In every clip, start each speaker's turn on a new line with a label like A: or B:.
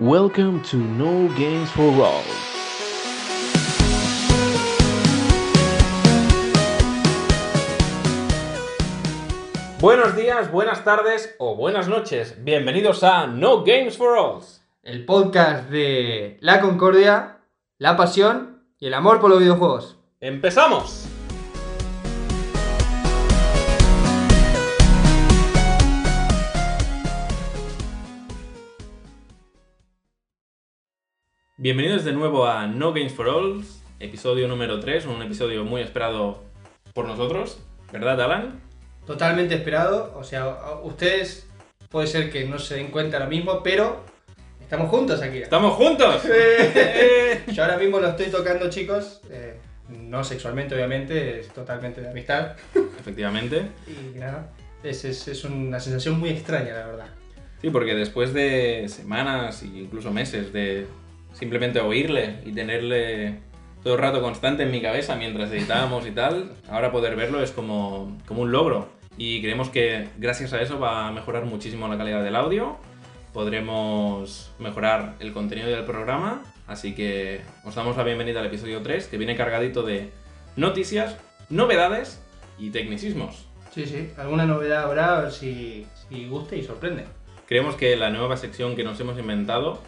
A: Welcome to No Games for All.
B: Buenos días, buenas tardes o buenas noches. Bienvenidos a No Games for All.
C: el podcast de la concordia, la pasión y el amor por los videojuegos.
B: ¡Empezamos! Bienvenidos de nuevo a No Games for All, episodio número 3, un episodio muy esperado por nosotros, ¿verdad, Alan?
C: Totalmente esperado, o sea, a- ustedes puede ser que no se den cuenta ahora mismo, pero estamos juntos aquí.
B: ¡Estamos juntos! Eh,
C: Yo ahora mismo lo estoy tocando, chicos, eh, no sexualmente, obviamente, es totalmente de amistad.
B: Efectivamente.
C: Y nada, es, es- es una sensación muy extraña, la verdad.
B: Sí, porque después de semanas e incluso meses de simplemente oírle y tenerle todo el rato constante en mi cabeza mientras editábamos y tal, ahora poder verlo es como, como un logro. Y creemos que gracias a eso va a mejorar muchísimo la calidad del audio, podremos mejorar el contenido del programa, así que os damos la bienvenida al episodio 3, que viene cargadito de noticias, novedades y tecnicismos.
C: Sí, sí, alguna novedad habrá, a ver si, si gusta y sorprende.
B: Creemos que la nueva sección que nos hemos inventado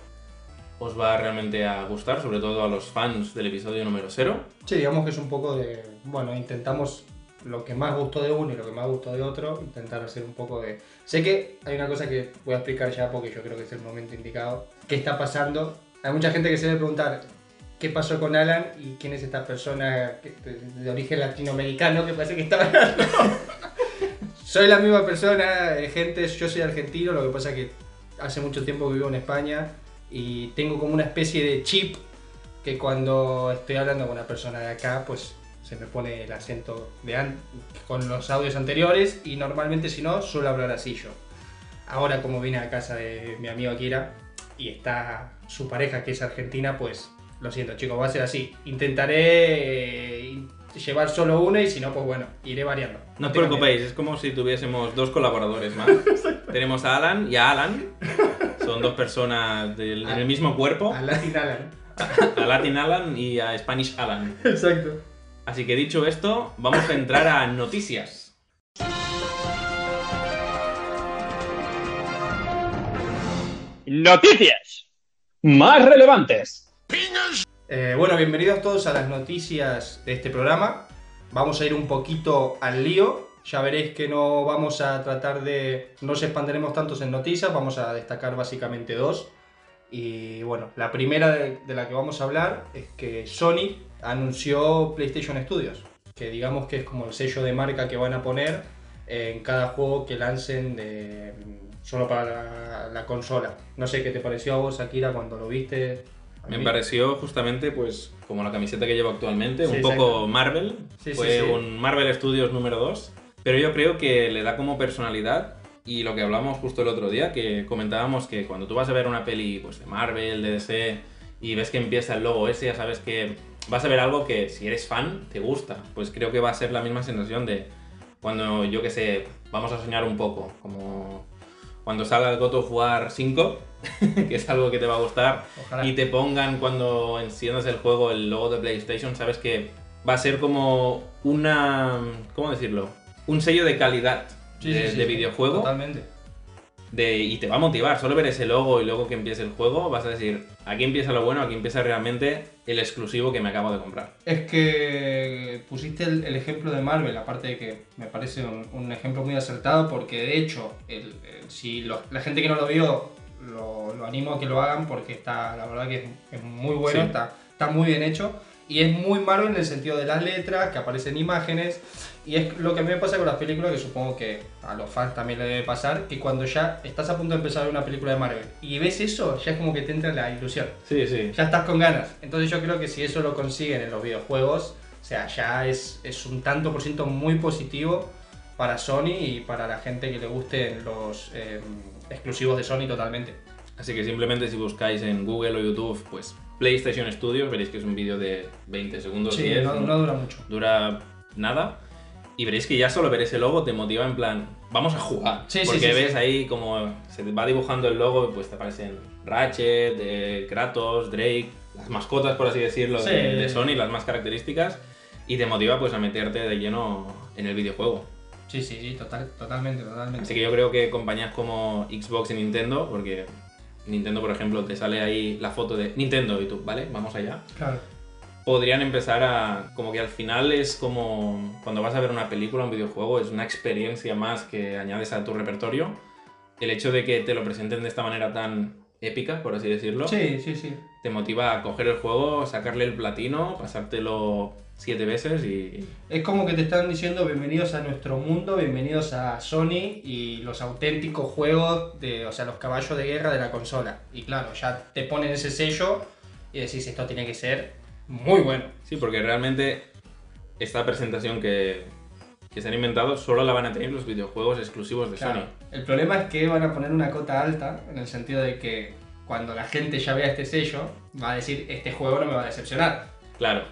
B: os va realmente a gustar, sobre todo a los fans del episodio número 0.
C: Sí, digamos que es un poco de. Bueno, intentamos lo que más gustó de uno y lo que más gustó de otro, intentar hacer un poco de. Sé que hay una cosa que voy a explicar ya porque yo creo que es el momento indicado. ¿Qué está pasando? Hay mucha gente que se debe preguntar qué pasó con Alan y quién es esta persona que- de, de origen latinoamericano que parece que está hablando. soy la misma persona, eh, gente, yo soy argentino, lo que pasa que hace mucho tiempo que vivo en España y tengo como una especie de chip que cuando estoy hablando con una persona de acá, pues se me pone el acento de an- con los audios anteriores y normalmente si no suelo hablar así yo. Ahora como vine a casa de mi amigo Akira y está su pareja que es argentina, pues lo siento chicos, va a ser así. Intentaré eh, llevar solo una y si no, pues bueno, iré variando.
B: No os preocupéis, es como si tuviésemos dos colaboradores más. Tenemos a Alan y a Alan. Son dos personas del, en el mismo cuerpo,
C: A Latin Alan.
B: a Latin Alan y a Spanish Alan.
C: Exacto.
B: Así que dicho esto, vamos a entrar a noticias.
D: Noticias más relevantes.
C: Eh, bueno, bienvenidos todos a las noticias de este programa. Vamos a ir un poquito al lío. Ya veréis que no vamos a tratar de. No nos expanderemos tantos en noticias, vamos a destacar básicamente dos. Y bueno, la primera de, de la que vamos a hablar es que Sony anunció PlayStation Studios, que digamos que es como el sello de marca que van a poner en cada juego que lancen de- solo para la, la consola. No sé qué te pareció a vos, Akira, cuando lo viste. A
B: Me
C: mí-
B: pareció justamente, pues, como la camiseta que llevo actualmente,
C: Sí,
B: un
C: exacto.
B: poco Marvel.
C: Sí, sí,
B: Fue
C: sí.
B: un Marvel Studios número 2. Pero yo creo que le da como personalidad. Y lo que hablamos justo el otro día, que comentábamos que cuando tú vas a ver una peli pues, de Marvel, de DC, y ves que empieza el logo ese, ya sabes que vas a ver algo que si eres fan te gusta. Pues creo que va a ser la misma sensación de cuando, yo que sé, vamos a soñar un poco. Como cuando salga el God of War 5, que es algo que te va a gustar,
C: Ojalá.
B: y te pongan cuando enciendas el juego el logo de PlayStation, sabes que va a ser como una. ¿Cómo decirlo? Un sello de calidad
C: Sí,
B: de,
C: sí, sí,
B: de
C: sí,
B: videojuego.
C: Totalmente.
B: de- y te va a motivar. Solo ver ese logo y luego que empiece el juego, vas a decir: aquí empieza lo bueno, aquí empieza realmente el exclusivo que me acabo de comprar.
C: Es que pusiste el, el ejemplo de Marvel, aparte de que me parece un, un ejemplo muy acertado, porque de hecho, el- el- si lo- la gente que no lo vio, lo, lo animo a que lo hagan porque está, la verdad que es, es muy bueno,
B: Sí.
C: está, está muy bien hecho. Y es muy Marvel en el sentido de las letras, que aparecen imágenes. Y es lo que a mí me pasa con las películas, que supongo que a los fans también le debe pasar, que cuando ya estás a punto de empezar a ver una película de Marvel y ves eso, ya es como que te entra la ilusión
B: Sí, sí.
C: ya estás con ganas. Entonces yo creo que si eso lo consiguen en los videojuegos, o sea, ya es, es un tanto por ciento muy positivo para Sony y para la gente que le gusten los eh, exclusivos de Sony totalmente.
B: Así que simplemente si buscáis en Google o YouTube, pues PlayStation Studios, veréis que es un vídeo de 20 segundos.
C: Sí,
B: 10,
C: no,
B: ¿no?
C: no dura mucho.
B: dura nada. Y veréis que ya solo ver ese logo te motiva en plan, vamos a jugar.
C: Sí, sí,
B: Porque
C: sí, sí.
B: ves ahí como se te va dibujando el logo y pues te aparecen Ratchet, eh, Kratos, Drake, las mascotas, por así decirlo,
C: Sí.
B: de, de Sony, las más características. Y te motiva pues a meterte de lleno en el videojuego.
C: Sí, sí, sí, total, totalmente, totalmente.
B: Así que yo creo que compañías como Xbox y Nintendo, porque Nintendo, por ejemplo, te sale ahí la foto de Nintendo y tú, ¿vale? Vamos allá.
C: Claro.
B: podrían empezar a. Como que al final es como. Cuando vas a ver una película, un videojuego, es una experiencia más que añades a tu repertorio. El hecho de que te lo presenten de esta manera tan épica, por así decirlo,
C: Sí, sí, sí.
B: te motiva a coger el juego, sacarle el platino, pasártelo siete veces y.
C: Es como que te están diciendo bienvenidos a nuestro mundo, bienvenidos a Sony y los auténticos juegos de, o sea, los caballos de guerra de la consola. Y claro, ya te ponen ese sello y decís esto tiene que ser muy bueno.
B: Sí, porque realmente esta presentación que, que se han inventado solo la van a tener los videojuegos exclusivos de
C: Claro.
B: Sony.
C: El problema es que van a poner una cota alta en el sentido de que cuando la gente ya vea este sello va a decir este juego no me va a decepcionar.
B: Claro.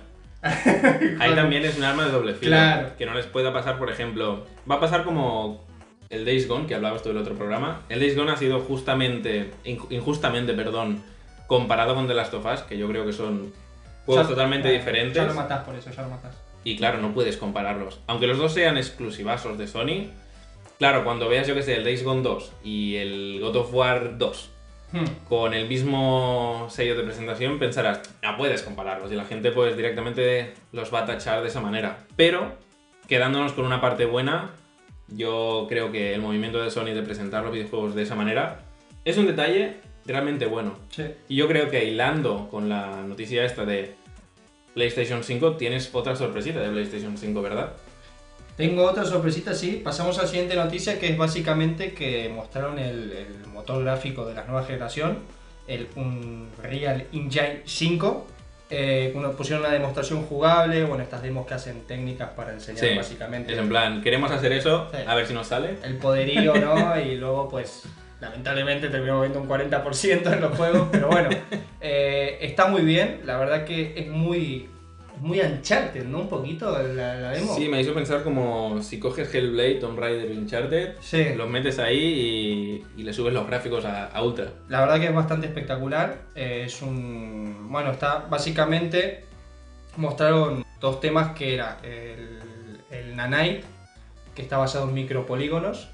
B: Ahí también es un arma de doble filo.
C: Claro.
B: Que no les pueda pasar, por ejemplo. Va a pasar como el Days Gone, que hablabas tú del otro programa. El Days Gone ha sido justamente, inju- injustamente, perdón, comparado con The Last of Us, que yo creo que son juegos
C: Ya-
B: totalmente
C: ya-
B: diferentes.
C: Ya lo matás por eso, ya lo matás.
B: Y claro, no puedes compararlos. Aunque los dos sean exclusivazos de Sony, claro, cuando veas, yo que sé, el Days Gone 2 y el God of War 2
C: Hmm.
B: con el mismo sello de presentación pensarás, no puedes compararlos y la gente pues directamente los va a tachar de esa manera. Pero quedándonos con una parte buena, yo creo que el movimiento de Sony de presentar los videojuegos de esa manera es un detalle realmente bueno.
C: Sí.
B: Y yo creo que hilando con la noticia esta de PlayStation 5, tienes otra sorpresita de PlayStation 5, ¿verdad?
C: Tengo otra sorpresita, sí. Pasamos a la siguiente noticia, que es básicamente que mostraron el, el motor gráfico de la nueva generación, el Unreal Engine 5. Eh, bueno, pusieron una demostración jugable, bueno, estas demos que hacen técnicas para enseñar
B: Sí,
C: básicamente
B: Es en plan, queremos hacer eso,
C: Sí.
B: a ver si nos sale.
C: el poderío, ¿no? Y luego, pues, lamentablemente terminamos viendo un 40% en los juegos, pero bueno, eh, está muy bien. La verdad que es muy, muy Uncharted, ¿no? Un poquito la, la demo.
B: Sí, me hizo pensar como si coges Hellblade, Tomb Raider y Uncharted,
C: Sí.
B: los metes ahí y, y le subes los gráficos a, a ultra.
C: La verdad que es bastante espectacular. eh, es un. Bueno, está. Básicamente mostraron dos temas que era el, el Nanite, que está basado en micropolígonos,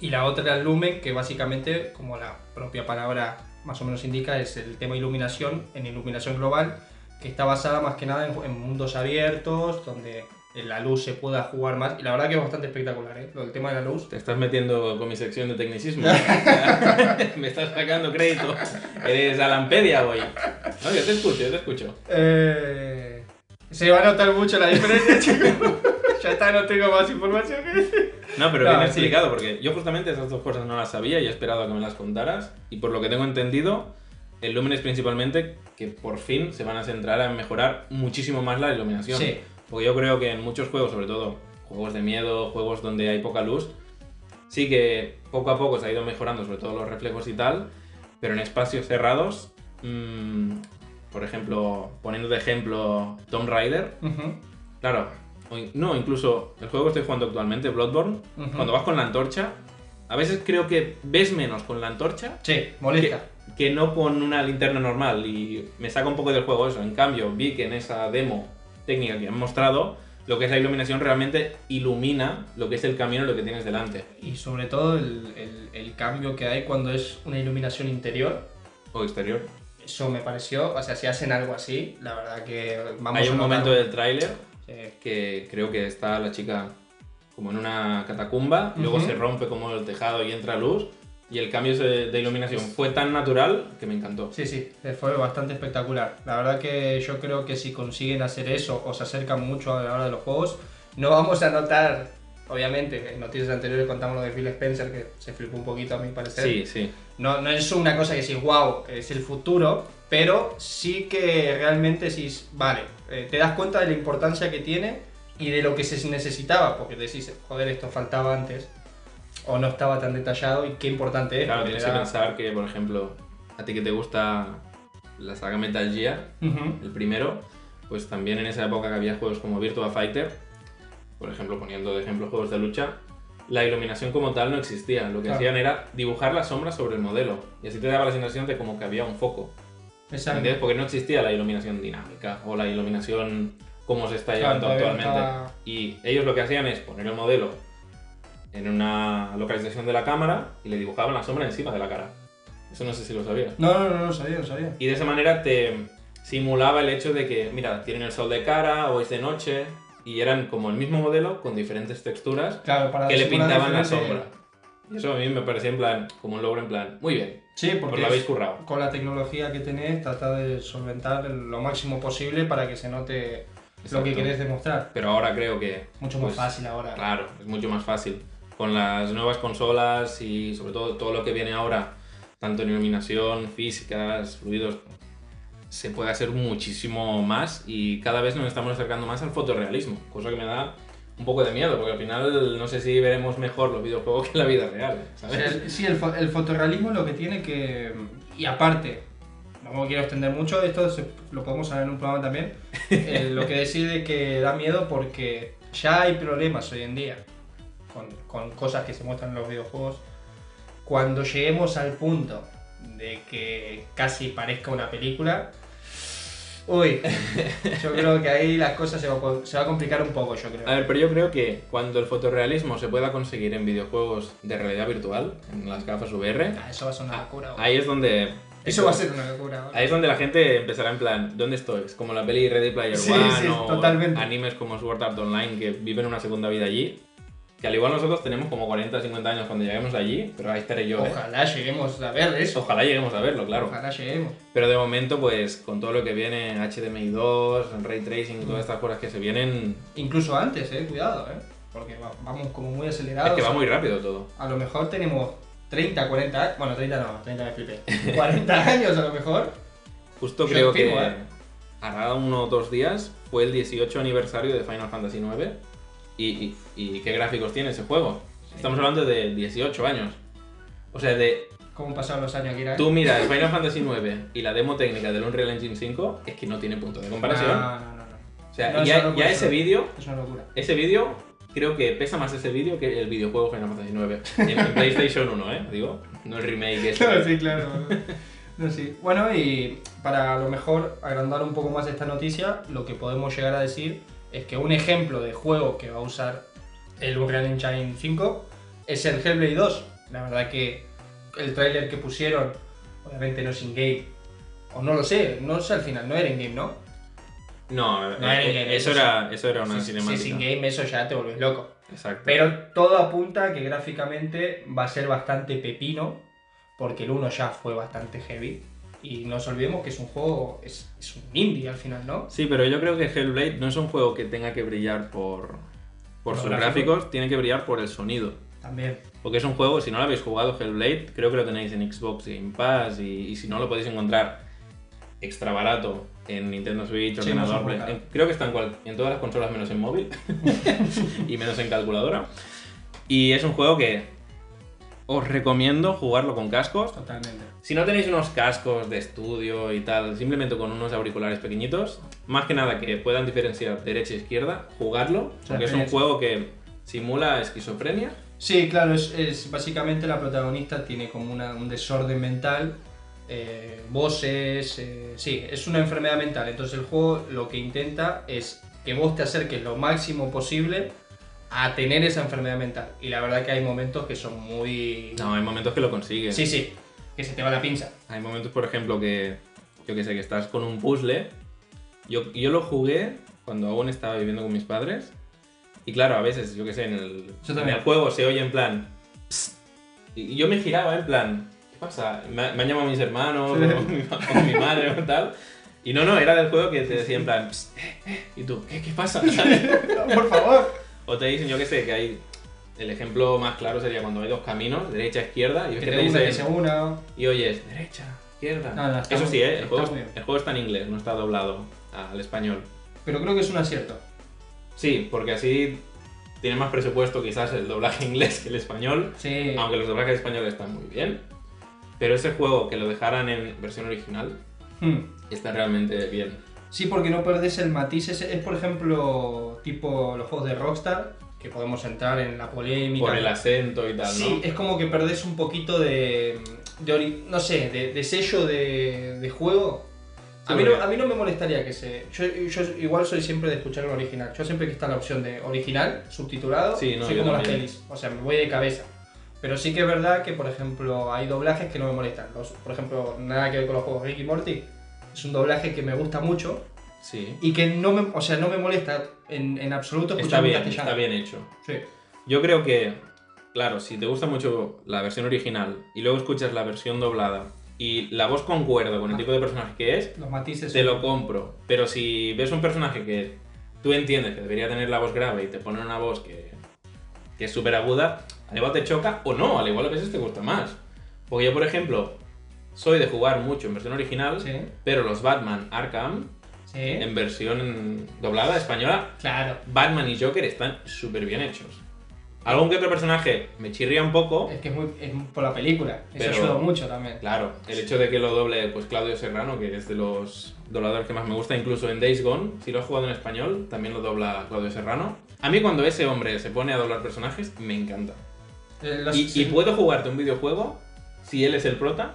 C: y la otra era el Lumen, que básicamente, como la propia palabra más o menos indica, es el tema iluminación, en iluminación global, que está basada más que nada en, en mundos abiertos, donde la luz se pueda jugar más. Y la verdad que es bastante espectacular, ¿eh? Lo del tema de la luz.
B: Te estás metiendo con mi sección de tecnicismo. O sea, me estás sacando crédito. Eres Alampedia hoy. No, yo te escucho, yo te escucho.
C: Eh, se va a notar mucho la diferencia, chicos. ya está, no tengo más información que decir.
B: No, pero
C: No,
B: bien
C: sí.
B: explicado, porque yo justamente esas dos cosas no las sabía y he esperado a que me las contaras. Y por lo que tengo entendido, el Lumen es principalmente que por fin se van a centrar en mejorar muchísimo más la iluminación.
C: Sí.
B: Porque yo creo que en muchos juegos, sobre todo juegos de miedo, juegos donde hay poca luz, sí que poco a poco se ha ido mejorando, sobre todo los reflejos y tal, pero en espacios cerrados, mm, por ejemplo, poniendo de ejemplo Tomb Raider,
C: Ujú,
B: Claro. O in- No, incluso el juego que estoy jugando actualmente, Bloodborne,
C: Ujú.
B: cuando vas con la antorcha, a veces creo que ves menos con la antorcha
C: Sí,
B: que,
C: molesta.
B: que no con una linterna normal y me saca un poco del juego eso. En cambio, vi que en esa demo técnica que han mostrado, lo que es la iluminación realmente ilumina lo que es el camino, lo que tienes delante.
C: Y sobre todo el, el- el cambio que hay cuando es una iluminación interior.
B: O exterior.
C: Eso me pareció, o sea, si hacen algo así, la verdad que vamos
B: Hay
C: a
B: un
C: notar-
B: momento del tráiler
C: Sí.
B: que creo que está la chica como en una catacumba, luego
C: Ujú.
B: se rompe como el tejado y entra luz, y el cambio se- de iluminación fue tan natural que me encantó.
C: Sí, sí, eh, fue bastante espectacular. La verdad que yo creo que si consiguen hacer eso o se acercan mucho a la hora de los juegos, no vamos a notar, obviamente, en noticias anteriores contamos lo de Phil Spencer, que se flipó un poquito a mi parecer.
B: Sí, sí.
C: No, no es una cosa que decís, wow, es el futuro, pero sí que realmente decís, vale, eh, te das cuenta de la importancia que tiene y de lo que se necesitaba, porque decís, joder, esto faltaba antes, o no estaba tan detallado y qué importante es.
B: Claro,
C: porque
B: tienes
C: te
B: que
C: da-
B: pensar que, por ejemplo, a ti que te gusta la saga Metal Gear,
C: Ujú.
B: el primero, pues también en esa época que había juegos como Virtua Fighter, por ejemplo, poniendo de ejemplo juegos de lucha, la iluminación como tal no existía. Lo que
C: Claro.
B: hacían era dibujar la sombra sobre el modelo. Y así te daba la sensación de como que había un foco.
C: Exacto.
B: ¿Entiendes? Porque no existía la iluminación dinámica o la iluminación como se está
C: Claro,
B: llevando
C: todavía no
B: actualmente. Y ellos lo que hacían es poner el modelo en una localización de la cámara y le dibujaban la sombra encima de la cara. Eso no sé si lo sabías.
C: No, no, no, no, lo sabía, lo sabía.
B: Y de esa manera te simulaba el hecho de que, mira, tienen el sol de cara o es de noche y eran como el mismo modelo con diferentes texturas
C: Claro, para
B: que le
C: disimular
B: pintaban la
C: diferente-
B: sombra. Y eso a mí me parecía en plan, como un logro en plan, muy bien,
C: Sí, porque
B: porque lo habéis
C: es-
B: currado.
C: con la tecnología que tenés, trata de solventar lo máximo posible para que se note lo que
B: Exacto.
C: querés demostrar.
B: Pero ahora creo que...
C: Mucho más
B: pues,
C: fácil ahora.
B: Claro, es mucho más fácil. Con las nuevas consolas y sobre todo todo lo que viene ahora, tanto en iluminación, físicas, fluidos, se puede hacer muchísimo más y cada vez nos estamos acercando más al fotorrealismo, cosa que me da un poco de miedo, porque al final no sé si veremos mejor los videojuegos que la vida real,
C: O sea,
B: ¿sabes?
C: el- sí, el, fo- el fotorrealismo lo que tiene que. Y aparte, no me quiero extender mucho, esto se- lo podemos hablar en un programa también. eh, lo que decide que da miedo porque ya hay problemas hoy en día con, con cosas que se muestran en los videojuegos. Cuando lleguemos al punto de que casi parezca una película. Uy, yo creo que ahí las cosas se va, a po- se va a complicar un poco, yo creo.
B: A ver, pero yo creo que cuando el fotorrealismo se pueda conseguir en videojuegos de realidad virtual, en las gafas VR,
C: Ah, eso va a ser una locura. boludo.
B: ahí es donde...
C: Eso va a ser una locura. boludo.
B: Ahí es donde la gente empezará en plan, ¿dónde estoy? Es como la peli Ready Player
C: Sí,
B: One
C: sí,
B: o
C: totalmente.
B: animes como Sword Art Online que viven una segunda vida allí. Que al igual nosotros tenemos como 40, 50 años cuando lleguemos allí, pero ahí estaré yo. ¿eh?
C: Ojalá lleguemos a ver eso.
B: Ojalá lleguemos a verlo, claro.
C: Ojalá lleguemos.
B: Pero de momento, pues con todo lo que viene, HDMI 2, Ray Tracing,
C: Mm.
B: todas estas cosas que se vienen,
C: Incluso antes, eh, cuidado, eh. Porque va- vamos como muy acelerados.
B: es que va muy rápido todo.
C: A lo mejor tenemos 30, 40 años. Bueno, 30 no, 30 me flipé. 40 años a lo mejor.
B: Justo
C: Yo
B: creo que
C: firmo, ¿eh?
B: hará uno o dos días fue el 18 aniversario de Final Fantasy IX. Y, y- y qué gráficos tiene ese juego. Estamos hablando de 18 años. O sea, de
C: ¿Cómo pasaron los años ¿eh? aquí?
B: tú miras Final Fantasy IX y la demo técnica del Unreal Engine 5 es que no tiene punto de comparación.
C: No, no, no, no.
B: o sea,
C: no,
B: ya,
C: eso no
B: ya
C: puede
B: ese
C: ser.
B: vídeo,
C: Es una locura.
B: ese vídeo creo que pesa más ese vídeo que el videojuego Final Fantasy IX en, en PlayStation 1, ¿eh? Digo, no el remake. este.
C: Claro, sí, claro. No, sí. Bueno, y para a lo mejor agrandar un poco más esta noticia, lo que podemos llegar a decir es que un ejemplo de juego que va a usar el Unreal Engine 5 es el Hellblade 2. La verdad que el tráiler que pusieron, obviamente no es in-game, o no lo sé, no sé al final, no era in-game, ¿no?
B: No,
C: No era
B: eh,
C: in-game,
B: eso,
C: eso
B: era, eso era una
C: Si- si,
B: cinemática.
C: es in-game eso ya te volvés loco.
B: Exacto.
C: Pero todo apunta a que gráficamente va a ser bastante pepino, porque el 1 ya fue bastante heavy. Y no nos olvidemos que es un juego, es, es un indie al final, ¿no?
B: Sí, pero yo creo que Hellblade no es un juego que tenga que brillar por, por
C: Los
B: sus
C: gráficos.
B: gráficos, tiene que brillar por el sonido.
C: También.
B: Porque es un juego, si no lo habéis jugado, Hellblade, creo que lo tenéis en Xbox Game Pass y, y si no lo podéis encontrar extra barato en Nintendo Switch,
C: Sí,
B: ordenador,
C: no se
B: Play-
C: puede.
B: en- creo que está en, cual- en todas las consolas menos en móvil y menos en calculadora. Y es un juego que os recomiendo jugarlo con cascos.
C: Totalmente.
B: Si no tenéis unos cascos de estudio y tal, simplemente con unos auriculares pequeñitos, más que nada que puedan diferenciar derecha e izquierda, jugarlo, porque es un
C: experiencia.
B: juego que simula esquizofrenia.
C: Sí, claro, es, es- básicamente la protagonista tiene como una- un desorden mental, eh, voces, eh, sí, es una enfermedad mental. Entonces el juego lo que intenta es que vos te acerques lo máximo posible a tener esa enfermedad mental. Y la verdad que hay momentos que son muy...
B: No, hay momentos que lo consigue.
C: Sí, sí, que se te va la pinza.
B: Hay momentos, por ejemplo, que yo que sé, que estás con un puzzle. Yo, yo lo jugué cuando aún estaba viviendo con mis padres. Y claro, a veces, yo que sé, en el,
C: Yo
B: en
C: también.
B: el juego se oye en plan. "Psst". Y y yo me giraba en plan. ¿Qué pasa? Me, me han llamado mis hermanos,
C: Sí.
B: o, mi, ma- o mi madre o tal. Y no, no, era del juego que te decía en plan. "Psst, eh, eh". Y tú, ¿qué, qué pasa? ¿Sabes?
C: Por favor.
B: O te dicen, yo que sé, que hay. El ejemplo más claro sería cuando hay dos caminos, derecha, e izquierda, y es
C: Que
B: que
C: te
B: te
C: una, que se
B: dicen,
C: una.
B: y oyes derecha, izquierda.
C: No, no, está
B: Eso
C: muy-
B: sí, ¿eh? el,
C: está
B: juego,
C: muy bien.
B: el juego está en inglés, no está doblado al español.
C: Pero creo que es un acierto.
B: Sí, porque así tiene más presupuesto quizás el doblaje inglés que el español,
C: Sí.
B: aunque los doblajes españoles están muy bien. Pero ese juego que lo dejaran en versión original
C: Hmm.
B: está realmente bien.
C: Sí, porque no perdés el matiz. Es, es, por ejemplo, tipo los juegos de Rockstar, que podemos entrar en la polémica.
B: Por el acento y tal,
C: Sí,
B: ¿no?
C: es como que perdés un poquito de. de ori- no sé, de, de sello de, de juego. A
B: Sí,
C: mí, no,
B: porque-
C: a mí no me molestaría que se. Yo, yo igual soy siempre de escuchar el original. Yo siempre que está la opción de original, subtitulado,
B: Sí, no,
C: soy
B: yo
C: como las
B: también.
C: pelis. O sea, me voy de cabeza. Pero sí que es verdad que, por ejemplo, hay doblajes que no me molestan. Los- por ejemplo, nada que ver con los juegos Ricky Morty. Es un doblaje que me gusta mucho
B: Sí.
C: y que no me, o sea, no me molesta en, en absoluto
B: Está
C: escuchar un
B: bien,
C: castellano.
B: está bien hecho.
C: Sí.
B: Yo creo que, claro, si te gusta mucho la versión original y luego escuchas la versión doblada y la voz concuerda
C: Ah.
B: con el tipo de personaje que es,
C: Los matices.
B: te lo compro. Pero si ves un personaje que tú entiendes que debería tener la voz grave y te ponen una voz que, que es súper aguda, al igual te choca o no, al igual a veces te gusta más. Porque yo, por ejemplo, soy de jugar mucho en versión original,
C: Sí.
B: pero los Batman Arkham
C: Sí.
B: en versión doblada española
C: Claro.
B: Batman y Joker están súper bien hechos. Algún que otro personaje me chirría un poco.
C: Es que es, muy, es por la película. Eso
B: Pero-
C: ayuda mucho también.
B: Claro, el hecho de que lo doble pues Claudio Serrano, que es de los dobladores que más me gusta, incluso en Days Gone, si lo has jugado en español, también lo dobla Claudio Serrano. A mí cuando ese hombre se pone a doblar personajes, me encanta.
C: Eh, los-
B: Y,
C: sí.
B: y puedo jugarte un videojuego si él es el prota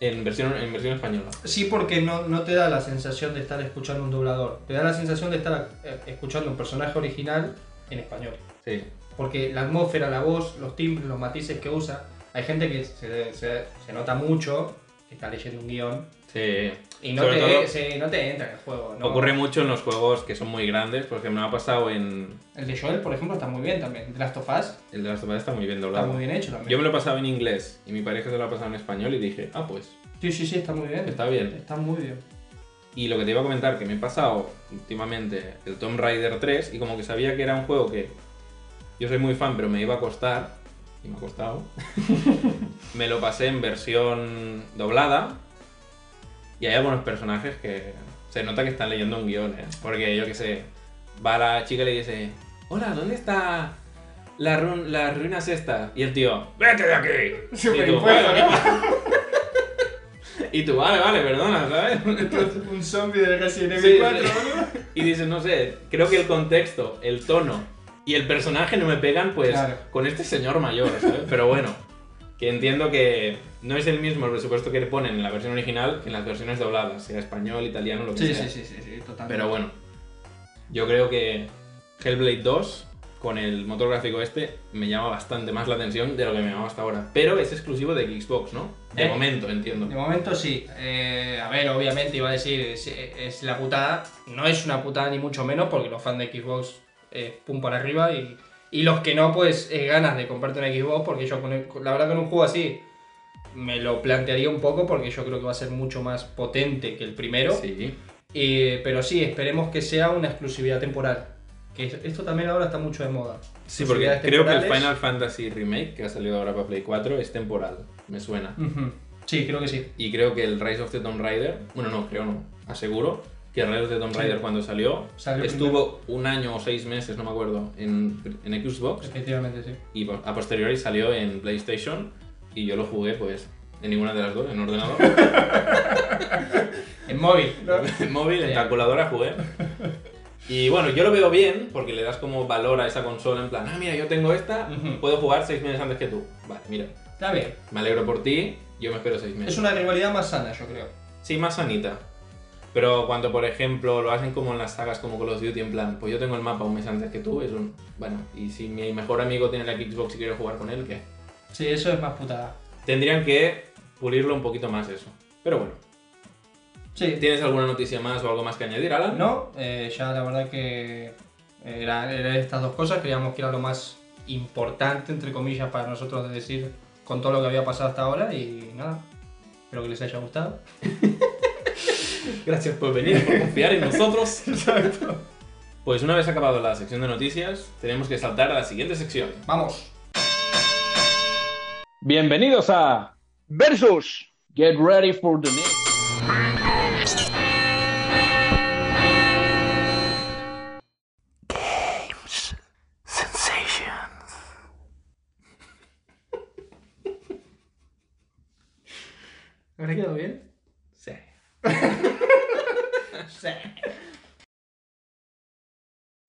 B: en versión, en versión española.
C: Sí, porque no, no te da la sensación de estar escuchando un doblador. Te da la sensación de estar eh, escuchando un personaje original en español.
B: Sí.
C: Porque la atmósfera, la voz, los timbres, los matices que usa. Hay gente que se, se- se nota mucho que está leyendo un guión
B: Sí.
C: y no,
B: Sobre
C: te,
B: todo-
C: se- no te entra en el juego. ¿no?
B: Ocurre mucho en los juegos que son muy grandes, porque me ha pasado en...
C: El de Joel, por ejemplo, está muy bien también. The Last of Us
B: El de las tomadas está muy bien
C: está
B: doblado.
C: muy bien hecho también.
B: Yo me lo pasaba en inglés y mi pareja se lo ha pasado en español y dije, ah, pues,
C: Sí, sí, sí, está muy bien.
B: está bien.
C: Está muy bien.
B: Y lo que te iba a comentar, que me he pasado últimamente el Tomb Raider 3 y como que sabía que era un juego que yo soy muy fan, pero me iba a costar, y me ha costado, me lo pasé en versión doblada y hay algunos personajes que se nota que están leyendo un guión, ¿eh? Porque yo que sé, va la chica y le dice, hola, ¿dónde está la, ru- las ruinas estas? Y el tío, vete de aquí. Y tú,
C: Superimpuesto,
B: "Bueno,
C: ¿no?
B: Y tú, vale, vale, perdona, ¿sabes?
C: un zombie de Resident
B: Sí,
C: Evil 4,
B: sí.
C: boludo.
B: Y dices, no sé, creo que el contexto, el tono y el personaje no me pegan, pues,
C: Claro.
B: con este señor mayor, ¿sabes? Pero bueno, que entiendo que no es el mismo el presupuesto que le ponen en la versión original que en las versiones dobladas, sea español, italiano, lo que
C: Sí,
B: sea.
C: sí, sí, sí, sí, totalmente.
B: Pero bueno, yo creo que Hellblade 2, con el motor gráfico este, me llama bastante más la atención de lo que me llamaba hasta ahora. Pero es exclusivo de Xbox, ¿no? De
C: Eh.
B: momento, entiendo.
C: De momento sí. Eh, a ver, obviamente iba a decir, es, es la putada. No es una putada ni mucho menos, porque los fans de Xbox, eh, pum para arriba. Y, y los que no, pues eh, ganas de comprarte una Xbox, porque yo, con el- con- la verdad, con un juego así, me lo plantearía un poco, porque yo creo que va a ser mucho más potente que el primero.
B: Sí.
C: Eh, pero sí, esperemos que sea una exclusividad temporal. Que es- esto también ahora está mucho de moda.
B: Sí, porque creo que el
C: Exclusividades
B: Final Fantasy Remake, que ha salido ahora para Play 4, es temporal, me suena.
C: Ujú. Sí, creo que sí.
B: Y creo que el Rise of the Tomb Raider, bueno, no, creo no, aseguro que el Rise of the Tomb
C: Sí.
B: Raider cuando salió,
C: Salió
B: estuvo un año o seis meses, no me acuerdo, en, en Xbox
C: Efectivamente, sí.
B: y po- a posteriori salió en PlayStation y yo lo jugué pues en ninguna de las dos, en ordenador,
C: En móvil. ¿no?
B: en móvil, en calculadora jugué. Y bueno, yo lo veo bien porque le das como valor a esa consola en plan, ah, mira, yo tengo esta,
C: Ujú.
B: puedo jugar seis meses antes que tú. Vale, mira,
C: Está bien.
B: Me alegro por ti, yo me espero seis meses.
C: Es una rivalidad más sana, yo creo.
B: Sí, más sanita. Pero cuando, por ejemplo, lo hacen como en las sagas como Call of Duty, en plan, pues yo tengo el mapa un mes antes que tú, es un... Bueno, y si mi mejor amigo tiene la Xbox y quiero jugar con él, ¿qué?
C: Sí, eso es más putada.
B: Tendrían que pulirlo un poquito más eso. Pero bueno,
C: Sí.
B: ¿tienes alguna noticia más o algo más que añadir, Alan?
C: No, eh, ya la verdad que eh, era, era estas dos cosas. Creíamos que era lo más importante, entre comillas, para nosotros de decir con todo lo que había pasado hasta ahora y nada. Espero que les haya gustado.
B: Gracias por venir, por confiar en nosotros. Pues una vez acabado la sección de noticias, tenemos que saltar a la siguiente sección.
C: Vamos.
D: Bienvenidos a Versus. Get ready for the next.
C: ¿Habrá quedado bien?
B: Sí.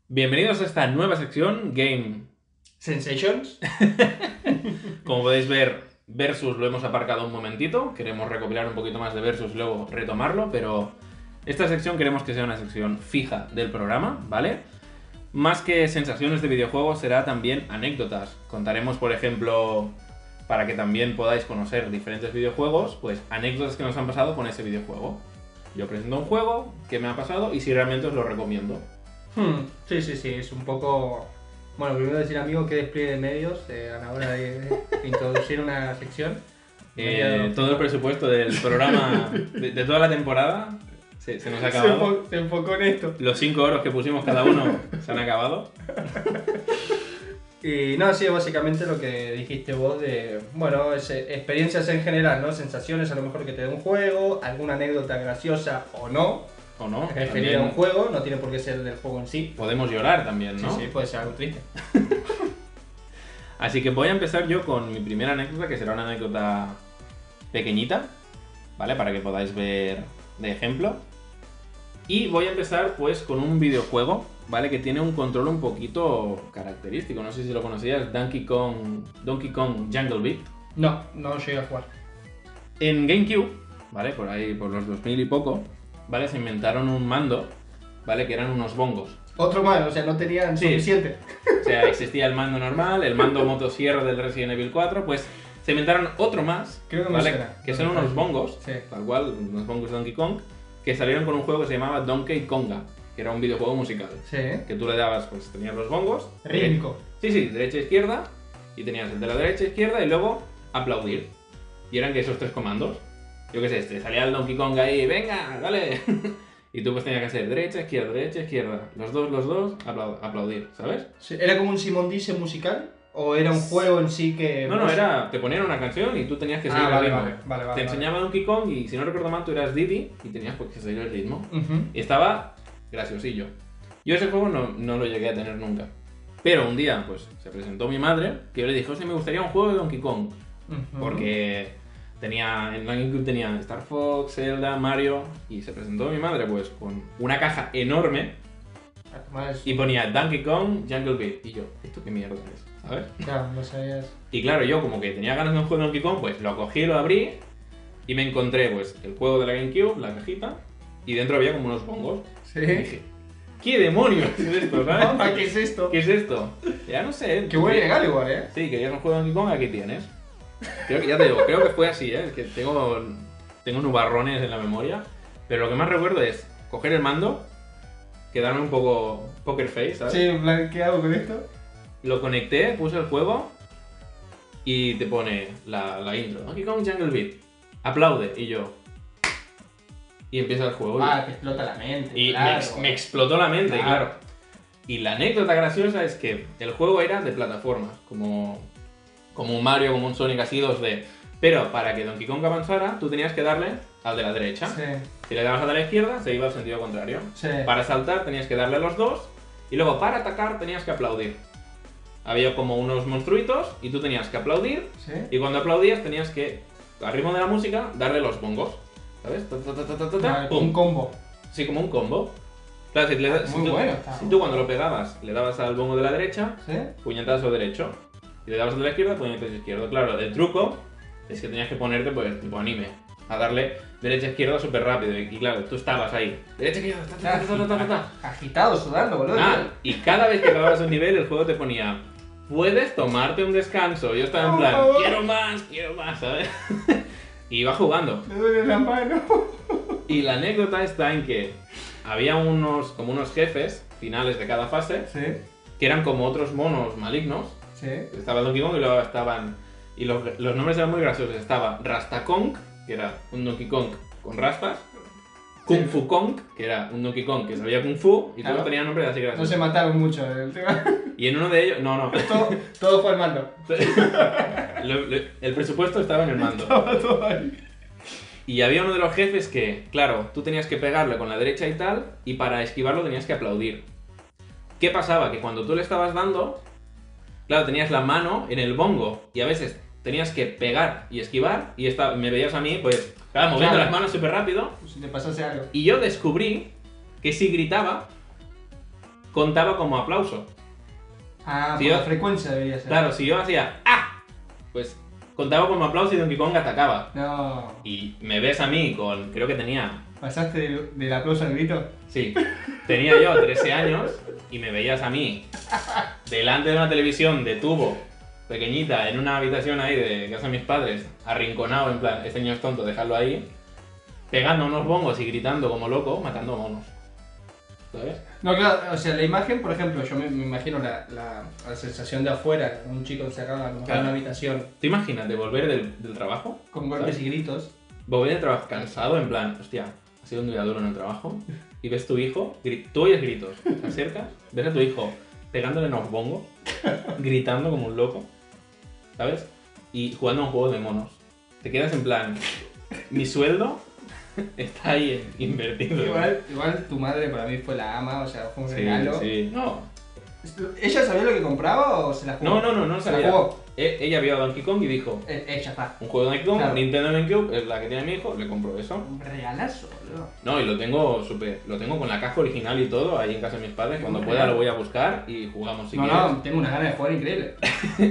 B: Bienvenidos a esta nueva sección, Game.
C: Sensations.
B: Como podéis ver, Versus lo hemos aparcado un momentito. Queremos recopilar un poquito más de Versus y luego retomarlo, pero esta sección queremos que sea una sección fija del programa, ¿vale? Más que sensaciones de videojuegos, será también anécdotas. Contaremos, por ejemplo, para que también podáis conocer diferentes videojuegos, pues anécdotas que nos han pasado con ese videojuego. Yo presento un juego, qué me ha pasado y si realmente os lo recomiendo.
C: Hmm, Sí, sí, sí, es un poco... Bueno, primero decir, amigo, que despliegue de medios eh, a la hora de de introducir una sección.
B: Eh, todo el presupuesto del programa, de, de toda la temporada, se, se nos ha
C: Se
B: acabado.
C: enfo- se enfocó en esto.
B: Los 5 euros que pusimos cada uno se han acabado.
C: Y no, sí, básicamente lo que dijiste vos de, bueno, es, eh, experiencias en general, ¿no? Sensaciones a lo mejor que te dé un juego, alguna anécdota graciosa o no,
B: ¿O no?
C: referida a un
B: También
C: juego, no tiene por qué ser del juego en sí.
B: Podemos llorar también, ¿no?
C: Sí, sí, puede ser algo triste.
B: Así que voy a empezar yo con mi primera anécdota, que será una anécdota pequeñita, ¿vale? Para que podáis ver de ejemplo. Y voy a empezar pues con un videojuego, ¿vale? Que tiene un control un poquito característico, no sé si lo conocías, Donkey Kong, Donkey Kong Jungle Beat.
C: No, no llegué a jugar.
B: En GameCube, ¿vale? Por ahí, por los 2000 y poco, ¿vale? Se inventaron un mando, ¿vale? Que eran unos bongos.
C: Otro más, o sea, no tenían
B: Sí.
C: suficiente.
B: O sea, existía el mando normal, el mando motosierra del Resident Evil 4, pues se inventaron otro más,
C: Creo que me
B: ¿vale?
C: suena.
B: Que son unos bongos,
C: Sí.
B: tal cual, unos bongos de Donkey Kong, que salieron con un juego que se llamaba Donkey Konga, que era un videojuego musical.
C: Sí, ¿eh?
B: Que tú le dabas, pues tenías los bongos.
C: Rítmico.
B: Sí, sí, derecha, e izquierda, y tenías el de la derecha, e izquierda, y luego aplaudir. Y eran que esos tres comandos. Yo qué sé, te salía el Donkey Kong ahí, venga, dale. y tú pues tenías que hacer derecha, izquierda, derecha, izquierda. Los dos, los dos, aplau- aplaudir, ¿sabes?
C: Sí, ¿Era como un Simondice musical? ¿O era un juego en sí que.?
B: No, no, era. Te ponían una canción y tú tenías que seguir
C: Eh, pues, Ah,
B: el ritmo.
C: vale, vale, vale, vale,
B: te enseñaba Donkey Kong y si no recuerdo mal, tú eras Diddy y tenías pues, que seguir el ritmo.
C: Ujú.
B: Y estaba graciosillo. Yo ese juego no, no lo llegué a tener nunca. Pero un día, pues, se presentó mi madre, que yo le dije, oye, me gustaría un juego de Donkey Kong.
C: Ujú.
B: Porque tenía, en Donkey Kong tenía Star Fox, Zelda, Mario. Y se presentó mi madre, pues, con una caja enorme
C: Ah, Más,
B: y ponía Donkey Kong, Jungle Beat. Y yo, ¿esto qué mierda es? ¿Sabes?
C: ya, no sabías.
B: Y claro, yo como que tenía ganas de un juego de Donkey Kong, pues lo cogí, lo abrí y me encontré pues el juego de la GameCube, la cajita, y dentro había como unos bongos. Y
C: Sí.
B: dije, ¿qué demonios es esto,
C: Papá,
B: sabes?
C: ¿qué es esto?
B: ¿Qué es esto? Ya no sé.
C: Que huele legal igual, eh.
B: Sí, querías un juego de Donkey Kong, aquí tienes. Creo que, ya te digo, creo que fue así, ¿eh? Es que tengo, tengo nubarrones en la memoria. Pero lo que más recuerdo es coger el mando, quedarme un poco poker face, ¿sabes?
C: Sí, en plan, ¿qué hago con esto?
B: Lo conecté, puse el juego y te pone la, la intro. Donkey Kong Jungle Beat. Aplaude y yo. Y empieza el juego. y-
C: Ah, te explota la mente.
B: y me
C: claro.
B: ex- me, explotó la mente,
C: Claro.
B: claro. Y la anécdota graciosa es que el juego era de plataformas, como, como un Mario, como un Sonic así 2D. Pero para que Donkey Kong avanzara, tú tenías que darle al de la derecha.
C: Sí,
B: Si le dabas al de la izquierda, se iba al sentido contrario.
C: sí.
B: Para saltar tenías que darle a los dos y luego para atacar tenías que aplaudir. Había como unos monstruitos y tú tenías que aplaudir
C: Sí.
B: y cuando aplaudías tenías que, al ritmo de la música, darle los bongos. ¿Sabes? Ta, ta, ta, ta, ta, ta,
C: Vale,
B: pum.
C: un combo.
B: Sí, como un combo. Claro, si, le da- si
C: muy
B: tú,
C: bueno está.
B: si tú cuando lo pegabas le dabas al bongo de la derecha,
C: ¿Sí?
B: puñetazo derecho. Y le dabas al de la izquierda, puñetazo izquierdo. Claro, el truco es que tenías que ponerte, pues, tipo anime. A darle derecha-izquierda súper rápido. Y, y claro, tú estabas ahí. Derecha-izquierda, ta, ta, ta, ta, ta, ta, ta.
C: Agitado, sudando, boludo.
B: Ah, y cada vez que acababas un nivel, el juego te ponía, puedes tomarte un descanso. Yo estaba en plan,
C: Por favor.
B: quiero más, quiero más, ¿sabes? y iba jugando.
C: Me duele la mano.
B: Y la anécdota está en que había unos, como unos jefes finales de cada fase,
C: Sí,
B: que eran como otros monos malignos.
C: sí.
B: Estaba Donkey Kong y luego estaban... Y los, los nombres eran muy graciosos. Estaba Rasta Kong, que era un Donkey Kong con rastas. Kung
C: Sí.
B: Fu Kong, que era un Donkey Kong que sabía Kung Fu, y
C: Claro.
B: todos tenían nombres así
C: No
B: graciosos.
C: se mataron mucho el tema.
B: Y en uno de ellos, no, no,
C: Todo, todo fue al mando.
B: Lo- lo- el presupuesto estaba en el mando.
C: Estaba todo ahí.
B: Y había uno de los jefes que, claro, tú tenías que pegarle con la derecha y tal, y para esquivarlo tenías que aplaudir. ¿Qué pasaba? Que cuando tú le estabas dando, claro, tenías la mano en el bongo, y a veces tenías que pegar y esquivar, y esta- me veías a mí, pues, claro, moviendo
C: Claro.
B: las manos súper rápido,
C: Si te pasase algo.
B: y yo descubrí que si gritaba, contaba como aplauso.
C: Ah,
B: Sí,
C: por
B: yo-
C: la frecuencia debería ser.
B: Claro, si yo hacía ¡Ah! Pues contaba como aplauso y Donkey Kong atacaba.
C: No.
B: Y me ves a mí con, creo que tenía,
C: ¿Pasaste del, del aplauso al grito?
B: sí, tenía yo 13 años y me veías a mí delante de una televisión de tubo pequeñita en una habitación ahí de casa de mis padres, arrinconado en plan, este niño es tonto, dejarlo ahí, pegando unos bongos y gritando como loco, matando monos. ¿Sabes?
C: No, claro, o sea, la imagen, por ejemplo, yo me, me imagino la, la, la sensación de afuera, un chico encerrado a lo mejor
B: Claro.
C: en una habitación
B: ¿Te imaginas de volver del, del trabajo?
C: con golpes y gritos.
B: Volver del trabajo cansado, en plan, hostia, ha sido un día duro en el trabajo, y ves tu hijo, gri- tú oyes gritos, te acercas, ves a tu hijo pegándole unos bongos, gritando como un loco, ¿sabes? Y jugando a un juego de monos. Te quedas en plan, mi sueldo está ahí invertido.
C: Igual, igual tu madre para mí fue la ama, o sea, fue un
B: Sí,
C: regalo.
B: sí. No,
C: ¿Ella sabía lo que compraba o se la jugó?
B: no, no, no, no
C: se la
B: sabía.
C: jugó.
B: E- Ella vio a Donkey Kong y dijo,
C: Eh, Ella, pa.
B: un juego de Donkey Kong,
C: Claro.
B: Nintendo GameCube, es la que tiene mi hijo, le compro eso.
C: Un regalazo, boludo.
B: No, y lo tengo súper, lo tengo con la caja original y todo, ahí en casa de mis padres. Cuando
C: Qué
B: pueda
C: bueno.
B: lo voy a buscar y jugamos si
C: no,
B: quieres.
C: no, tengo una gana de jugar increíble.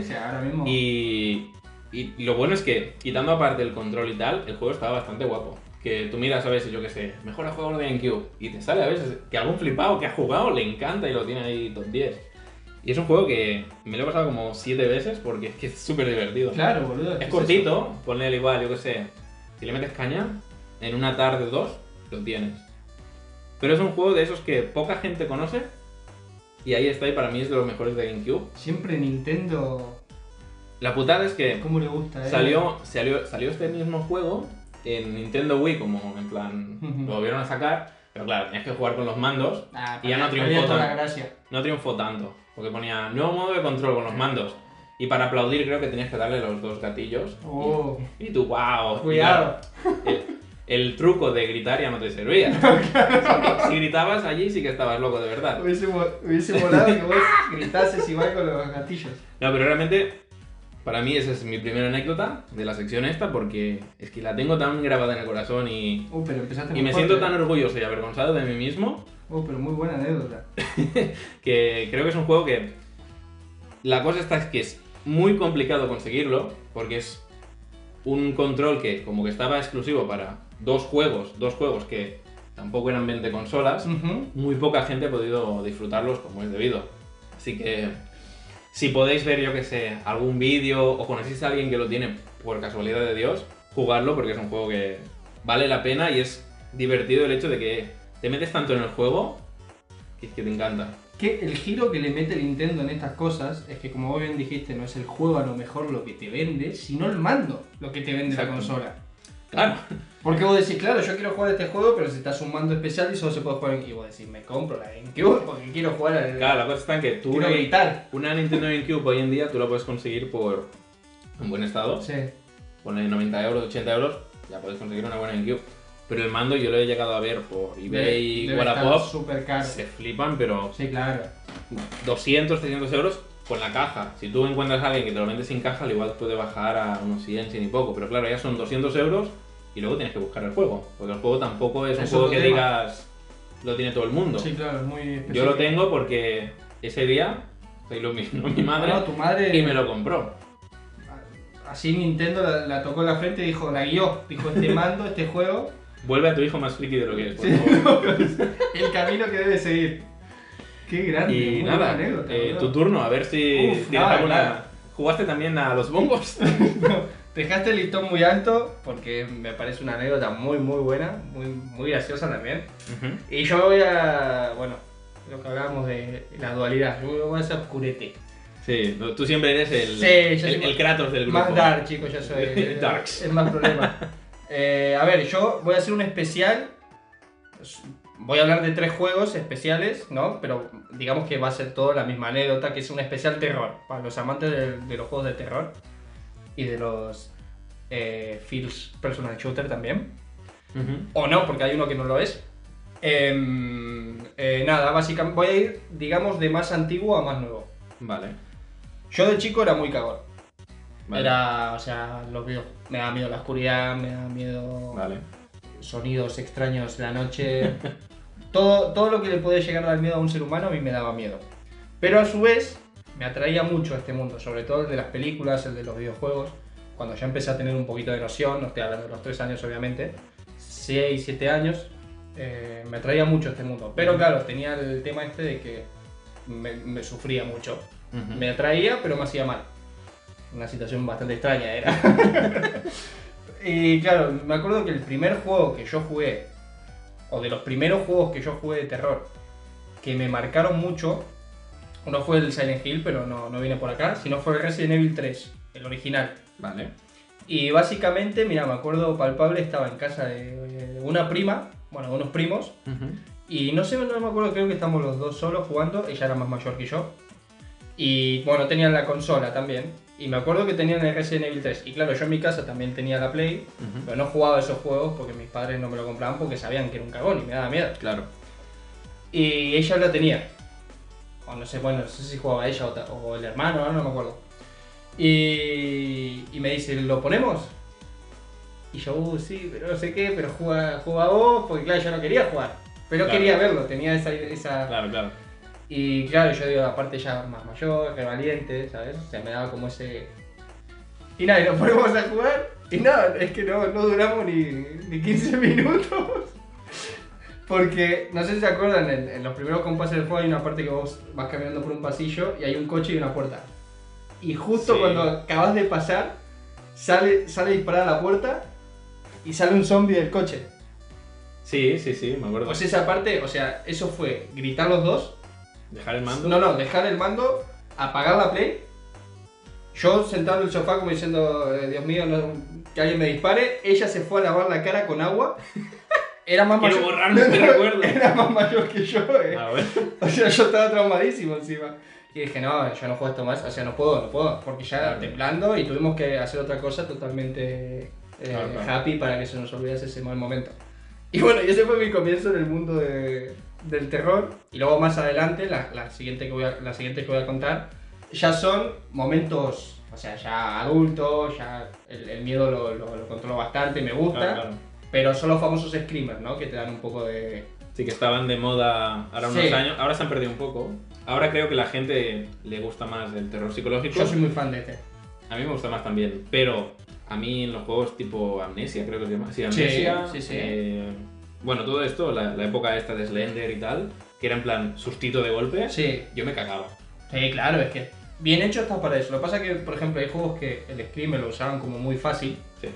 C: o sea, ahora mismo.
B: Y, y lo bueno es que, quitando aparte el control y tal, el juego estaba bastante guapo. Que tú miras a veces, yo qué sé, mejor a jugador de GameCube. Y te sale a veces que algún flipado que ha jugado le encanta y lo tiene ahí top 10. Y es un juego que me lo he pasado como 7 veces porque es que es súper divertido.
C: Claro, boludo. ¿qué
B: Es
C: eso?
B: cortito, ponle el igual, yo qué sé. Si le metes caña, en una tarde o dos, lo tienes. Pero es un juego de esos que poca gente conoce. Y ahí está, y para mí es de los mejores de GameCube.
C: Siempre Nintendo.
B: La putada es que
C: ¿Cómo le gusta, eh?
B: salió, salió, salió este mismo juego en Nintendo Wii, como en plan, lo volvieron a sacar. Pero claro, tenías que jugar con los mandos.
C: Ah,
B: y ya no
C: perdía
B: triunfó
C: toda la
B: tanto.
C: gracia.
B: No triunfó tanto, porque ponía nuevo modo de control con los mandos. Y para aplaudir, creo que tenías que darle los dos gatillos.
C: Oh,
B: Y tú, wow.
C: cuidado.
B: el, el truco de gritar ya no te servía. si, si gritabas allí sí que estabas loco de verdad.
C: Hubiese, mo- hubiese molado que vos gritases igual con los gatillos.
B: No, pero realmente para mí esa es mi primera anécdota de la sección esta porque es que la tengo tan grabada en el corazón y,
C: Uh, pero empezaste
B: y
C: muy
B: me
C: fuerte. eh.
B: siento tan orgulloso y avergonzado de mí mismo
C: Uh, pero muy buena anécdota.
B: que creo que es un juego que la cosa está es que es muy complicado conseguirlo porque es un control que como que estaba exclusivo para dos juegos, dos juegos que tampoco eran 20 consolas.
C: Ujú.
B: muy poca gente ha podido disfrutarlos como es debido. Así que si podéis ver, yo que sé, algún vídeo o conocéis a alguien que lo tiene por casualidad de Dios, jugarlo porque es un juego que vale la pena y es divertido el hecho de que te metes tanto en el juego que es que te encanta.
C: Que el giro que le mete Nintendo en estas cosas es que, como vos bien dijiste, no es el juego a lo mejor lo que te vende, sino el mando lo que te vende la
B: Exacto.
C: consola.
B: Claro,
C: Porque vos decís, claro, yo quiero jugar este juego, pero si te un mando especial y solo se puede jugar en. Y vos decís, me compro la GameCube porque quiero jugar al.
B: claro, la cosa está en que tú
C: quiero
B: una,
C: gritar.
B: una Nintendo GameCube hoy en día tú la puedes conseguir por en buen estado,
C: Sí.
B: pone 90 euros, 80 euros, ya puedes conseguir una buena GameCube. Pero el mando yo lo he llegado a ver por eBay y
C: Debe estar
B: Wallapop
C: súper caro.
B: se flipan, pero
C: Sí, claro.
B: 200, 300 euros con la caja. Si tú encuentras a alguien que te lo vende sin caja, al igual puede bajar a unos 100, 100 y poco. Pero claro, ya son 200 euros y luego tienes que buscar el juego. Porque el juego tampoco es un
C: Es
B: juego
C: otro
B: que
C: tema.
B: digas, lo tiene todo el mundo.
C: Sí, claro, es muy.
B: Yo lo
C: específico.
B: tengo porque ese día se iluminó mi madre
C: No, tu madre.
B: y me lo compró.
C: Así Nintendo la, la tocó en la frente y dijo, la guió. Dijo, este mando, este juego,
B: Vuelve a tu hijo más friki de lo que es, por
C: Sí.
B: favor.
C: el camino que debe seguir. Qué grande.
B: Y
C: muy
B: nada,
C: buena anécdota,
B: eh, tu
C: boludo.
B: turno, a ver si tienes
C: Uf, nada,
B: alguna-
C: claro.
B: ¿Jugaste también a los bombos?
C: Dejaste el listón muy alto porque me parece una anécdota muy, muy buena, muy, muy graciosa también.
B: Ujú.
C: Y yo voy a, bueno, lo que hablábamos de la dualidad, yo voy a ser oscurete.
B: Sí, no, tú siempre eres el,
C: Sí, yo
B: el,
C: soy-
B: el Kratos del grupo.
C: Más dark, chicos, yo soy. eh,
B: Darks.
C: Es más problema. Eh, a ver, yo voy a hacer un especial. Voy a hablar de tres juegos especiales, ¿no? Pero digamos que va a ser todo la misma anécdota, que es un especial terror, para los amantes de, de los juegos de terror y de los eh, First Personal Shooter también.
B: Ujú.
C: O no, porque hay uno que no lo es. Em, eh, nada, básicamente voy a ir, digamos, de más antiguo a más nuevo.
B: Vale.
C: Yo de chico era muy cagón.
B: vale.
C: Era, o sea, los videos. Me da miedo la oscuridad, me da miedo
B: Vale.
C: sonidos extraños de la noche. Todo, todo lo que le podía llegar a dar miedo a un ser humano a mí me daba miedo. Pero a su vez me atraía mucho este mundo, sobre todo el de las películas, el de los videojuegos. Cuando ya empecé a tener un poquito de noción, no estoy hablando de los 3 años obviamente, 6, 7 años, eh, me atraía mucho este mundo. Pero claro, tenía el tema este de que me, me sufría mucho.
B: Ujú.
C: Me atraía, pero me hacía mal. Una situación bastante extraña era. y claro, me acuerdo que el primer juego que yo jugué, o de los primeros juegos que yo jugué de terror, que me marcaron mucho, no fue el Silent Hill, pero no, no viene por acá, sino fue el Resident Evil 3, el original.
B: Vale.
C: Y básicamente, mira, me acuerdo palpable, estaba en casa de, de una prima, bueno, de unos primos, y no sé, no me acuerdo, creo que estamos los dos solos jugando. Ella era más mayor que yo. Y bueno, tenían la consola también. Y me acuerdo que tenían el Resident Evil 3. Y claro, yo en mi casa también tenía la Play.
B: Ujú.
C: Pero no jugaba esos juegos porque mis padres no me lo compraban porque sabían que era un cagón y me daba miedo.
B: Claro.
C: Y ella la tenía. O no sé, bueno, no sé si jugaba ella o, ta- o el hermano, ahora no me acuerdo. Y, y me dice, ¿lo ponemos? Y yo, "Uh, sí, pero no sé qué, pero juega, juega vos, porque claro, yo no quería jugar. Pero
B: Claro.
C: quería verlo, tenía esa... esa...
B: Claro, claro.
C: Y claro, yo digo, aparte ya más mayor, re valiente, ¿sabes? O sea, me daba como ese... Y nada, y nos ponemos a jugar. Y nada, es que no, no duramos ni, ni 15 minutos. Porque, no sé si se acuerdan, en, en los primeros compases del juego hay una parte que vos vas caminando por un pasillo y hay un coche y una puerta. Y justo
B: Sí.
C: cuando acabas de pasar, sale, sale disparada la puerta y sale un zombie del coche.
B: Sí, sí, sí, me acuerdo.
C: Pues esa parte, o sea, eso fue gritar los dos
B: Dejar el mando.
C: no, no, dejar el mando, apagar la play. Yo sentado en el sofá como diciendo, eh, Dios mío, no- que alguien me dispare. Ella se fue a lavar la cara con agua. Era más
B: Quiero
C: mayor.
B: borrarme este recuerdo. Ah,
C: Era más mayor que yo, eh.
B: A ver.
C: O sea, yo estaba traumadísimo encima. Y dije, no, yo no juego esto más. O sea, no puedo, no puedo. Porque ya
B: Claro.
C: temblando y tuvimos que hacer otra cosa totalmente eh,
B: Claro, claro.
C: happy para que se nos olvidase ese mal momento. Y bueno, y ese fue mi comienzo en el mundo de- del terror. Y luego más adelante, la, la siguiente que voy a, la siguiente que voy a contar, ya son momentos, o sea, ya adultos, ya el, el miedo lo, lo, lo controlo bastante, me gusta.
B: Claro, claro.
C: Pero son los famosos screamers, ¿no? Que te dan un poco de...
B: Sí, que estaban de moda ahora unos
C: Sí.
B: años. Ahora se han perdido un poco. Ahora creo que la gente le gusta más el terror psicológico.
C: Yo soy muy fan de este.
B: A mí me gusta más también, pero a mí en los juegos tipo Amnesia, creo que se llama. Sí, Amnesia.
C: sí, sí.
B: eh, bueno, todo esto, la, la época esta de Slender y tal, que era en plan sustito de golpe,
C: Sí,
B: yo me cagaba.
C: Sí, claro, es que bien hecho está para eso. Lo que pasa es que, por ejemplo, hay juegos que el screamer lo usaban como muy fácil
B: Sí.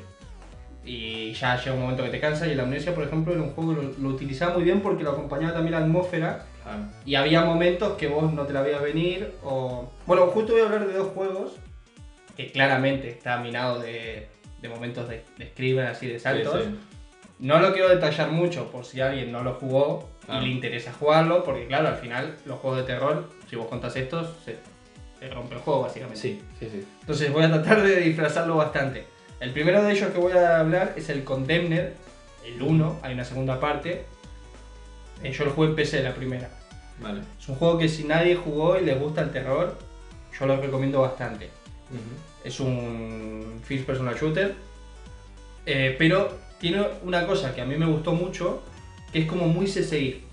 C: y ya llega un momento que te cansa. Y el amnesia, por ejemplo, era un juego que lo, lo utilizaba muy bien porque lo acompañaba también la atmósfera
B: Claro.
C: y había momentos que vos no te la veías venir o... Bueno, justo voy a hablar de dos juegos que claramente está minado de, de momentos de, de screamer, así de saltos.
B: Sí, sí.
C: No lo quiero detallar mucho por si alguien no lo jugó
B: Claro.
C: y le interesa jugarlo, porque claro, al final los juegos de terror, si vos contás estos, se, se rompe el juego básicamente.
B: Sí, sí, sí.
C: Entonces voy a tratar de disfrazarlo bastante. El primero de ellos que voy a hablar es el Condemned, el 1, hay una segunda parte. Eh, Yo lo jugué en PC la primera.
B: Vale.
C: Es un juego que si nadie jugó y les gusta el terror, yo lo recomiendo bastante.
B: Ujú.
C: Es un first person shooter. eh, pero tiene una cosa que a mí me gustó mucho, que es como muy CSI.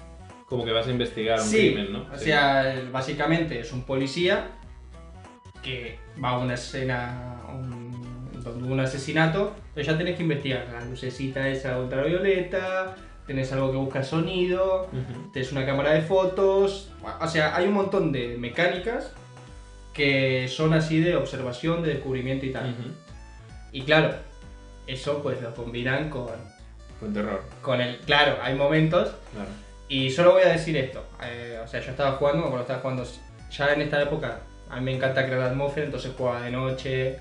B: Como que vas a investigar un crimen, ¿no?
C: o
B: Sí.
C: sea, él básicamente es un policía que va a una escena un- donde hubo un asesinato, entonces ya tenés que investigar la lucecita esa ultravioleta, tenés algo que busca sonido,
B: Ujú.
C: tenés una cámara de fotos, o sea, hay un montón de mecánicas que son así de observación, de descubrimiento y tal.
B: Ujú.
C: Y claro, eso pues lo combinan con,
B: Con terror,
C: con el... Claro, hay momentos.
B: claro.
C: Y solo voy a decir esto. eh, o sea, yo estaba jugando, cuando estaba jugando ya en esta época, a mí me encanta crear atmósfera, entonces jugaba de noche.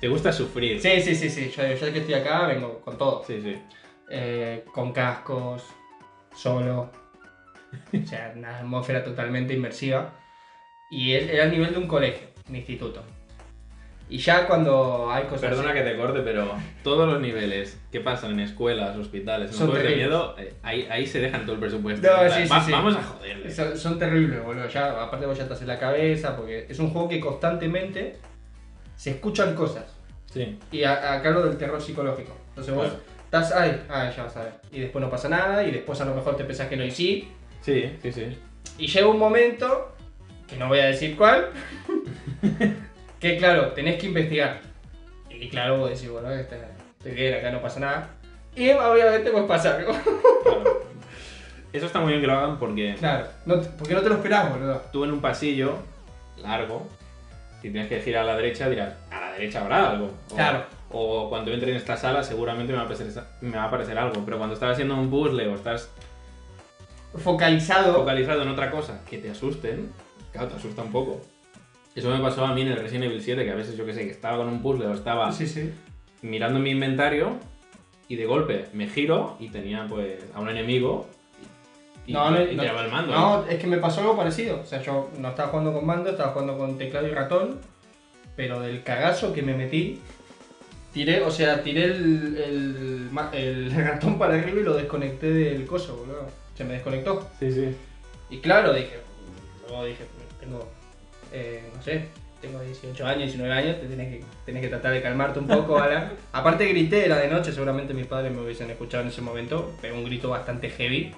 B: ¿Te gusta sufrir?
C: Sí, sí, sí, sí. Yo digo, ya que estoy acá, vengo con todo.
B: Sí, sí.
C: Eh, con cascos, solo. O sea, una atmósfera totalmente inmersiva. Y él era el nivel de un colegio, un instituto. Y ya cuando hay cosas...
B: Perdona que te corte, pero todos los niveles que pasan en escuelas, hospitales, en
C: Son
B: juegos de
C: terribles.
B: miedo, eh, ahí, ahí se dejan todo el presupuesto.
C: No,
B: En plan,
C: sí, sí,
B: va-
C: sí.
B: Vamos a joderle.
C: Son, son terribles, boludo. Ya, aparte vos ya estás en la cabeza, porque es un juego que constantemente se escuchan cosas.
B: Sí.
C: Y a, acá lo del terror psicológico. Entonces vos
B: Claro.
C: Estás ahí, ah, ya sabes. Y después no pasa nada, y después a lo mejor te pensás que lo hiciste.
B: Sí, sí, sí.
C: Y llega un momento, que no voy a decir cuál, que claro, tenés que investigar. Y claro, vos decís, bueno, esta- estoy bien, acá no pasa nada. Y obviamente pues pasa algo.
B: Claro. Eso está muy bien que lo hagan porque
C: claro, no te- porque no te lo esperás, boludo.
B: tú en un pasillo largo, si tienes que girar a la derecha, dirás, a la derecha habrá algo. O,
C: Claro.
B: O cuando entre en esta sala seguramente me va, a aparecer, me va a aparecer algo. Pero cuando estás haciendo un puzzle o estás
C: Focalizado.
B: focalizado en otra cosa que te asusten, claro, te asusta un poco. Eso me pasó a mí en el Resident Evil 7, que a veces yo que sé, que estaba con un puzzle o estaba
C: Sí, sí.
B: mirando mi inventario y de golpe me giro y tenía pues a un enemigo y,
C: No, no,
B: y
C: no.
B: tiraba el mando. ¿eh?
C: No, es que me pasó algo parecido. O sea, yo no estaba jugando con mando, estaba jugando con teclado y ratón. Pero del cagazo que me metí, tiré, o sea, tiré el, el ma- el ratón para arriba y lo desconecté del coso, boludo. Se me desconectó.
B: Sí, sí.
C: Y claro, dije, luego dije, tengo, eh, no sé, tengo 18 años, 19 años, te tenés que, tenés que tratar de calmarte un poco, Alan. Aparte grité, era de noche, seguramente mis padres me hubiesen escuchado en ese momento, pegó un grito bastante heavy.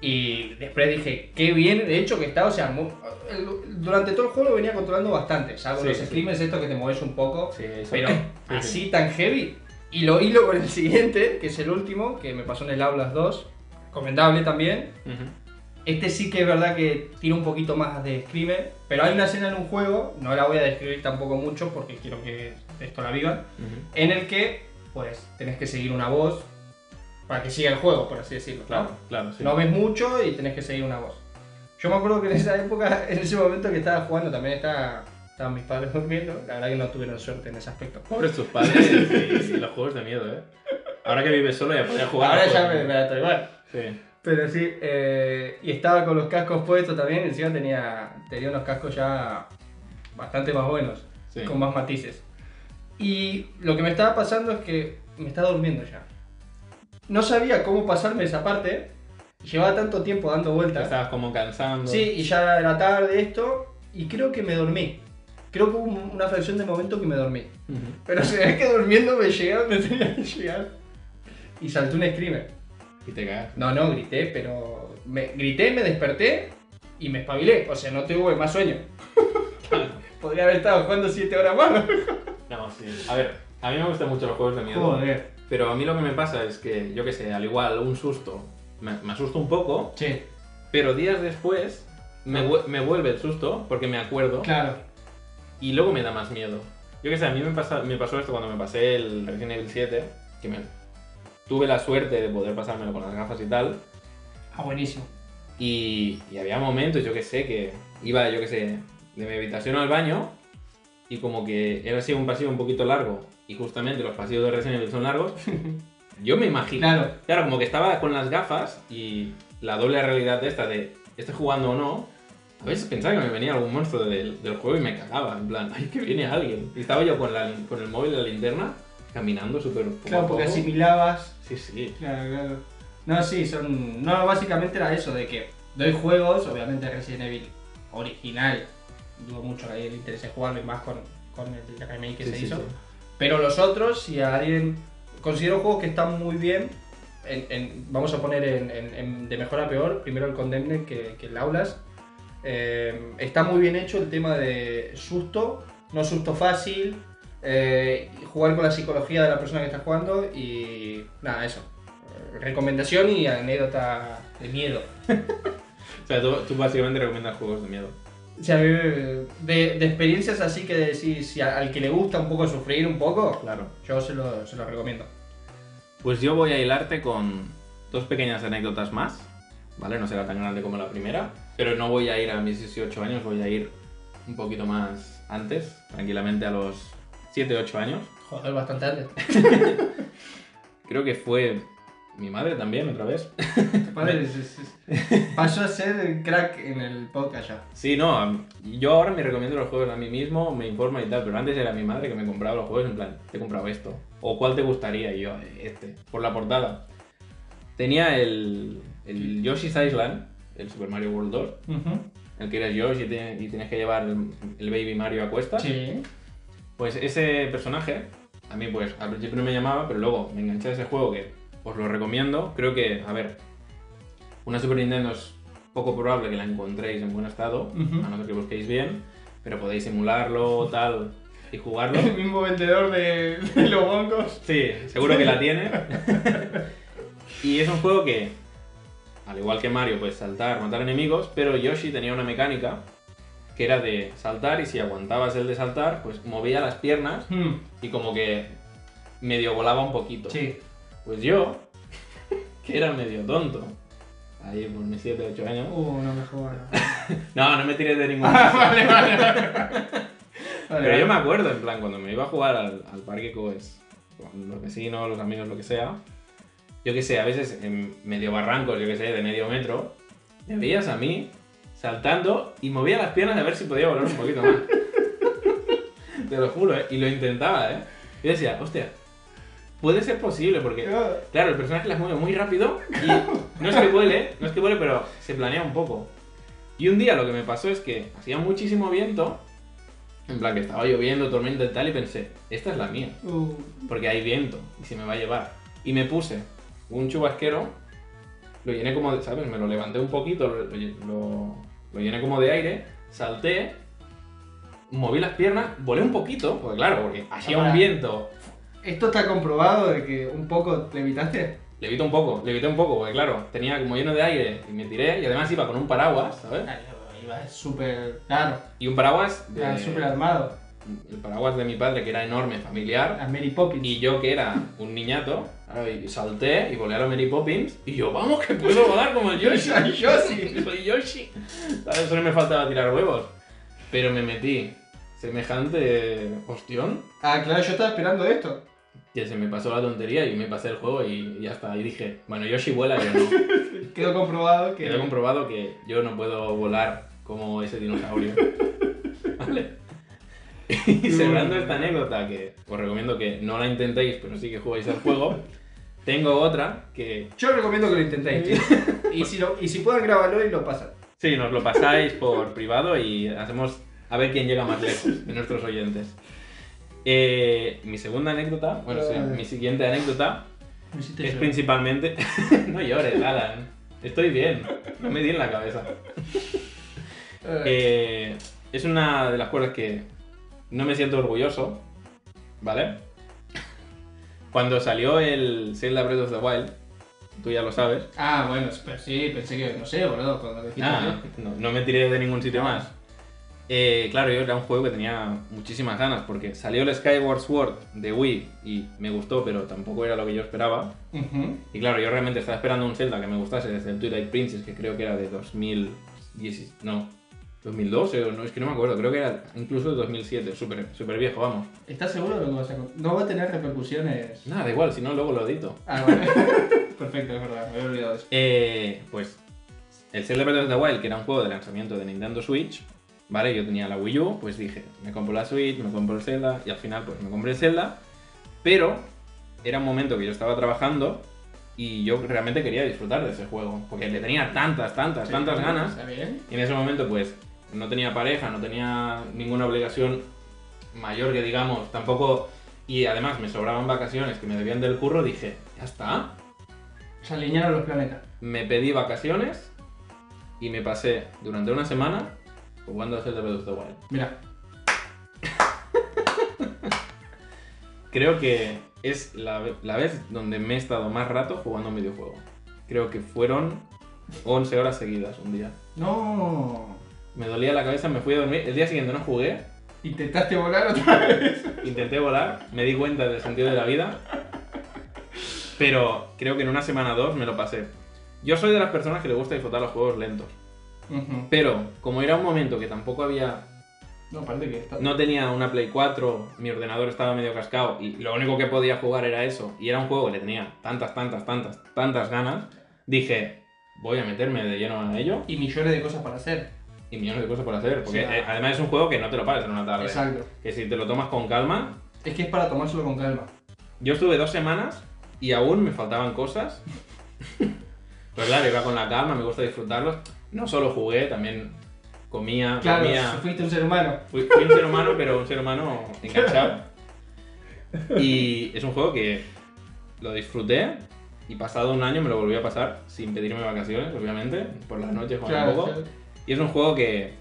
C: Y después dije, qué bien, de hecho que está, o sea, mu- el- durante todo el juego lo venía controlando bastante, salvo
B: Sí,
C: los
B: sí, sí.
C: streamers estos que te mueves un poco,
B: Sí, eso.
C: pero
B: Sí, sí.
C: así tan heavy. Y lo hilo con el siguiente, que es el último, que me pasó en el Aulas 2, recomendable también.
B: Ujú.
C: Este sí que es verdad que tiene un poquito más de screamer, pero hay una escena en un juego, no la voy a describir tampoco mucho porque quiero que esto la vivan,
B: Ujú.
C: en el que pues tenés que seguir una voz para que siga el juego, por así decirlo. ¿no?
B: Claro, claro, sí.
C: No ves mucho y tenés que seguir una voz. Yo me acuerdo que en esa época, en ese momento que estaba jugando, también estaba- estaban mis padres durmiendo, la verdad que no tuvieron suerte en ese aspecto.
B: Pobres tus padres y, y los juegos de miedo, ¿eh? Ahora que vives solo ya podías jugar. a
C: Ahora ya
B: juegos
C: me,
B: de
C: me da todo igual.
B: miedo. Sí.
C: Pero sí, eh, y estaba con los cascos puestos también, encima tenía, tenía unos cascos ya bastante más buenos,
B: Sí.
C: con más matices. Y lo que me estaba pasando es que me estaba durmiendo ya. No sabía cómo pasarme esa parte, llevaba tanto tiempo dando
B: Te
C: vueltas.
B: estabas como cansando.
C: Sí, y ya era tarde esto, y creo que me dormí. Creo que hubo un- una fracción de momento que me dormí.
B: Ujú.
C: Pero se ve que durmiendo me llegaba donde tenía que llegar. Y saltó un screamer.
B: Y te cagas.
C: No, no, grité, pero. Me, grité, me desperté y me espabilé. O sea, no tuve más sueño. Podría haber estado jugando 7 horas más.
B: No, sí. A ver, a mí me gustan mucho los juegos de miedo.
C: Joder.
B: Pero a mí lo que me pasa es que, yo qué sé, al igual, un susto. Me, me asusto un poco,
C: Sí,
B: pero días después me, vu- me vuelve el susto porque me acuerdo
C: claro.
B: y luego me da más miedo. Yo qué sé, a mí me, pasa- me pasó esto cuando me pasé el Resident Evil 7, que me, tuve la suerte de poder pasármelo con las gafas y tal.
C: Ah, buenísimo.
B: Y, y había momentos, yo que sé, que iba, yo que sé, de mi habitación al baño y como que era así un pasillo un poquito largo y justamente los pasillos de Resident Evil son largos, yo me imagino.
C: Claro.
B: Claro, como que estaba con las gafas y la doble realidad de esta de estoy jugando o no, a veces pensaba que me venía algún monstruo del, del juego y me cagaba, en plan, ay, que viene alguien. Y estaba yo con, la, con el móvil y la linterna caminando súper... poco a
C: Claro, porque
B: poco.
C: asimilabas.
B: Sí, sí.
C: Claro, claro. No, sí, son. No, básicamente era eso, de que doy juegos, obviamente Resident Evil original. Dudo mucho que a alguien le interese jugarlo y más con, con el remake que
B: Sí,
C: se
B: sí,
C: hizo.
B: sí.
C: Pero los otros, si a alguien. Considero juegos que están muy bien. en- en- vamos a poner en, en- en- de mejor a peor, primero el Condemned que, que el Aulas. Eh, está muy bien hecho el tema de susto, no susto fácil, eh, y jugar con la psicología de la persona que está jugando y nada, eso. Eh, Recomendación y anécdota de miedo.
B: O sea, tú, tú básicamente recomiendas juegos de miedo.
C: O sea, a mí me- de, de experiencias así que decís, si a- al que le gusta un poco sufrir un poco,
B: Claro.
C: yo se lo, se lo recomiendo.
B: Pues yo voy a hilarte con dos pequeñas anécdotas más, ¿vale? No será tan grande como la primera, pero no voy a ir a mis 18 años, voy a ir un poquito más antes, tranquilamente a los 7, 8 años.
C: Joder, bastante antes.
B: Creo que fue mi madre también, otra vez.
C: Padre, es- es- es- pasó a ser el crack en el podcast ya.
B: Sí, no, a mí- yo ahora me recomiendo los juegos a mí mismo, me informo y tal, pero antes era mi madre que me compraba los juegos en plan, te he comprado esto, o cuál te gustaría, y yo, "Eh, este, por la portada. Tenía el, el Yoshi's Island, el Super Mario World 2, el que eres Yoshi y, te- y tienes que llevar el, el Baby Mario a cuestas.
C: Sí.
B: Pues ese personaje a mí pues al principio no me llamaba, pero luego me enganché a ese juego que os lo recomiendo. Creo que, a ver, una Super Nintendo es poco probable que la encontréis en buen estado,
C: Ujú.
B: a no ser que busquéis bien, pero podéis simularlo, tal, y jugarlo.
C: El mismo vendedor de, de los boncos.
B: Sí, seguro que la tiene. y es un juego que, al igual que Mario, pues saltar, matar enemigos, pero Yoshi tenía una mecánica que era de saltar y si aguantabas el de saltar, pues movía las piernas
C: Mm,
B: y como que medio volaba un poquito.
C: Sí.
B: Pues yo, que era medio tonto, ahí por mis 7, 8 años.
C: Uh, no me jodas.
B: No, no me tiré de ningún...
C: Ah, vale, vale, vale.
B: Pero yo me acuerdo, en plan, cuando me iba a jugar al, al parque Coes, con los vecinos, los amigos, lo que sea, yo que sé, a veces en medio barrancos, yo que sé, de medio metro, me veías a mí saltando y movía las piernas a ver si podía volar un poquito más. Te lo juro, ¿eh? Y lo intentaba, ¿eh? Yo decía, hostia, puede ser posible porque... Claro, el personaje las mueve muy rápido y no es que vuele, no es que vuele, pero se planea un poco. Y un día lo que me pasó es que hacía muchísimo viento, en plan que estaba lloviendo, tormenta y tal, y pensé, esta es la mía,
C: Uh,
B: porque hay viento y se me va a llevar. Y me puse un chubasquero, lo llené como de, ¿sabes? Me lo levanté un poquito, lo, lo lle- lo- lo llené como de aire, salté, moví las piernas, volé un poquito, porque claro, porque hacía un
C: Ahora.
B: viento
C: ¿Esto está comprobado de que un poco te evitaste?
B: Levité un poco, levité un poco, porque claro, tenía como lleno de aire y me tiré y además iba con un paraguas, ¿sabes?
C: Iba Eh. súper. Claro,
B: Y un paraguas de-
C: iba Ah, súper armado.
B: el paraguas de mi padre que era enorme, familiar,
C: Las Mary Poppins.
B: y yo que era un niñato, claro, y salté y volé a los Mary Poppins y yo, vamos que puedo volar como el Yoshi.
C: Soy Yoshi.
B: Soy Yoshi. ¿Sabes? Solo me faltaba tirar huevos. Pero me metí semejante hostión
C: Ah, claro, yo estaba esperando esto.
B: que se me pasó la tontería y me pasé el juego y ya está. Y dije, bueno, Yoshi vuela, yo no.
C: Quedó comprobado que.
B: Que he comprobado que yo no puedo volar como ese dinosaurio. ¿Vale? Y cerrando esta anécdota, que os recomiendo que no la intentéis, pero sí que juguéis al juego, tengo otra que...
C: Yo recomiendo que lo intentéis. tío. y, si lo, y si pueden grabarlo y lo pasan.
B: Sí, nos lo pasáis por privado y hacemos a ver quién llega más lejos de nuestros oyentes. Eh, mi segunda anécdota, bueno, sí, mi siguiente anécdota
C: Pues
B: es principalmente... no llores, Alan. Estoy bien. No me di en la cabeza.
C: Eh,
B: Eh, es una de las cosas que no me siento orgulloso, ¿vale? Cuando salió el Zelda Breath of the Wild, tú ya lo sabes.
C: Ah, bueno, pero sí, pensé que, no sé, boludo, cuando dijiste.
B: Ah, no, no me tiré de ningún sitio más. Eh, claro, yo era un juego que tenía muchísimas ganas porque salió el Skyward Sword de Wii y me gustó, pero tampoco era lo que yo esperaba.
C: Ujú.
B: Y claro, yo realmente estaba esperando un Zelda que me gustase desde el Twilight Princess, que creo que era de 2010, no, 2012, o no, es que no me acuerdo, creo que era incluso de 2007, súper super viejo, vamos.
C: ¿Estás seguro de lo que vas a con- No va a tener repercusiones.
B: Nada, da igual, si no, luego lo edito.
C: Ah, bueno. Perfecto, es verdad, me había olvidado de eso.
B: Eh, pues el Zelda Breath of the Wild, que era un juego de lanzamiento de Nintendo Switch, ¿vale? Yo tenía la Wii U, pues dije, me compro la Switch, me compro el Zelda, y al final pues me compré el Zelda, pero era un momento que yo estaba trabajando y yo realmente quería disfrutar de ese juego, porque le tenía tantas, tantas, tantas ganas.
C: ¿Está bien?
B: Y en ese momento, pues, no tenía pareja, no tenía ninguna obligación mayor que digamos, tampoco. Y además me sobraban vacaciones que me debían del curro, dije, ya está.
C: Se alinearon los planetas.
B: Me pedí vacaciones y me pasé durante una semana jugando a Zelda Breath of the Wild.
C: Mira,
B: Creo que es la, ve- la vez donde me he estado más rato jugando a un videojuego. Creo que fueron 11 horas seguidas un día.
C: no.
B: Me dolía la cabeza, me fui a dormir. El día siguiente no jugué,
C: Intentaste volar otra vez.
B: Intenté volar, me di cuenta del sentido de la vida, pero creo que en una semana o dos me lo pasé. Yo soy de las personas que le gusta disfrutar los juegos lentos,
C: Ujú.
B: pero como era un momento que tampoco había,
C: No, parece que está.
B: no tenía una Play 4, mi ordenador estaba medio cascado y lo único que podía jugar era eso, y era un juego que le tenía tantas, tantas, tantas, tantas ganas, dije, voy a meterme de lleno a ello
C: Y millones de cosas para hacer.
B: y millones de cosas por hacer, porque
C: Sí, ah.
B: eh, además es un juego que no te lo pares en una tarde,
C: Exacto.
B: que si te lo tomas con calma,
C: Es que es para tomárselo con calma.
B: Yo estuve dos semanas y aún me faltaban cosas. Pero claro, iba con la calma, me gusta disfrutarlos. No solo jugué, también comía,
C: Claro,
B: comía.
C: fuiste un ser humano.
B: Fui, fui un ser humano, pero un ser humano enganchado. Y es un juego que lo disfruté y pasado un año me lo volví a pasar sin pedirme vacaciones, obviamente, por las noches jugando un poco. Y es un juego que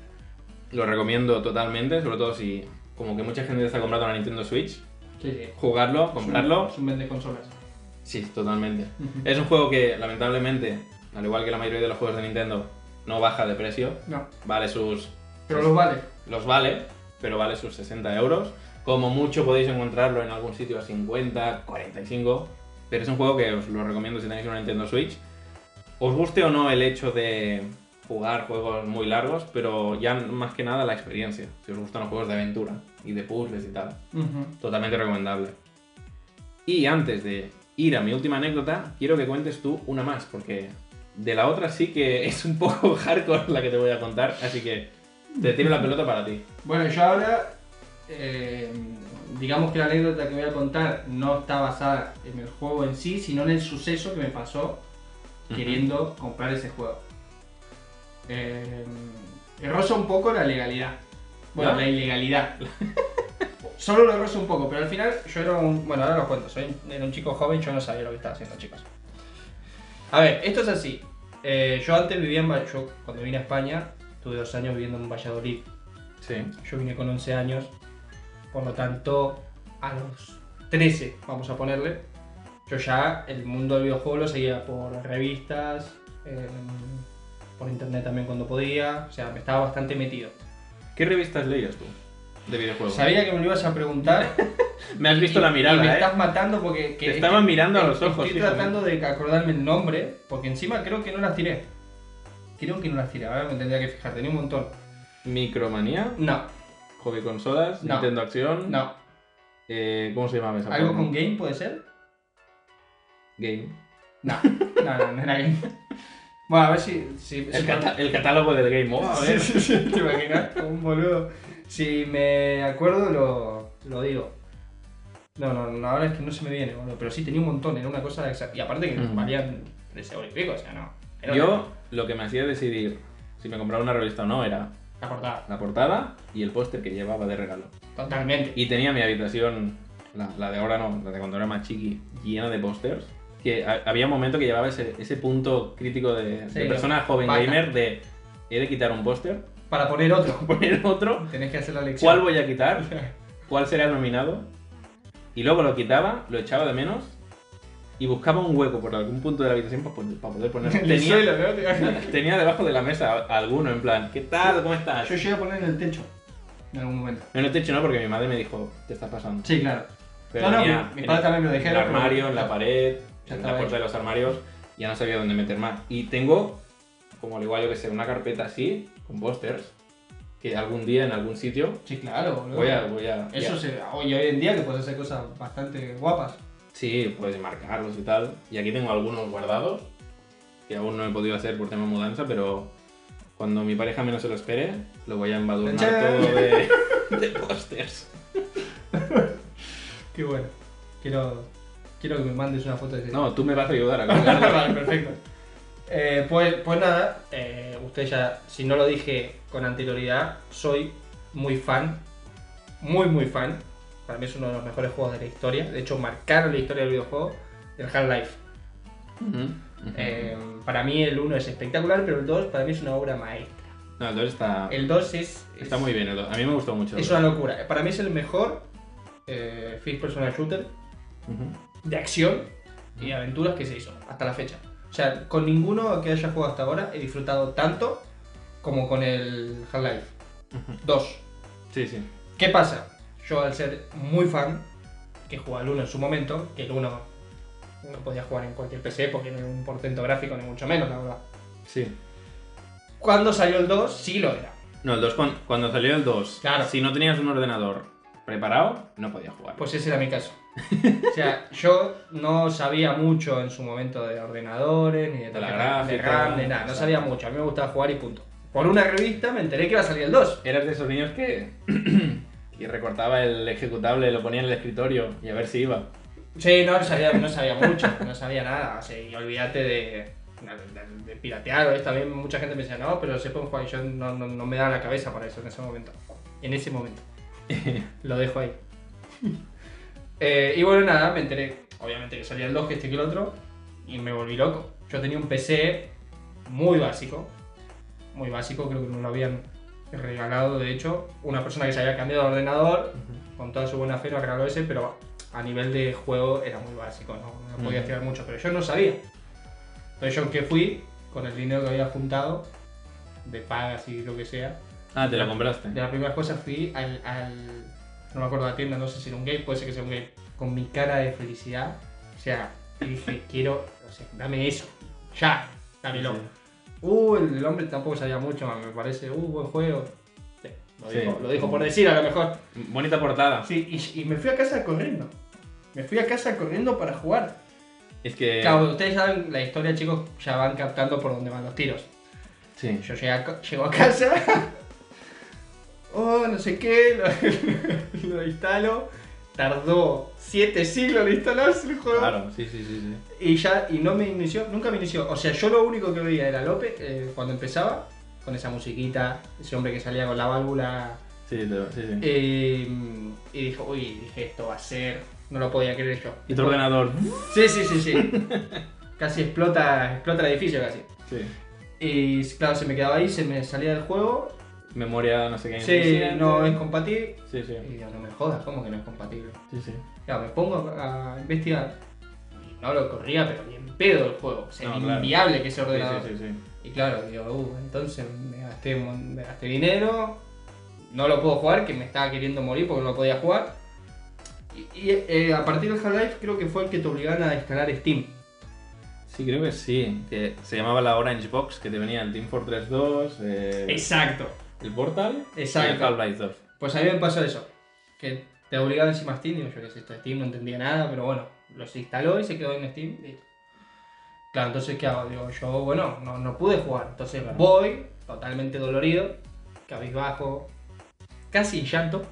B: lo recomiendo totalmente, sobre todo si como que mucha gente está comprando la Nintendo Switch,
E: Sí, sí.
B: jugarlo, comprarlo. Eh.
E: Es un vende consolas.
B: Sí, totalmente.
E: Ujú.
B: Es un juego que lamentablemente, al igual que la mayoría de los juegos de Nintendo, no baja de precio.
E: No,
B: Vale sus
E: pero los vale.
B: los vale, pero vale sus 60 euros. Como mucho podéis encontrarlo en algún sitio a 50, 45. Pero es un juego que os lo recomiendo si tenéis una Nintendo Switch. Os guste o no el hecho de jugar juegos muy largos, pero ya más que nada la experiencia. Si os gustan los juegos de aventura y de puzzles y tal,
E: Ujú.
B: totalmente recomendable. Y antes de ir a mi última anécdota, quiero que cuentes tú una más, porque de la otra sí que es un poco hardcore la que te voy a contar, así que te tiro la pelota para ti.
E: Bueno, yo ahora, eh, digamos que la anécdota que voy a contar no está basada en el juego en sí, sino en el suceso que me pasó
B: Ujú.
E: queriendo comprar ese juego. Eh, roza un poco la legalidad. Bueno,
B: ¿Ya?
E: la ilegalidad. Solo lo roza un poco, pero al final
C: Yo era un. Bueno, ahora lo cuento. Soy, era un chico joven, yo no sabía lo que estaba haciendo, chicos. A ver, esto es así. Eh, yo antes vivía en. Val- Yo, cuando vine a España, tuve dos años viviendo en Valladolid.
B: Sí.
C: Yo vine con 11 años. Por lo tanto, a los 13, vamos a ponerle. Yo ya el mundo del videojuego lo seguía por revistas, eh, por internet también cuando podía. O sea, me estaba bastante metido.
B: ¿Qué revistas leías tú de videojuegos?
C: Sabía que me lo ibas a preguntar.
B: Me has visto
C: Y-
B: la
C: y me
B: mirada,
C: estás
B: ¿eh?
C: matando porque...
B: Te estaban mirando a
C: eh,
B: los ojos,
C: Estoy
B: hijo
C: tratando de acordarme el nombre, porque encima creo que no las tiré. Creo que no las tiré, ahora me tendría que fijar, tenía un montón.
B: Micromanía,
C: No,
B: Hobby Consolas,
C: No.
B: Nintendo Acción.
C: no.
B: eh, ¿Cómo se llamaba esa?
C: ¿Algo
B: forma?
C: con game puede ser?
B: Game.
C: No, no, no, no era game. Bueno, a ver si... si
B: El,
C: si-
B: cata- el catálogo del Game. Oh, a
C: Sí,
B: ver.
C: sí, sí, te imaginas, como un boludo. Si me acuerdo, lo, lo digo. No, no, no, ahora es que no se me viene, boludo. Pero sí, tenía un montón, era una cosa... exa- Y aparte que
B: Ujú.
C: valían 13 euros y pico, o sea, no. Era
B: Yo lo que me hacía decidir si me compraba una revista o no era
C: una- La portada,
B: la portada y el póster que llevaba de regalo.
C: totalmente.
B: Y tenía mi habitación, la, la de ahora no, la de cuando era más chiqui, llena de pósters. Que ha- había un momento que llevaba ese, ese punto crítico de,
C: Sí,
B: de persona joven
C: vaca.
B: gamer de he de quitar un póster,
C: para poner otro.
B: poner otro
C: Tenés que hacer la lección.
B: ¿Cuál voy a quitar? ¿Cuál será el nominado? Y luego lo quitaba, lo echaba de menos y buscaba un hueco por algún punto de la habitación para poder, para poder ponerlo.
C: El
B: Tenía,
C: suelo, ¿no?
B: tenía debajo de la mesa a- alguno, en plan, ¿qué tal? ¿Cómo estás?
E: yo llegué a poner en el techo en algún momento.
B: No, en el techo no, porque mi madre me dijo, te estás pasando.
E: Sí, claro.
B: Pero
C: No, no,
B: tenía
C: mi- mis
B: en
C: padres
B: el-
C: también me lo
B: en el
C: dijeron, pero-
B: armario, en la pared,
C: Ya
B: en
C: estaba
B: la puerta de los armarios, ya no sabía dónde meter más. Y tengo, como al igual yo que sé, una carpeta así, con pósters, que algún día en algún sitio
E: Sí, claro, boludo.
B: voy a... Voy a
E: Eso
B: ya-
E: se. Hoy, hoy en día que puedes hacer cosas bastante guapas.
B: Sí, puedes marcarlos y tal. Y aquí tengo algunos guardados, que aún no he podido hacer por tema mudanza, pero cuando mi pareja menos se lo espere, lo voy a embadurnar
C: ¡Tachán!
B: todo de, de pósters.
C: Qué bueno. Quiero, quiero que me mandes una foto de ese.
B: No, tú me vas a ayudar a colgar.
C: vale, perfecto. Eh, pues, pues nada, eh, usted ya, si no lo dije con anterioridad, soy muy fan, muy muy fan. Para mí es uno de los mejores juegos de la historia. De hecho, marcaron la historia del videojuego del Half-Life.
B: Ujú, ujú.
C: Eh, para mí el 1 es espectacular, pero el 2 para mí es una obra maestra.
B: No, el 2 está,
C: El 2 es...
B: está
C: es-
B: muy bien. el dos. A mí me gustó mucho. el
C: Es
B: dos.
C: una locura. Para mí es el mejor eh, first personal shooter
B: Ujú.
C: de acción y aventuras que se hizo hasta la fecha. O sea, con ninguno que haya jugado hasta ahora he disfrutado tanto como con el Half-Life 2.
B: Sí, sí.
C: ¿Qué pasa? Yo al ser muy fan, que jugaba al 1 en su momento, que el 1 no podía jugar en cualquier PC porque no era un portento gráfico ni mucho menos, la verdad.
B: Sí.
C: Cuando salió el 2 sí lo era.
B: No, el 2, cuando, cuando salió el 2,
C: Claro.
B: si no tenías un ordenador preparado, no podías jugar.
C: Pues ese era mi caso. O sea, yo no sabía mucho en su momento de ordenadores, ni de,
B: De la
C: tarjeta de
B: gráfica,
C: RAM, de nada. No
B: exacto.
C: sabía mucho. A mí me gustaba jugar y punto. Por una revista me enteré que iba a salir el 2.
B: Eras de esos niños que, que recortaba el ejecutable, lo ponía en el escritorio y a ver si iba.
C: Sí, no, no sabía, no sabía mucho, no sabía nada. O sea, y olvídate de, de- de piratear. o esto. También mucha gente me decía, no, pero se puede jugar. Y yo no, no, no me da la cabeza para eso en ese momento. En ese momento. lo dejo ahí. Eh, y bueno, nada, me enteré. Obviamente que salía el 2, que este que el otro. Y me volví loco. Yo tenía un PC muy básico. Muy básico, creo que nos lo habían regalado. De hecho, una persona que se había cambiado de ordenador, con toda su buena fe, nos regaló ese, pero a nivel de juego era muy básico. No, no podía
B: Ujú.
C: tirar mucho, pero yo no sabía. Entonces, yo que fui, con el dinero que había juntado, de pagas y lo que sea,
B: Ah, te la compraste.
C: de las primeras cosas fui al, al- No me acuerdo la tienda, no sé si era un gay, puede ser que sea un gay. Con mi cara de felicidad. O sea, y dije, quiero. O sea, dame eso. Ya, dámelo.
B: Sí.
C: Uh, el, el hombre tampoco sabía mucho, me parece. Uh, buen juego. Sí, Lo,
B: Sí.
C: dijo, lo dijo por decir, a lo mejor.
B: Bonita portada.
C: Sí, y, y me fui a casa corriendo. Me fui a casa corriendo para jugar.
B: Es que.
C: Claro, ustedes saben la historia, chicos, ya van captando por dónde van los tiros.
B: Sí.
C: Yo llegué a, ca- llego a casa. oh, no sé qué. Lo, lo instalo. Tardó 7 siglos en instalarse el juego.
B: Claro, sí, sí, sí. sí.
C: Y ya, y no me inició, nunca me inició. O sea, yo lo único que veía era López eh, cuando empezaba, con esa musiquita, ese hombre que salía con la válvula.
B: Sí, te- sí, sí.
C: eh, y dijo, uy, dije, esto va a ser. No lo podía creer yo.
B: Y tu ordenador.
C: Sí, sí, sí, sí. casi explota, explota el edificio casi.
B: Sí.
C: Y claro, se me quedaba ahí, se me salía del juego,
B: Memoria, no sé qué.
C: Sí, no es compatible.
B: Sí, sí.
C: Y digo, no me jodas, ¿cómo que no es compatible?
B: Sí, sí.
C: Claro, me pongo a investigar. Y no lo corría, pero ni en pedo el juego. O sea,
B: No,
C: era
B: claro.
C: inviable que
B: Sí,
C: ese ordenador.
B: sí, sí, sí.
C: Y claro, digo, uh, entonces me gasté, un mon- me gasté dinero. No lo puedo jugar, que me estaba queriendo morir porque no lo podía jugar. Y, y, eh, a partir del Half-Life creo que fue el que te obligaban a instalar Steam.
B: Sí, creo que sí. Que se llamaba la Orange Box, que te venía el Team Fortress 2, eh,
C: Exacto.
B: el Portal y el
C: Exacto.
B: Half-Life 2.
C: Pues a mí me pasó eso. Que te obligaban encima a Steam. Digo, yo qué sé, esto de Steam no entendía nada, pero bueno, los instaló y se quedó en Steam. listo. Claro, entonces, ¿qué hago? Digo, yo, bueno, no, no pude jugar. Entonces
B: Claro.
C: voy, totalmente dolorido, cabizbajo, casi en llanto.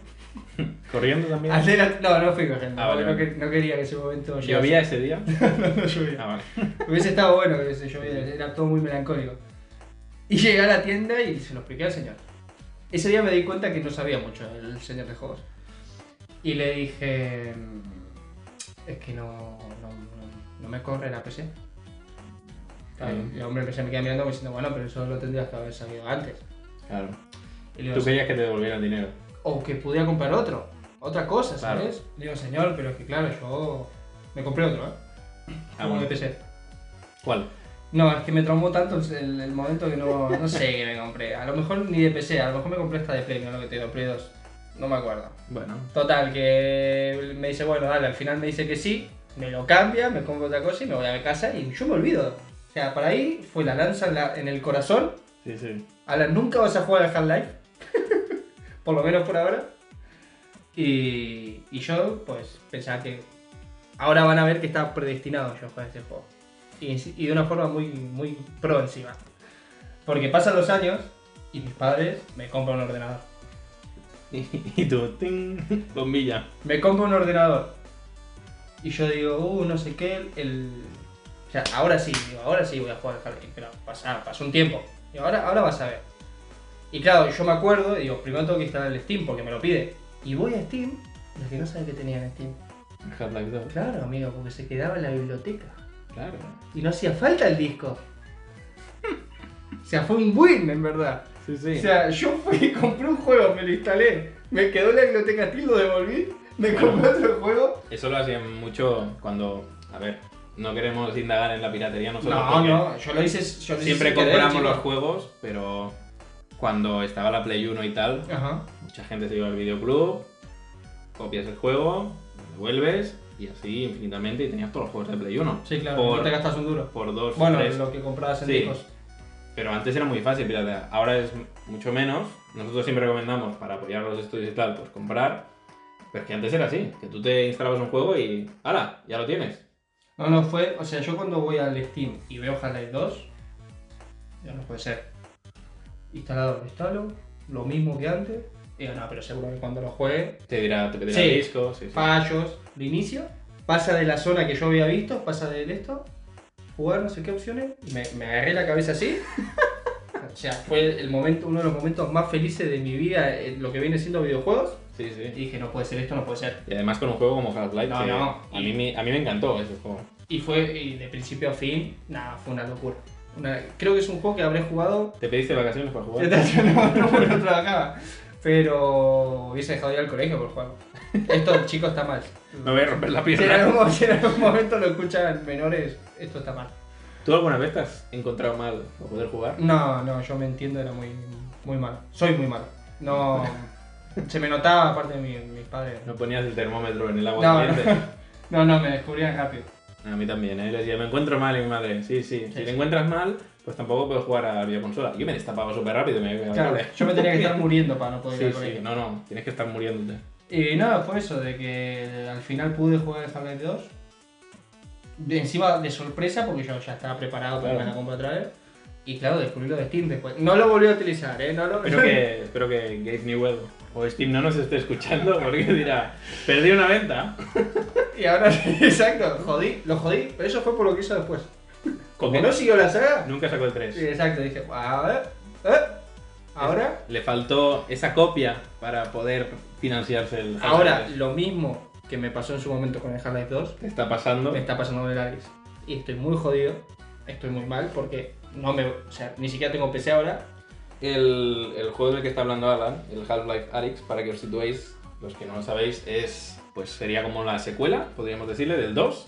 B: ¿Corriendo también?
C: Al de la- No, no fui corriendo.
B: Ah, vale,
C: no,
B: vale.
C: que- no quería que ese momento
B: ¿Llovía ese día?
C: llegase. No llovía.
B: Ah, vale.
C: Hubiese estado bueno que hubiese llovido, era todo muy melancólico. Y llegué a la tienda y se lo expliqué al señor. Ese día me di cuenta que no sabía mucho el señor de juegos. Y le dije, "Mm, es que no, no, no- no me corre la PC. Claro,
B: Mm.
C: y el hombre empecé me queda mirando como diciendo, bueno, pero eso lo tendrías que haber sabido antes.
B: Claro.
C: Y le digo,
B: Tú querías que te devolviera el dinero.
C: o que pudiera comprar otro, otra cosa,
B: Claro.
C: ¿sabes? Le digo, señor, pero es que claro, yo me compré otro, ¿eh?
B: Ah,
C: Como
B: bueno.
C: de PC.
B: ¿Cuál?
C: No, es que me traumó tanto el, el- el momento que no, no sé qué me compré. A lo mejor ni de PC, a lo mejor me compré esta de Play, no lo que te digo, Play 2. No me acuerdo.
B: Bueno.
C: Total, que me dice, bueno, dale, al final me dice que sí, me lo cambia, me compro otra cosa y me voy a mi casa y yo me olvido. O sea, para ahí fue la lanza en, la- en el corazón.
B: Sí, sí.
C: Ahora nunca vas a jugar al Half-Life, por lo menos por ahora. Y, y yo, pues, pensaba que ahora van a ver que está predestinado yo a jugar ese juego. Y, enci- y de una forma muy, muy pro encima. Porque pasan los años y mis padres me compran un ordenador.
B: Y tú, ting, bombilla.
C: Me compro un ordenador. Y yo digo, uh, no sé qué, el... O sea, ahora sí, digo, ahora sí voy a jugar al Half-Life, pero pasa, pasó un tiempo. Y ahora, ahora vas a ver. Y claro, yo me acuerdo, digo, primero tengo que instalar el Steam porque me lo pide. Y voy a Steam, los que no saben que tenía en Steam.
B: Half-Life 2.
C: Claro, amigo, porque se quedaba en la biblioteca.
B: Claro.
C: Y no hacía falta el disco. O sea, fue un win, en verdad.
B: Sí, sí.
C: O sea, yo fui y compré un juego, me lo instalé, me quedó en la biblioteca Steam, lo devolví, me compré otro juego.
B: Eso lo hacían mucho cuando. A ver, no queremos indagar en la piratería nosotros.
C: No,
B: porque
C: no, yo lo hice. Yo lo hice
B: Siempre
C: sin querer,
B: compramos
C: chicos.
B: los juegos, pero cuando estaba la Play 1 y tal,
C: Ajá.
B: mucha gente se iba al videoclub, copias el juego, lo devuelves y así infinitamente y tenías todos los juegos de Play 1.
C: Sí, claro,
B: Por-
C: no te gastas un duro.
B: Por dos,
C: Bueno,
B: tres.
C: lo que comprabas en
B: Sí.
C: discos.
B: Pero antes era muy fácil piratear, ahora es mucho menos. Nosotros siempre recomendamos para apoyar los estudios y tal, pues comprar. Pero es que antes era así, que tú te instalabas un juego y ¡hala! Ya lo tienes.
C: No, no fue. O sea, yo cuando voy al Steam y veo Half-Life 2, ya no puede ser. Instalado, lo instalo, lo mismo que antes. Digo, no, pero seguro que cuando lo juegue,
B: Te dirá, te pedirá
C: Sí.
B: el disco, sí, sí.
C: fallos de inicio, pasa de la zona que yo había visto, pasa de esto, jugar no sé qué opciones, y me, me agarré la cabeza así. o sea, fue el momento, uno de los momentos más felices de mi vida en lo que eh, viene siendo videojuegos.
B: Sí, sí.
C: Y dije, no puede ser esto, no puede ser.
B: Y además con un juego como Half-Life,
C: No,
B: que
C: no.
B: A, mí, me- a mí me encantó ese juego.
C: Y fue, y de principio a fin, nada, fue una locura. Una- creo que es un juego que habré jugado.
B: ¿Te pediste vacaciones para
C: No,
B: jugar?
C: no, no trabajaba. Pero hubiese dejado de ir al colegio por jugarlo. Esto, chicos, está mal.
B: Me voy a romper la
C: Si en, algún,
B: pierna.
C: mo- si en algún momento lo escuchan menores, esto está mal.
B: ¿Tú alguna vez te has encontrado mal para poder jugar?
C: No, no, yo me entiendo, era muy, muy malo. Soy muy malo. No. Se me notaba, aparte de mi, mis padres.
B: No ponías el termómetro en el agua
C: No, no,
B: caliente.
C: no, no, me descubrían rápido.
B: A mí también, ¿eh? Le decía, me encuentro mal, y mi madre. Sí, sí. Si
C: Sí.
B: te encuentras mal, pues tampoco puedes jugar a la videoconsola. Yo me destapaba súper rápido y me iba a
C: Claro,
B: cable.
C: yo me tenía que estar muriendo para no poder ir
B: ¿eh? Sí,
C: al
B: sí.
C: colegio.
B: No, no. Tienes que estar muriéndote.
C: Y nada, fue eso, de que al final pude jugar el Half-Life 2. De encima de sorpresa, porque yo ya estaba preparado para
B: Claro.
C: irme a la compra otra vez. Y claro, descubrí lo de Steam después. No lo volví a utilizar, ¿eh? No lo...
B: Espero que, espero que Gabe Newell o Steam no nos esté escuchando porque dirá, perdí una venta.
C: Y ahora, exacto, jodí, lo jodí, pero eso fue por lo que hizo después. Como no siguió la saga.
B: Nunca sacó el 3.
C: Sí, exacto, dije, a ver, ¿eh? Ahora,
B: Le faltó esa copia para poder financiarse el Half-Life
C: ahora
B: 3.
C: lo mismo que me pasó en su momento con el Half-Life 2,
B: Te está pasando.
C: me está pasando con el Aris. Y estoy muy jodido, estoy muy mal porque no me, o sea, ni siquiera tengo PC ahora.
B: El, el juego del que está hablando Alan, el Half-Life Alyx, para que os situéis, los que no lo sabéis, es pues sería como la secuela, podríamos decirle, del 2.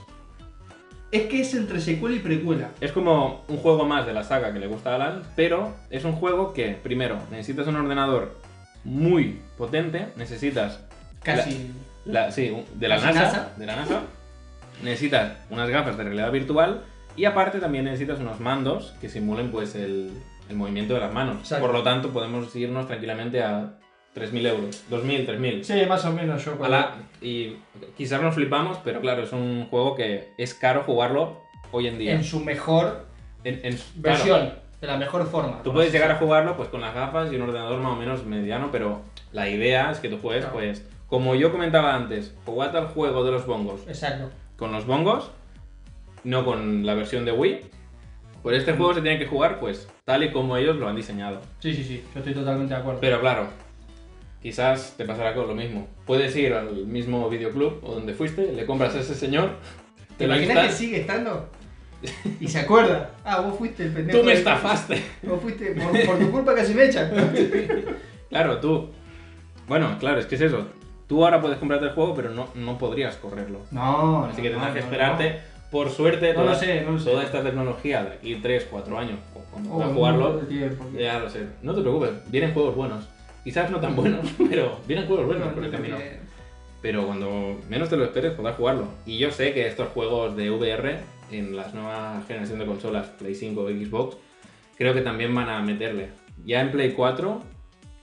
C: Es que es entre secuela y precuela.
B: Es como un juego más de la saga que le gusta a Alan, pero es un juego que, primero, necesitas un ordenador muy potente, necesitas
C: Casi.
B: La, sí, un- de la
C: Casi
B: NASA,
C: NASA.
B: De la NASA. Necesitas unas gafas de realidad virtual y aparte también necesitas unos mandos que simulen pues el, el movimiento de las manos.
C: Exacto.
B: Por lo tanto, podemos irnos tranquilamente a 3.000 euros. 2.000, 3.000.
C: Sí, más o menos yo.
B: A la- y quizás nos flipamos, pero claro, es un juego que es caro jugarlo hoy en día.
C: En su mejor
B: En- en- claro,
C: versión, de la mejor forma.
B: Tú puedes llegar a jugarlo pues con las gafas y un ordenador más o menos mediano, pero la idea es que tú juegues
C: Claro.
B: pues como yo comentaba antes, jugad al juego de los bongos
C: Exacto.
B: con los bongos, no con la versión de Wii. Pues este juego se tiene que jugar pues tal y como ellos lo han diseñado.
C: Sí, sí, sí, yo estoy totalmente de acuerdo.
B: Pero claro, quizás te pasará con lo mismo. Puedes ir al mismo videoclub o donde fuiste, le compras a ese señor,
C: ¿Te
B: te lo
C: imaginas que
B: instalas-
C: sigue estando? Y se acuerda. Ah, vos fuiste el pendejo.
B: Tú me
C: de-
B: estafaste.
C: Vos fuiste, por, por tu culpa casi me echan.
B: Claro, tú. Bueno, claro, es que es eso. Tú ahora puedes comprarte el juego, pero no, no podrías correrlo.
C: Ah, No,
B: Así que tendrás que esperarte. Por suerte,
C: No lo
B: toda-
C: sé, no lo sé. Oh,
B: toda esta tecnología de aquí 3, 4 años, o cuando
C: O
B: puedas
C: un
B: jugarlo, Eh,
C: montón de tiempo.
B: Ya lo sé. No te preocupes, vienen juegos buenos. Quizás no tan buenos, pero vienen juegos buenos por el camino.
C: Eh,
B: Pero cuando menos te lo esperes podrás jugarlo. Y yo sé que estos juegos de VR en las nuevas generación de consolas, Play 5 o Xbox, creo que también van a meterle. Ya en Play 4,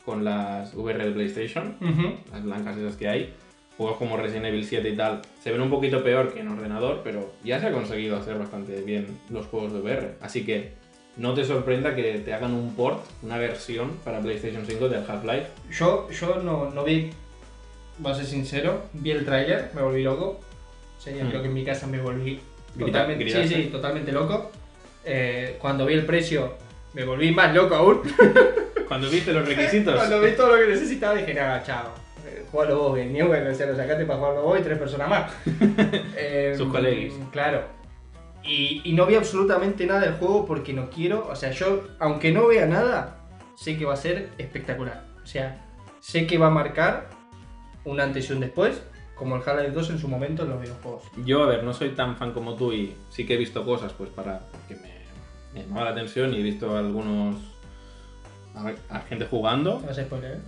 B: con las VR de PlayStation,
C: Ujú.
B: las blancas esas que hay, juegos como Resident Evil 7 y tal, se ven un poquito peor que en ordenador, pero ya se ha conseguido hacer bastante bien los juegos de VR. Así que no te sorprenda que te hagan un port, una versión para PlayStation 5 del Half-Life.
C: Yo, yo no, no vi, voy a ser sincero, vi el tráiler, me volví loco. Sí,
B: Mm.
C: creo que en mi casa me volví
B: Grita-
C: totalmente, sí,
B: gritaste.
C: sí, totalmente loco. Eh, cuando vi el precio, me volví más loco aún.
B: Cuando viste los requisitos.
C: Cuando vi todo lo que necesitaba, dije, nada, chao. eh, Jugalo vos, bien, Newell, o sea, lo sacaste para jugarlo vos y tres personas más. Eh,
B: Sus colegas.
C: Claro. Y, y no vi absolutamente nada del juego porque no quiero. O sea, yo, aunque no vea nada, sé que va a ser espectacular. O sea, sé que va a marcar un antes y un después, como el Half-Life 2 en su momento en los videojuegos.
B: Yo, a ver, no soy tan fan como tú y sí que he visto cosas, pues para. que me, me llamaba la atención y he visto algunos. a, ver, a gente jugando.
C: No vas a spoiler, ¿eh?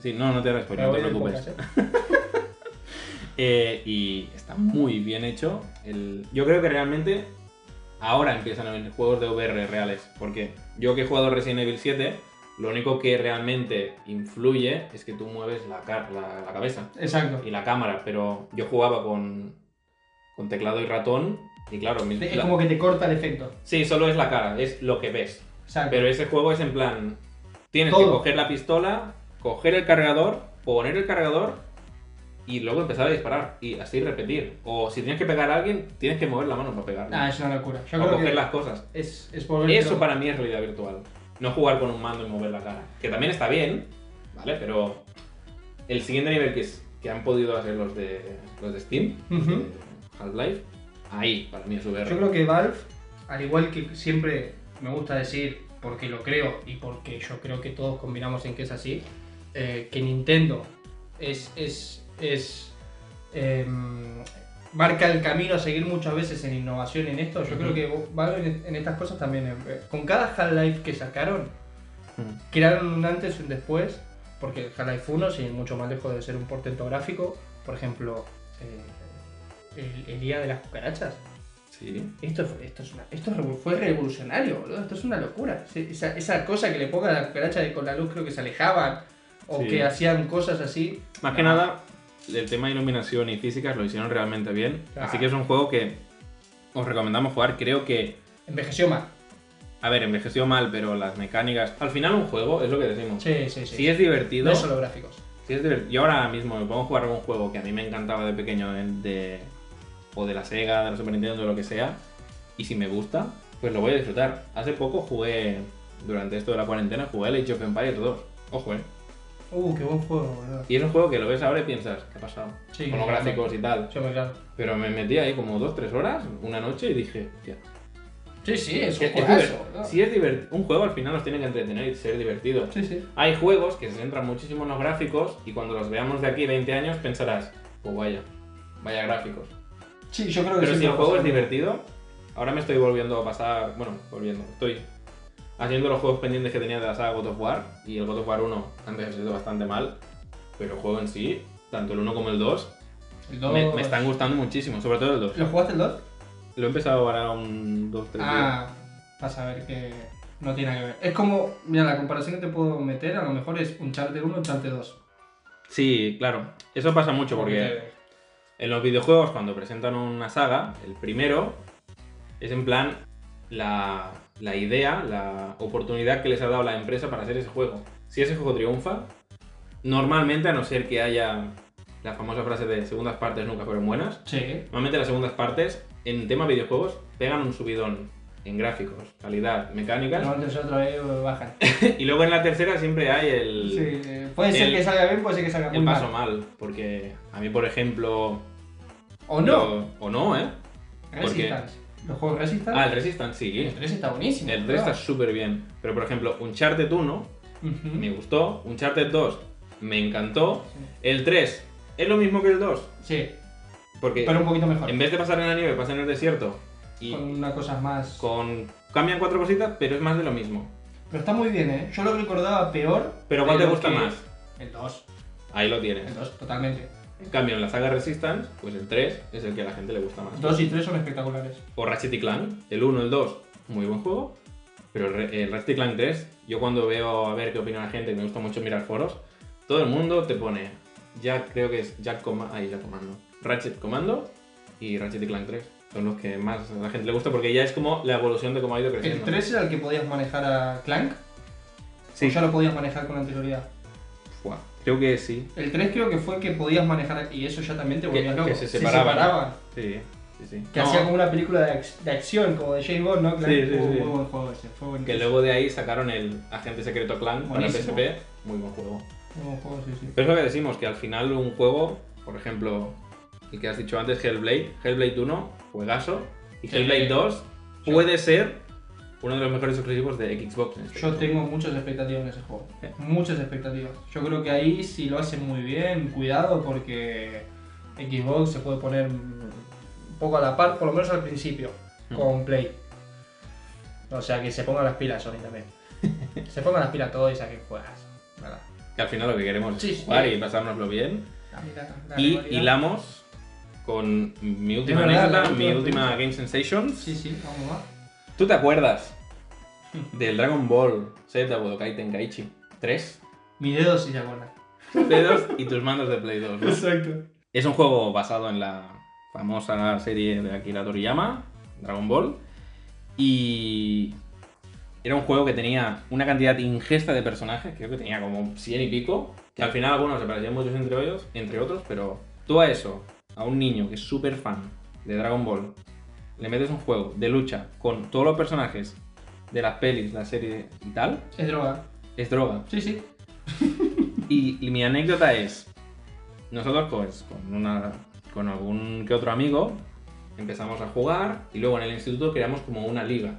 B: Sí, no, no te haré spoiler,
C: Pero
B: no te
C: voy del
B: preocupes.
C: podcast, ¿eh?
B: Eh, y está muy bien hecho. El- yo creo que realmente ahora empiezan a venir juegos de VR reales. Porque yo que he jugado Resident Evil 7, lo único que realmente influye es que tú mueves la, ca- la- la cabeza
C: Exacto.
B: y la cámara. Pero yo jugaba con, con teclado y ratón. Y claro, mi-
C: Es
B: la-
C: como que te corta el efecto.
B: sí, solo es la cara, es lo que ves.
C: Exacto.
B: Pero ese juego es en plan, tienes que
C: Todo.
B: coger la pistola, coger el cargador, poner el cargador y luego empezar a disparar y así repetir. O si tienes que pegar a alguien, tienes que mover la mano para pegarle.
C: Ah, es una locura. Yo
B: o
C: creo
B: coger
C: que
B: las cosas.
C: es, es volver
B: Eso para mí es realidad virtual. No jugar con un mando y mover la cara. Que también está bien, ¿vale? Pero El siguiente nivel que, es, que han podido hacer los de, los de Steam, los de
C: Ujú.
B: Half-Life, ahí para mí es VR.
C: Yo creo que Valve, al igual que siempre me gusta decir, porque lo creo y porque yo creo que todos combinamos en que es así, eh, que Nintendo es, es, es em, marca el camino a seguir muchas veces en innovación en esto. Yo creo que Valve en, en estas cosas también. eh, con cada Half-Life que sacaron,
B: Mm.
C: crearon un antes y un después, porque el Half-Life 1, sin mucho más lejos de ser un portento gráfico, por ejemplo, eh, el- el día de las cucarachas.
B: Sí.
C: Esto, fue- esto, es una- esto revo- fue revolucionario, boludo. Esto es una locura. Se- Esa, esa cosa que le ponga la cucaracha de con la luz, creo que se alejaban o
B: Sí.
C: que hacían cosas así.
B: Más que
C: No.
B: nada, el tema de iluminación y físicas lo hicieron realmente bien.
C: Claro.
B: Así que es un juego que os recomendamos jugar. Creo que,
C: Envejeció mal.
B: a ver, envejeció mal, pero las mecánicas. Al final, un juego es lo que decimos.
C: Sí, sí, sí.
B: Si es divertido.
C: no es solo gráficos.
B: si es divert- Yo ahora mismo me pongo a jugar a un juego que a mí me encantaba de pequeño, de, de- o de la Sega, de la Super Nintendo, de lo que sea. Y si me gusta, pues lo voy a disfrutar. Hace poco jugué, durante esto de la cuarentena, jugué al Age of Empires 2. Ojo, eh.
C: Uh, qué buen juego, boludo.
B: Y es un juego que lo ves ahora y piensas, ¿qué ha pasado?
C: Sí,
B: Con los
C: claro.
B: gráficos y tal.
C: Yo me claro.
B: Pero me metí ahí como 2-3 horas, una noche, y dije, hostia,
C: Sí, sí, es
B: que
C: un
B: es
C: juegazo,
B: divert-
C: boludo.
B: si es divertido, un juego al final nos tiene que entretener y ser divertido.
C: Sí, sí.
B: Hay juegos que se centran muchísimo en los gráficos y cuando los veamos de aquí 20 años pensarás, pues vaya, vaya gráficos.
C: Sí, yo creo que
B: Pero
C: sí
B: si el
C: me
B: juego
C: pasó.
B: es divertido, ahora me estoy volviendo a pasar, bueno, volviendo, estoy haciendo los juegos pendientes que tenía de la saga God of War y el God of War 1 antes ha sido bastante mal, pero el juego en sí, tanto el 1 como el 2,
C: El dos-
B: me, me están gustando muchísimo, sobre todo el 2.
C: ¿Lo jugaste el 2?
B: Lo he empezado ahora un 2, 3
C: Ah, vas a ver que no tiene nada que ver. Es como, mira, la comparación que te puedo meter a lo mejor es un Charter 1 un Charter 2.
B: Sí, claro. Eso pasa mucho porque en los videojuegos cuando presentan una saga, el primero es en plan la, la idea, la oportunidad que les ha dado la empresa para hacer ese juego. Si ese juego triunfa, normalmente a no ser que haya la famosa frase de segundas partes nunca fueron buenas,
C: Sí,
B: normalmente las segundas partes en tema videojuegos pegan un subidón en gráficos, calidad, mecánicas.
C: No, antes otra vez eh, bajan.
B: Y luego en la tercera siempre hay el...
C: Sí, eh, puede ser
B: el-
C: que salga bien, puede ser que salga muy
B: el paso
C: mal.
B: mal, porque a mí, por ejemplo.
C: O no.
B: lo- o no, ¿eh?
C: Resistance. Los juegos Resistance.
B: Ah, el Resistance sí.
C: el 3 está buenísimo.
B: El 3
C: ¿verdad?
B: está súper bien. Pero, por ejemplo, Uncharted 1
C: Ujú.
B: me gustó, Uncharted 2 me encantó, el 3 es lo mismo que el 2,
C: Sí,
B: porque
C: pero un poquito mejor.
B: en vez de pasar en la nieve, pasa en el desierto. Y
C: Con unas cosas más.
B: con. Cambian cuatro cositas, pero es más de lo mismo.
C: Pero está muy bien, ¿eh? Yo lo recordaba peor.
B: Pero ¿cuál
C: de
B: te
C: lo
B: gusta
C: que-
B: más?
C: El 2.
B: Ahí lo
C: El
B: tienes.
C: 2, totalmente.
B: En cambio, en la saga Resistance, pues el 3 es el que a la gente le gusta más.
C: 2 y 3 son espectaculares.
B: o Ratchet y Clank, el 1, el 2, muy buen juego, pero el, Re- el Ratchet y Clank 3, yo cuando veo a ver qué opina la gente, me gusta mucho mirar foros, todo el mundo te pone, ya creo que es Jack Comando, Jack Comando, Ratchet Comando y Ratchet y Clank 3, son los que más a la gente le gusta porque ya es como la evolución de cómo ha ido
C: El
B: creciendo.
C: 3 era el que podías manejar a Clank.
B: Sí.
C: O ya lo podías manejar con anterioridad.
B: Fua, creo que sí.
C: El 3 creo que fue el que podías manejar. Y eso ya también te
B: Que,
C: volvías loco.
B: que se separaban.
C: separaban.
B: Sí, sí, sí.
C: Que
B: No,
C: hacía como una película de, ac- de acción, como de James Bond, ¿no? Clank.
B: Sí, sí,
C: Uh,
B: sí.
C: Muy buen juego ese, fue buenísimo.
B: que luego de ahí sacaron el Agente Secreto Clank
C: Buenísimo.
B: para PSP, muy buen juego.
C: Muy buen juego, sí, sí.
B: Pero es lo que decimos, que al final un juego, por ejemplo, el que has dicho antes, Hellblade, Hellblade 1, juegazo, y
C: Sí.
B: Hellblade 2
C: Yo-
B: puede ser uno de los mejores exclusivos de Xbox. en este
C: Yo
B: caso.
C: tengo muchas expectativas en ese juego. Muchas expectativas. Yo creo que ahí si lo hacen muy bien, cuidado porque Xbox se puede poner un poco a la par, por lo menos al principio,
B: Mm.
C: con Play. O sea que se pongan las pilas Sony también. se pongan las pilas todos y saquen juegas. ¿verdad?
B: Que al final lo que queremos
C: Sí,
B: es
C: sí.
B: jugar y pasárnoslo bien.
C: La- la- la
B: Y
C: rivalidad.
B: hilamos con mi última
C: verdad, la
B: anécdota, mi
C: última
B: última Game Sensations.
C: Sí, sí, vamos más.
B: ¿Tú te acuerdas del Dragon Ball Z Budokai Tenkaichi 3?
C: Mi dedo sí se acuerda.
B: Play 2 y tus mandos de Play 2, ¿no?
C: Exacto.
B: Es un juego basado en la famosa serie de Akira Toriyama, Dragon Ball. Y era un juego que tenía una cantidad ingesta de personajes, creo que tenía como 100 y pico, que al final algunos se parecían muchos entre, ellos, entre otros, pero tú a eso, a un niño que es súper fan de Dragon Ball, le metes un juego de lucha con todos los personajes de las pelis, la serie y tal,
C: Es droga.
B: es droga.
C: Sí, sí.
B: Y, y mi anécdota es, Nosotros pues, con, una, con algún que otro amigo empezamos a jugar y luego en el instituto creamos como una liga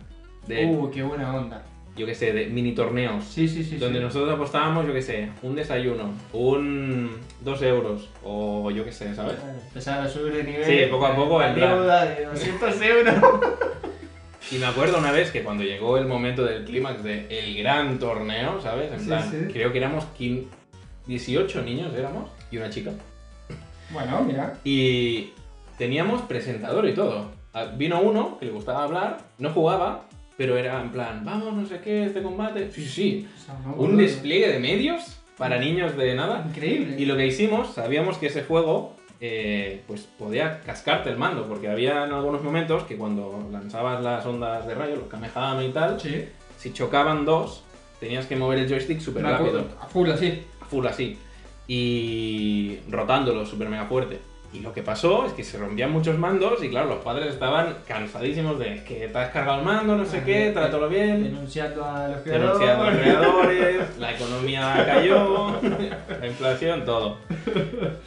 B: de,
E: Uh, qué buena onda.
B: yo qué sé, de mini torneos.
E: Sí, sí, sí.
B: donde
E: sí.
B: nosotros apostábamos, yo qué sé, un desayuno, un 2 euros o yo qué sé, ¿sabes?
E: Empezar a subir de nivel.
B: Sí, poco a poco,
E: La
B: en plan.
E: deuda de 200 euros.
B: Y me acuerdo una vez que cuando llegó el momento del clímax de el gran torneo, ¿sabes? En
E: Sí,
B: plan,
E: sí.
B: creo que éramos quin- 18 niños éramos y una chica.
E: bueno, mira.
B: Y teníamos presentador y todo. Ah, Vino uno que le gustaba hablar, no jugaba, pero era en plan, vamos, no sé qué, este combate. Sí, sí,
E: O sea, no,
B: un
E: boludo.
B: despliegue de medios para niños de nada.
E: Increíble.
B: Y lo que hicimos, sabíamos que ese juego eh, pues podía cascarte el mando, porque había en algunos momentos que cuando lanzabas las ondas de rayo, los Kamehame y tal,
E: Sí.
B: si chocaban dos, tenías que mover el joystick súper
E: Me acuerdo.
B: rápido,
E: A full así.
B: a full así, y rotándolo súper mega fuerte. Y lo que pasó es que se rompían muchos mandos y claro, los padres estaban cansadísimos de "Es que te has cargado el mando, no sé
E: Ah,
B: qué,
E: eh,
B: trátalo bien,
E: Denunciando a los creadores.
B: denunciando a los creadores, la economía cayó, la inflación, todo.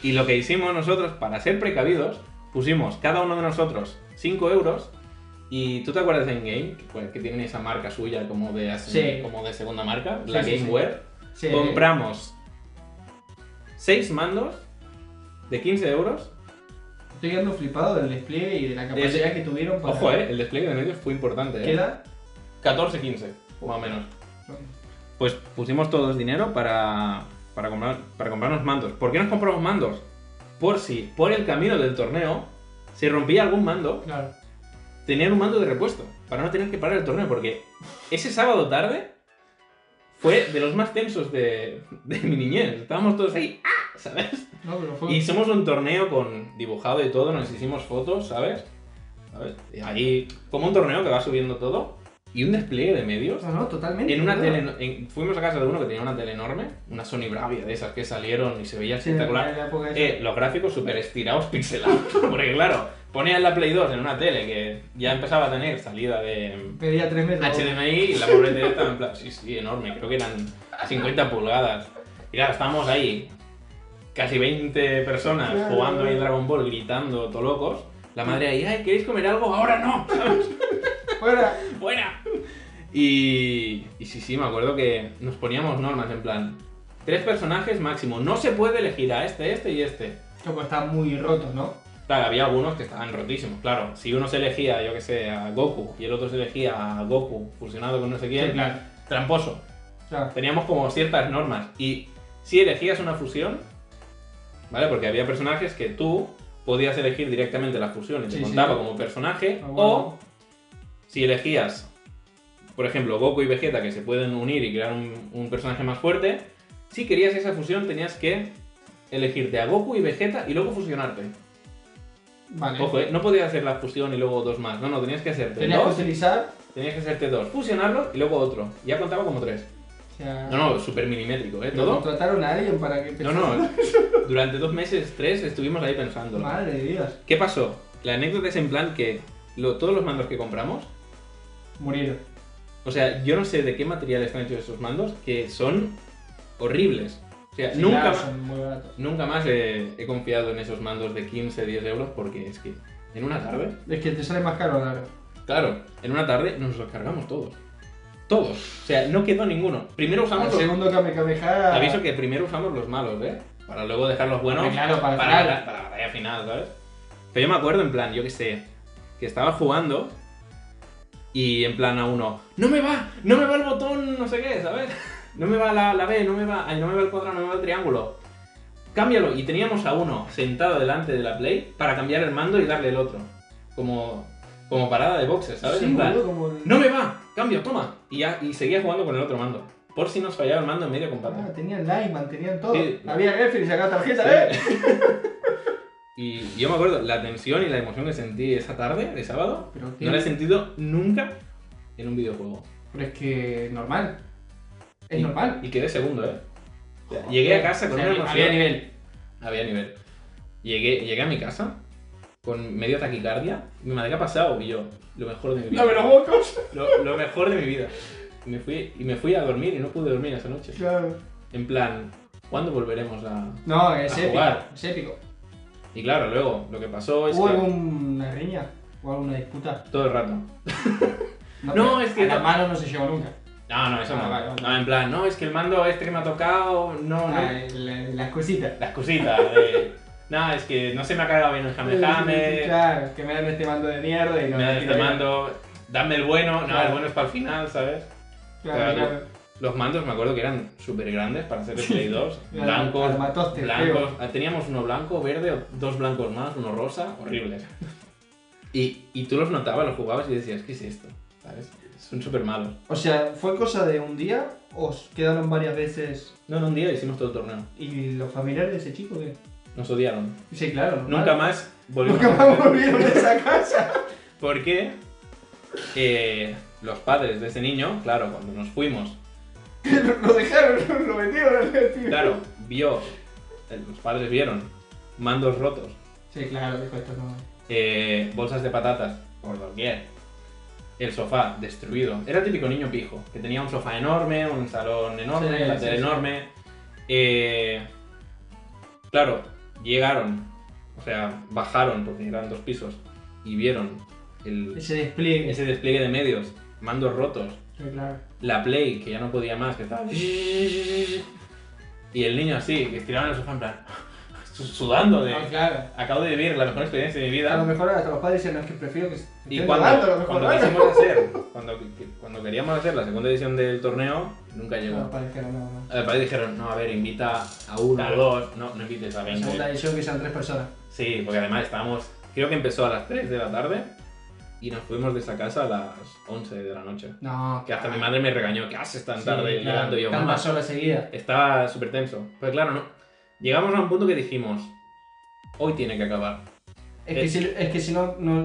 B: Y lo que hicimos nosotros, para ser precavidos, pusimos cada uno de nosotros 5 euros. Y tú te acuerdas de Endgame, que, pues, que tienen esa marca suya como de, as-
E: Sí.
B: como de segunda marca,
E: Sí,
B: la
E: sí, sí.
B: Gameware.
E: Sí.
B: Compramos 6 mandos de 15 euros.
E: Estoy quedando flipado del despliegue y de la capacidad que tuvieron para.
B: Ojo, eh, el despliegue de medios fue importante.
E: ¿Qué
B: Eh.
E: edad?
B: 14-15, más o menos. Pues pusimos todos dinero para, para, comprar, para comprarnos mandos. ¿Por qué nos compramos mandos? Por si, por el camino del torneo, se rompía algún mando,
E: Claro.
B: tenían un mando de repuesto para no tener que parar el torneo, porque ese sábado tarde fue de los más tensos de, de mi niñez. Estábamos todos ahí, ¡ah! ¿sabes?
E: No, pero
C: Pues-
E: fue.
B: Y hicimos un torneo con dibujado y todo, nos hicimos fotos, ¿sabes? ¿Sabes? Y ahí, como un torneo que va subiendo todo, y un despliegue de medios.
C: Ah,
E: No, no, totalmente.
B: En una
E: boludo.
B: tele, en- fuimos a casa de uno que tenía una tele enorme, una Sony Bravia de esas que salieron y se veía
E: Sí,
B: espectacular.
E: en la época esa.
B: Eh, los gráficos súper estirados, pixelados, porque claro, ponías la Play 2 en una tele que ya empezaba a tener salida de
E: Pedía 3 metros.
B: HDMI y la pobre tele estaba en plan, sí, sí, enorme, creo que eran 50 pulgadas. Y claro, estábamos ahí, casi 20 personas
E: Claro.
B: jugando ahí Dragon Ball, gritando, todo locos. La madre ahí, ay, ¿queréis comer algo? Ahora no,
E: Fuera.
B: ¡Fuera! Y, y sí, sí, me acuerdo que nos poníamos normas en plan: tres personajes máximo, no se puede elegir a este, este y este.
E: Choco está muy roto, ¿no?
B: Claro, había algunos que estaban rotísimos, claro. Si uno se elegía, yo que sé, a Goku y el otro se elegía a Goku fusionado con no sé quién,
E: Sí, claro.
B: tramposo.
E: Claro.
B: Teníamos como ciertas normas. Y si elegías una fusión, ¿vale? Porque había personajes que tú podías elegir directamente la fusión y te
E: Sí, sí.
B: contaba como personaje
E: Ah,
B: o
E: bueno.
B: si elegías, por ejemplo, Goku y Vegeta que se pueden unir y crear un, un personaje más fuerte, si querías esa fusión tenías que elegirte a Goku y Vegeta y luego fusionarte.
E: Vale.
B: Ojo, ¿eh? no podías hacer la fusión y luego dos más. No, no, tenías que hacerte
E: Tenías que
B: dos,
E: utilizar.
B: tenías que hacerte dos, fusionarlo y luego otro. Ya contaba como tres.
E: O sea,
B: No, no, súper milimétrico, ¿eh?
E: pero
B: Todo.
E: contrataron a alguien para que
B: No,
E: empezara.
B: no, durante dos meses, tres, estuvimos ahí pensando.
E: Madre de Dios.
B: ¿Qué pasó? La anécdota es en plan que lo- todos los mandos que compramos
E: Murieron.
B: O sea, yo no sé de qué material están hechos esos mandos que son horribles. O sea,
E: Sí,
B: nunca,
E: claro,
B: ma-
E: son muy baratos.
B: nunca más he, he confiado en esos mandos de 15, 10 euros porque es que en una tarde,
E: Es que te sale más caro ahora.
B: claro, en una tarde nos los cargamos todos. Todos. O sea, no quedó ninguno. Primero
E: Al
B: usamos los...
E: segundo Kame Kameha.
B: Te aviso que primero usamos los malos, ¿eh? Para luego dejar los buenos
E: Hombre, claro, para
B: para,
E: ganar.
B: la- para la batalla final, ¿sabes? Pero yo me acuerdo en plan, yo qué sé, que estaba jugando y en plan a uno, no me va, no me va el botón, no sé qué, ¿sabes? No me va la, la B, no me va, ay, no me va el cuadrado, no me va el triángulo. Cámbialo. Y teníamos a uno sentado delante de la Play para cambiar el mando y darle el otro. Como, como parada de boxes, ¿sabes?
E: Sí,
B: En plan,
E: boludo, como el-
B: no me va, cambio, toma. Y, ya, y seguía jugando con el otro mando. Por si nos fallaba el mando en medio combate.
E: Ah, tenían Lyman, tenían todo.
B: Sí.
E: Había referee, sacaba tarjeta, ¿eh?
B: Y yo me acuerdo la tensión y la emoción que sentí esa tarde de sábado,
E: Pero, que-
B: no la he sentido nunca en un videojuego.
E: pero es que normal. Es
B: Y-
E: normal.
B: Y quedé segundo, ¿eh? O sea, Llegué a casa con
E: O sea,
B: una
E: había-
B: emoción.
E: Había nivel.
B: Había nivel. Llegué, llegué a mi casa con medio taquicardia. Mi madre, ¿qué ha pasado? Y yo, lo mejor de mi vida.
E: Dame los bocos.
B: Lo, lo mejor de mi vida. Y me, fui, y me fui a dormir y no pude dormir esa noche.
E: Claro.
B: En plan, ¿Cuándo volveremos a.?
C: No, es
B: A
C: épico.
B: jugar.
C: Es épico.
B: Y claro, luego lo que pasó es
C: ¿Hubo
B: que
C: alguna riña? ¿O alguna disputa?
B: todo el rato.
C: No,
B: No,
C: pero
B: es que
C: A la
B: no.
C: mano no se llegó nunca.
B: No, no, eso
C: Ah,
B: no.
C: vale, vale.
B: No, en plan, no, es que el mando este que me ha tocado, no, no.
C: Ah, la- las cositas.
B: Las cositas de. no, es que no se me ha cargado bien el Jame Jame.
C: Claro, que me dan este mando de mierda y no
B: Me da
C: tiro
B: este
C: bien.
B: mando, dame el bueno. No,
C: Claro.
B: el bueno es para el final, ¿sabes?
C: Claro,
B: Claro.
C: claro.
B: Los mandos me acuerdo que eran súper grandes para hacer el Play 2.
C: Al-
B: Blancos.
C: armatoste,
B: blancos. ah, Teníamos uno blanco, verde, o dos blancos más, uno rosa, horribles. Y, y tú los notabas, los jugabas y decías, ¿qué es esto? ¿Sabes? Son súper malos.
C: O sea, ¿fue cosa de un día? ¿Os quedaron varias veces
B: No, no, un día hicimos todo el torneo.
C: y los familiares de ese chico? qué?
B: Nos odiaron.
C: Sí, claro.
B: Nunca más volvimos
C: Nunca
B: a
C: más
B: jugar.
C: volvieron a esa casa.
B: Porque eh, los padres de ese niño, claro, cuando nos fuimos,
C: lo dejaron, lo metieron al pibe.
B: claro, vio, eh, los padres vieron mandos rotos,
C: Sí, claro, dijo esto no.
B: eh, bolsas de patatas por doquier, el sofá destruido. Era el típico niño pijo, que tenía un sofá enorme, un salón enorme,
C: Sí,
B: la
C: sí,
B: tele
C: sí.
B: enorme. Eh, claro, llegaron, o sea, bajaron porque eran dos pisos y vieron el-
C: Ese despliegue.
B: ese despliegue de medios, mandos rotos.
C: Sí, claro.
B: la Play, que ya no podía más, que estaba... Y el niño así, que estiraba en el sofá en plan... su- Sudando de...
C: Ah, claro.
B: Acabo de vivir la mejor experiencia de mi
C: A lo
B: vida.
C: mejor hasta los padres dicen, no, es que prefiero que se
B: Y
C: estén
B: cuando,
C: drogando, a lo mejor
B: cuando
C: no.
B: quisimos hacer... Cuando, cuando queríamos hacer la segunda edición del torneo, nunca
C: Los
B: llegó.
C: padres dijeron, no, no.
B: Los padres dijeron, no, a ver, invita a uno o dos. No, no invites a
C: La segunda
B: 20.
C: edición que sean tres personas.
B: Sí, porque además estábamos... Creo que empezó a las 3 de la tarde y nos fuimos de esa casa a las 11 de la noche.
C: No,
B: Que hasta mi madre me regañó, ¿qué haces tan
C: Ah. Sí,
B: tarde
C: claro,
B: llegando Y yo? "Mamá,
C: Tantas horas seguidas.
B: Estaba súper tenso. Pues claro, no. Llegamos a un punto que dijimos, hoy tiene que acabar.
C: Es que,
B: Eh.
C: si, es que si no, no,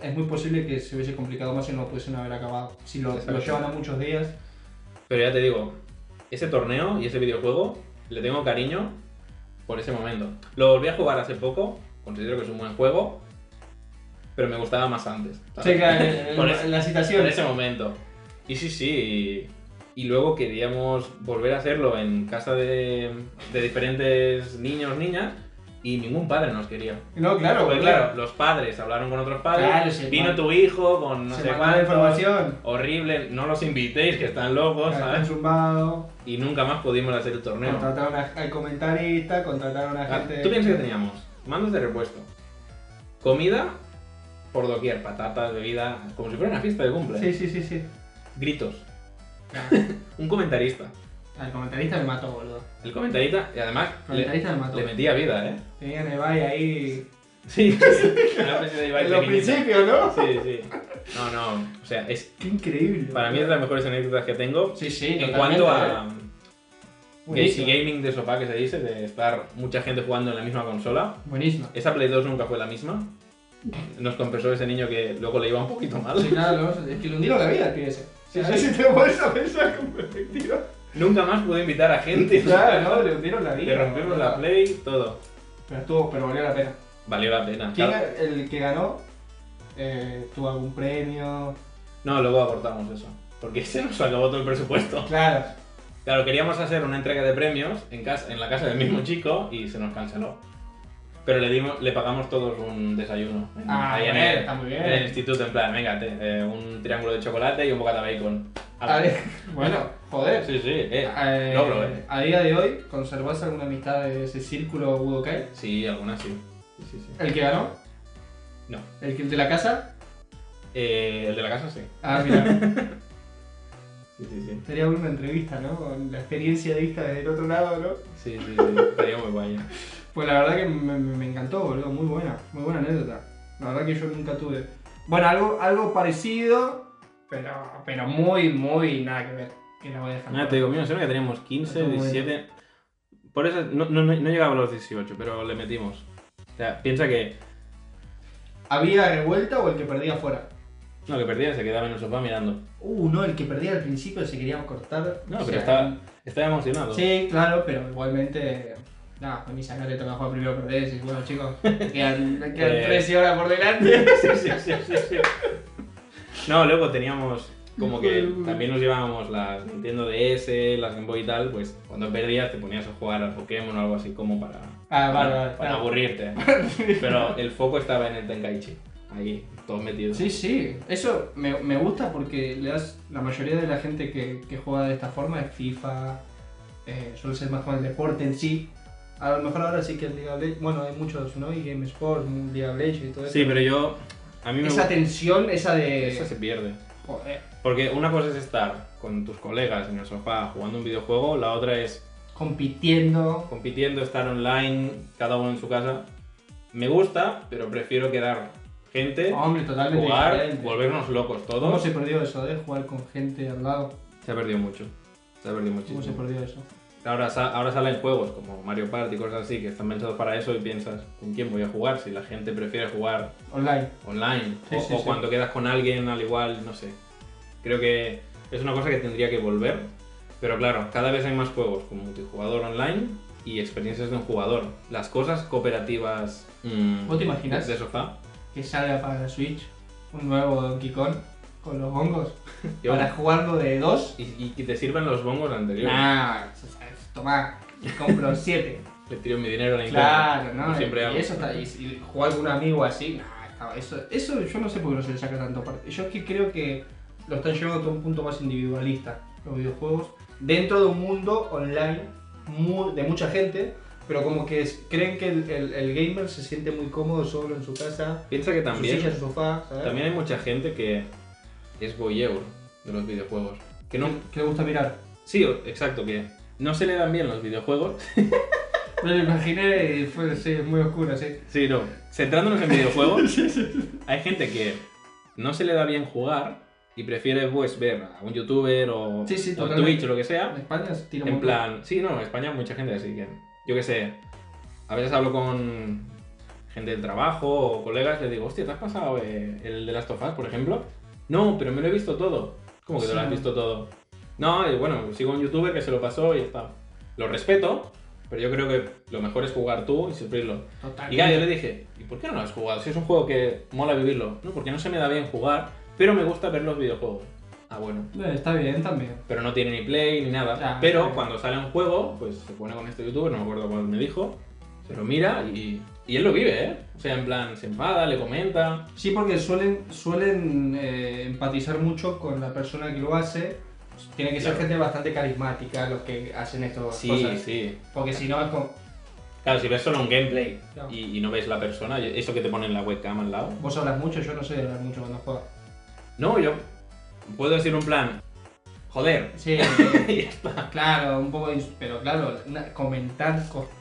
C: es muy posible que se hubiese complicado más y no lo pudiesen haber acabado. Si lo,
B: Exacto.
C: lo llevan a muchos días.
B: Pero ya te digo, ese torneo y ese videojuego le tengo cariño por ese momento. Lo volví a jugar hace poco, considero que es un buen juego, pero me gustaba más antes. ¿sabes?
C: Sí, claro, en- en-
B: Ah. Por ese-
C: en la
B: en
C: situación.
B: ese momento. Y sí, sí. Y, y luego queríamos volver a hacerlo en casa de, de diferentes niños, niñas, y ningún padre nos quería.
C: No, claro,
B: Pues
C: boludo.
B: claro, los padres hablaron con otros padres.
C: Claro, sí,
B: vino
C: claro.
B: tu hijo con no
C: se
B: sé
C: mandó la
B: cuánto.
C: información.
B: Horrible, no los invitéis, que están locos,
C: Claro,
B: ¿sabes?
C: zumbado.
B: Y nunca más pudimos hacer el torneo.
C: Contrataron a- al comentarista, contrataron a
B: Ah,
C: gente.
B: ¿Tú piensas que teníamos? Mandos de repuesto. Comida por doquier, patatas, bebida, como si fuera una fiesta de cumple.
C: Sí, sí, sí, sí.
B: Gritos. Un comentarista.
C: Al comentarista me mató, boludo.
B: El comentarista, y además,
C: El
B: le,
C: comentarista me mató.
B: le metía vida, ¿eh?
C: Tenían el baile ahí.
B: Sí, Una especie de Ibai
C: En los
B: feminista.
C: principios, ¿no?
B: Sí, sí. No, no. O sea, es,
C: Qué increíble.
B: para mí es de las mejores anécdotas que tengo.
C: Sí, sí.
B: En
C: totalmente,
B: cuanto
C: eh.
B: a
C: Buenísimo.
B: ga- gaming de sofá que se dice, de estar mucha gente jugando en la misma consola,
C: Buenísimo.
B: esa Play 2 nunca fue la misma. Nos confesó ese niño que luego le iba un poquito
C: Sí,
B: mal.
C: claro, no, es que lo hundieron la vida el pibe ese.
B: Sí, sí.
C: Sí, Si te lo pones a pensar con perspectiva.
B: Nunca más pude invitar a gente.
C: Claro, no, le hundieron la vida.
B: Le rompimos la Play, todo.
C: Pero estuvo, pero valió la pena.
B: Valió la pena.
C: ¿Quién
B: Claro.
C: ga- el que ganó? Eh, ¿Tuvo algún premio?
B: No, luego abortamos eso. Porque se nos acabó todo el presupuesto.
C: Claro.
B: Claro, queríamos hacer una entrega de premios en, casa, en la casa del mismo chico y se nos canceló. Pero le, dimos, le pagamos todos un desayuno. en-
C: Ah,
B: ahí en
C: bueno,
B: el-
C: está muy bien.
B: en el instituto, en plan, venga, te, eh, un triángulo de chocolate y un bocata bacon. A la-
C: A ver, bueno, joder.
B: Sí, sí, eh,
C: Eh,
B: logro, eh.
C: A día de hoy, ¿conservás alguna amistad de ese círculo Budokai?
B: Sí, algunas sí. Sí, sí, sí.
C: ¿El que ganó?
B: No.
C: ¿El que- el de la casa?
B: Eh, el de la casa sí.
C: Ah, mira,
B: Sí, sí, sí.
C: sería una entrevista, ¿no? Con la experiencia de vista desde el otro lado, ¿no?
B: Sí, sí, sí. Estaría muy guay. eh.
C: Pues la verdad que me, me- me encantó, boludo. Muy buena, muy buena anécdota. La verdad que yo nunca tuve. Bueno, algo, algo parecido, pero, pero muy, muy nada que ver. Que la voy a dejar.
B: Nada, Ah, te digo, mira, solo que teníamos 15,
C: Otro momento.
B: 17. Por eso no, no, no no llegaba a los 18, pero le metimos. O sea, piensa que.
C: ¿Había revuelta o el que perdía fuera?
B: No, que perdía, se quedaba en el sofá mirando.
C: Uh, no, el que perdía al principio se quería cortar.
B: No,
C: O
B: pero
C: sea,
B: estaba, estaba emocionado.
C: Sí, claro, pero igualmente. Nada, a mí sacar le toca jugar primero pero y bueno, chicos, me quedan, me quedan
B: Eh.
C: 13 horas por delante.
B: sí, sí, sí, sí, sí. No, luego teníamos como que también nos llevábamos las Nintendo DS, las Game Boy y tal, pues cuando perdías te ponías a jugar al Pokémon o algo así como para,
C: Ah, vale,
B: para, para
C: vale, claro.
B: aburrirte. Pero el foco estaba en el Tenkaichi, ahí, todos metidos.
C: Sí, sí, eso me, me gusta porque le das, la mayoría de la gente que, que juega de esta forma es FIFA, eh, suele ser más con el deporte en sí. A lo mejor ahora sí que el League of Legends, bueno, hay muchos, ¿no? Y Game Sports, League of Legends y todo eso.
B: Sí, pero yo, a mí me
C: Esa
B: gusta-
C: tensión, esa de... eh,
B: eso se pierde.
C: Joder,
B: Porque una cosa es estar con tus colegas en el sofá jugando un videojuego, la otra es
C: compitiendo.
B: compitiendo, estar online, cada uno en su casa. Me gusta, pero prefiero quedar gente,
C: Hombre, totalmente
B: jugar,
C: diferente.
B: volvernos locos
C: ¿Cómo
B: todos.
C: se perdió eso, de jugar con gente al lado?
B: Se ha perdido mucho. Se ha perdido
C: ¿Cómo
B: muchísimo.
C: se perdió eso?
B: Ahora, sa- ahora salen juegos como Mario Party y cosas así que están pensados para eso y piensas, ¿con quién voy a jugar? Si la gente prefiere jugar
C: Online.
B: online
C: Sí,
B: o,
C: sí,
B: o
C: sí.
B: cuando quedas con alguien al igual, no sé. Creo que es una cosa que tendría que volver. Pero claro, cada vez hay más juegos con multijugador online y experiencias de un jugador. Las cosas cooperativas mm,
C: ¿Vos te imaginas?
B: de de sofá.
C: Que salga para la Switch un nuevo Donkey Kong con los bongos.
B: Yo-
C: Para jugarlo de dos.
B: y, y que te sirvan los bongos anteriores.
C: Nah, eso, ¿sabes? toma, compro siete.
B: Le tiro mi dinero a la
C: claro,
B: Nintendo,
C: ¿no?
B: como siempre
C: y
B: hago.
C: eso está, y, y jugar con un amigo así, nah, está- eso, eso yo no sé por qué no se le saca tanto parte. Yo es que creo que lo están llevando a un punto más individualista, los videojuegos, dentro de un mundo online mu- de mucha gente, pero como que es- creen que el, el- el gamer se siente muy cómodo solo en su casa,
B: Piensa que
C: en su silla, en
B: también,
C: su sofá, ¿sabes?
B: también hay mucha gente que es voyeur de los videojuegos. Que no,
C: Que le gusta mirar.
B: sí, o- exacto, que no se le dan bien los videojuegos.
C: Me lo imaginé y fue sí, muy oscuro, sí.
B: Sí, no. Centrándonos en videojuegos, hay gente que no se le da bien jugar y prefiere pues, ver a un youtuber o,
C: Sí, sí,
B: o
C: totalmente.
B: Twitch o lo que sea.
C: En España se tira
B: En
C: mucho.
B: plan, sí, no, en España mucha gente así que, yo qué sé, a veces hablo con gente del trabajo o colegas, les digo, hostia, ¿te has pasado eh, el de las tofas, por ejemplo? No, pero me lo he visto todo. ¿Cómo que te lo
C: Sí.
B: has visto todo? No, y bueno, sigo a un youtuber que se lo pasó y ya está. Lo respeto, pero yo creo que lo mejor es jugar tú y sufrirlo.
C: Totalmente.
B: Y claro, yo le dije, ¿y por qué no lo has jugado? Si es un juego que mola vivirlo. No, porque no se me da bien jugar, pero me gusta ver los videojuegos. Ah, bueno
C: Eh, Está bien también.
B: pero no tiene ni play ni nada.
C: Claro,
B: pero
C: claro.
B: cuando sale un juego, pues se pone con este youtuber, no me acuerdo cuál me dijo, se lo mira y, y él lo vive, ¿eh? O sea, en plan, se enfada, le comenta.
C: Sí, porque suelen, suelen eh, empatizar mucho con la persona que lo hace. Tiene que ser
B: Claro.
C: gente bastante carismática los que hacen estas cosas.
B: sí.
C: Porque si no es como.
B: Claro, si ves solo un gameplay
C: Claro.
B: y, y no ves la persona, y eso que te pone en la webcam al lado.
C: Vos hablas mucho, yo no sé hablar mucho cuando juego.
B: No, yo puedo decir un plan, joder,
C: Sí,
B: y ya está.
C: claro, un poco. ins- Pero claro, na- comentar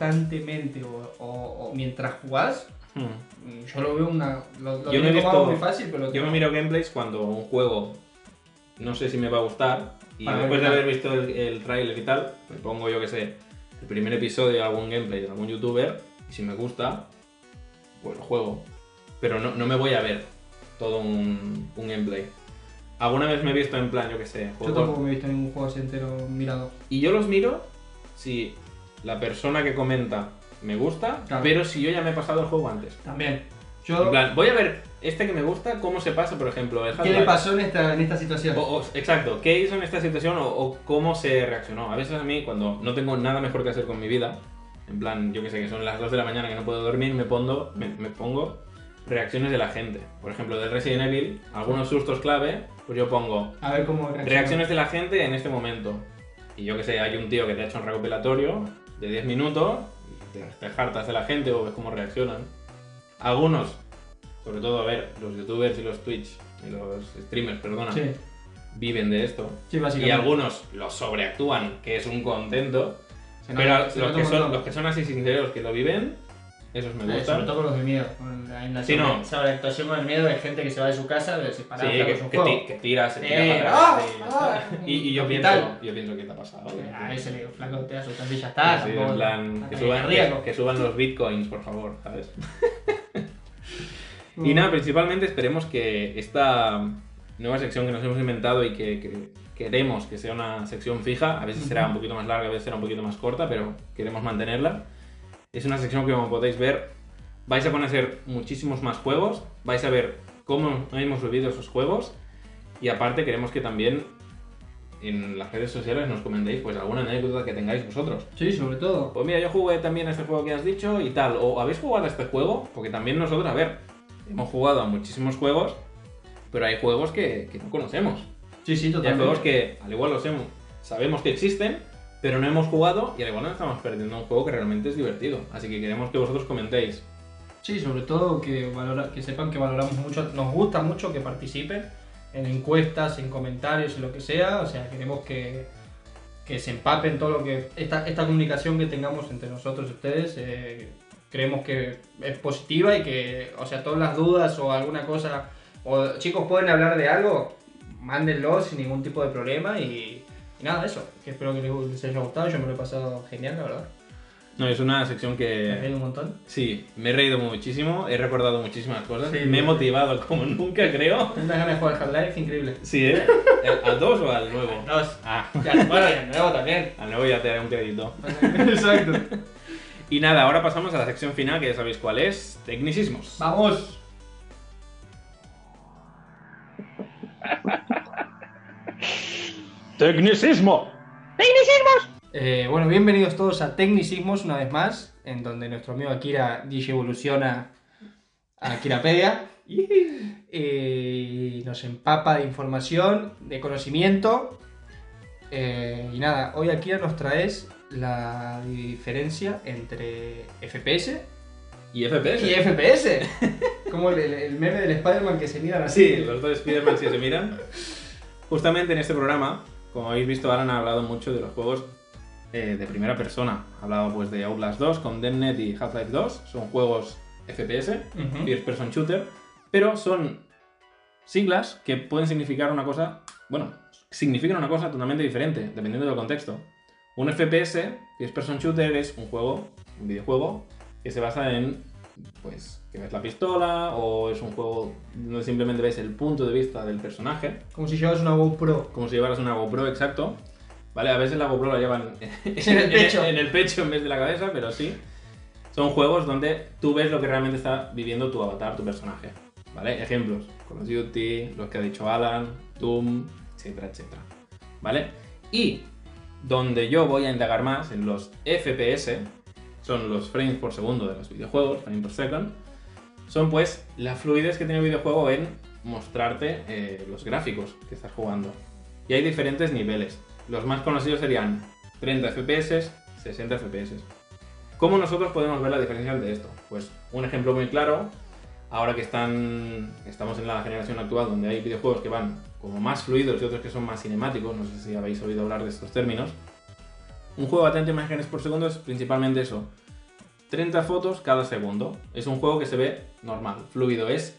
C: constantemente o, o- o mientras jugás, mm, yo lo veo una. Lo, lo
B: Yo me he
C: tengo como
B: visto-
C: algo muy fácil, pero.
B: Yo me miro gameplays cuando un juego no sé si me va a gustar y
C: Para
B: después de
C: verificar.
B: haber visto el, el tráiler y tal, me pongo yo que sé, el primer episodio de algún gameplay de algún youtuber y si me gusta, pues lo juego. Pero no, no me voy a ver todo un, un gameplay. Alguna vez me he visto en plan, yo que sé,
C: Yo
B: juego
C: tampoco me he visto ningún juego así entero mirado.
B: y yo los miro si la persona que comenta me gusta,
C: Claro.
B: pero si yo ya me he pasado el juego antes.
C: También.
B: En
C: Yo,
B: plan, voy a ver este que me gusta, cómo se pasa, por ejemplo, el
C: ¿Qué le
B: Half-Life.
C: pasó en esta, en esta situación?
B: O- o- exacto, ¿qué hizo en esta situación o, o cómo se reaccionó? A veces a mí, cuando no tengo nada mejor que hacer con mi vida, en plan, yo que sé, que son las 2 de la mañana que no puedo dormir, me pongo, me, me pongo reacciones de la gente. Por ejemplo, de Resident Evil, algunos sustos clave, pues yo pongo
C: A ver cómo reacciona.
B: reacciones de la gente en este momento. Y yo que sé, hay un tío que te ha hecho un recopilatorio de 10 minutos, y te, te jartas de la gente o ves cómo reaccionan. Algunos, sobre todo, a ver, los youtubers y los Twitch, y los streamers, perdona,
C: Sí,
B: viven de esto.
C: sí,
B: Y
C: básicamente.
B: algunos lo sobreactúan, que es un contento.
C: Se nota-
B: Pero
C: se
B: los
C: nota
B: que,
C: un
B: son,
C: montón.
B: los que son así sinceros, que lo viven, esos me
C: Eh, sobre
B: gustan.
C: todo con los de miedo. con la- Hay una
B: Sí, no.
C: sobre actuación con el miedo de gente que se va de su casa de
B: Sí,
C: separada
B: que,
C: es un
B: que
C: juego.
B: ti- que tiras, se
C: Sí,
B: tira para
C: ¡ah!
B: atrás, sí, ya está.
C: ¡ah!
B: Y, y yo,
C: Hospital.
B: pienso, yo pienso que te ha pasado.
C: Sí,
B: que-
C: A ese le digo, flaco, te das y ya
B: Sí,
C: está.
B: sí,
C: tampoco-
B: en plan,
C: no
B: que
C: te
B: suban,
C: riesgo.
B: que, que suban los bitcoins, por favor, ¿sabes? Y
C: Mm.
B: nada, principalmente esperemos que esta nueva sección que nos hemos inventado y que, que queremos que sea una sección fija, a veces será un poquito más larga, a veces será un poquito más corta, pero queremos mantenerla. Es una sección que como podéis ver, vais a conocer muchísimos más juegos, vais a ver cómo hemos vivido esos juegos Y aparte queremos que también en las redes sociales nos comentéis pues alguna anécdota que tengáis vosotros.
C: Sí, sobre todo.
B: Pues mira, yo jugué también a este juego que has dicho y tal. ¿O habéis jugado a este juego? Porque también nosotros, a ver, hemos jugado a muchísimos juegos, pero hay juegos que, que no conocemos.
C: Sí,
B: Y
C: sí,
B: hay juegos
C: totalmente.
B: que al igual los hemos, sabemos que existen, pero no hemos jugado y al igual nos estamos perdiendo un juego que realmente es divertido. Así que queremos que vosotros comentéis.
C: Sí, sobre todo que, valora, que sepan que valoramos mucho, nos gusta mucho que participen en encuestas, en comentarios, en lo que sea. O sea, queremos que, que se empapen todo lo que. Esta, esta comunicación que tengamos entre nosotros y ustedes, eh, creemos que es positiva y que, o sea, todas las dudas o alguna cosa. O chicos, pueden hablar de algo, mándenlo sin ningún tipo de problema y, y nada, eso. Que espero que les, les haya gustado. Yo me lo he pasado genial, la verdad.
B: No, es una sección
C: Me he
B: que...
C: reído un montón.
B: Sí, me he reído muchísimo, he recordado muchísimas cosas,
C: Sí.
B: me he motivado como nunca creo.
C: Tengo unas ganas de jugar al Half-Life increíble.
B: Sí, ¿eh? ¿El- ¿Al 2 o al nuevo?
C: Dos.
B: Ah,
C: Ya, bueno, y el nuevo también.
B: al nuevo ya te daré un crédito.
C: Exacto.
B: Y nada, ahora pasamos a la sección final, que ya sabéis cuál es, tecnicismos.
C: Vamos.
D: Tecnicismo.
C: Eh, bueno, bienvenidos todos a Tecnicismos una vez más, en donde nuestro amigo Akira DJ evoluciona a Akirapedia y nos empapa de información, de conocimiento. Eh, y nada, hoy Akira nos traes la diferencia entre FPS
B: Y FPS.
C: y FPS. Como el, el meme del Spider-Man que se miran
B: Sí, los dos Spider-Man si se miran. Justamente en este programa, como habéis visto, Alan ha hablado mucho de los juegos eh, de primera persona. Ha hablado pues de Outlast 2, Condemned y Half-Life 2. Son juegos FPS,
C: Ujú.
B: First Person Shooter, pero son siglas que pueden significar una cosa, bueno, significan una cosa totalmente diferente, dependiendo del contexto. Un FPS, First Person Shooter, es un juego, un videojuego, que se basa en, pues, que ves la pistola, o es un juego donde simplemente ves el punto de vista del personaje,
C: Como si llevas una GoPro.
B: como si llevaras una GoPro, exacto. Vale, a veces la GoPro la llevan
C: En el pecho.
B: en el pecho en vez de la cabeza, pero sí. Son juegos donde tú ves lo que realmente está viviendo tu avatar, tu personaje. ¿Vale? Ejemplos. Call of Duty, los que ha dicho Alan, Doom, etcétera, etcétera. ¿Vale? Y donde yo voy a indagar más en los FPS, son los frames por segundo de los videojuegos, frame per second, son pues la fluidez que tiene el videojuego en mostrarte eh, los gráficos que estás jugando. Y hay diferentes niveles. Los más conocidos serían 30 FPS, 60 FPS. ¿Cómo nosotros podemos ver la diferencia de esto? Pues un ejemplo muy claro, ahora que están, estamos en la generación actual donde hay videojuegos que van como más fluidos y otros que son más cinemáticos, no sé si habéis oído hablar de estos términos. Un juego a 30 imágenes por segundo es principalmente eso, 30 fotos cada segundo. Es un juego que se ve normal, fluido, es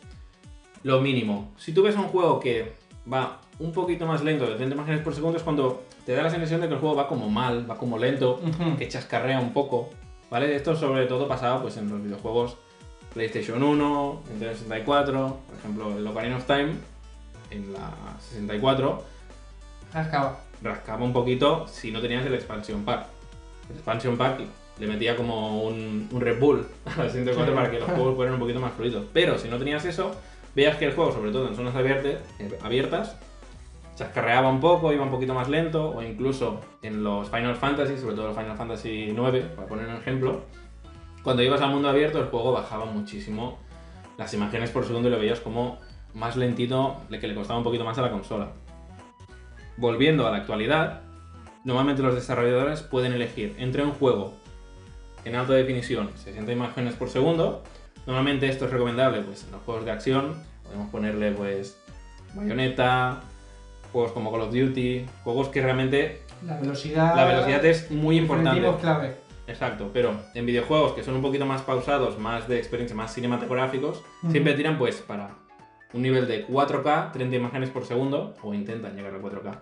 B: lo mínimo. Si tú ves un juego que va un poquito más lento de 30 imágenes por segundo es cuando te da la sensación de que el juego va como mal, va como lento,
C: Ujú.
B: que chascarrea un poco, ¿vale? Esto sobre todo pasaba pues en los videojuegos PlayStation 1, Nintendo 64, por ejemplo, el Ocarina of Time en la 64
C: Rascaba.
B: rascaba un poquito si no tenías el expansion pack. El expansion pack le metía como un, un Red Bull a la 64 para que los juegos fueran un poquito más fluidos. Pero si no tenías eso, veías que el juego, sobre todo en zonas abierte- eh, abiertas, chascarreaba un poco, iba un poquito más lento, o incluso en los Final Fantasy, sobre todo los Final Fantasy 9, para poner un ejemplo, cuando ibas al mundo abierto el juego bajaba muchísimo las imágenes por segundo y lo veías como más lentito, le- que le costaba un poquito más a la consola. Volviendo a la actualidad, normalmente los desarrolladores pueden elegir entre un juego en alta definición, 60 imágenes por segundo. Normalmente esto es recomendable pues, en los juegos de acción. Podemos ponerle pues Bayonetta, juegos como Call of Duty, juegos que realmente
C: La velocidad.
B: la velocidad es muy importante.
C: Ah, Definitivo clave.
B: Exacto, pero en videojuegos que son un poquito más pausados, más de experiencia, más cinematográficos, siempre tiran pues para un nivel de 4K, 30 imágenes por segundo, o intentan llegar a 4K.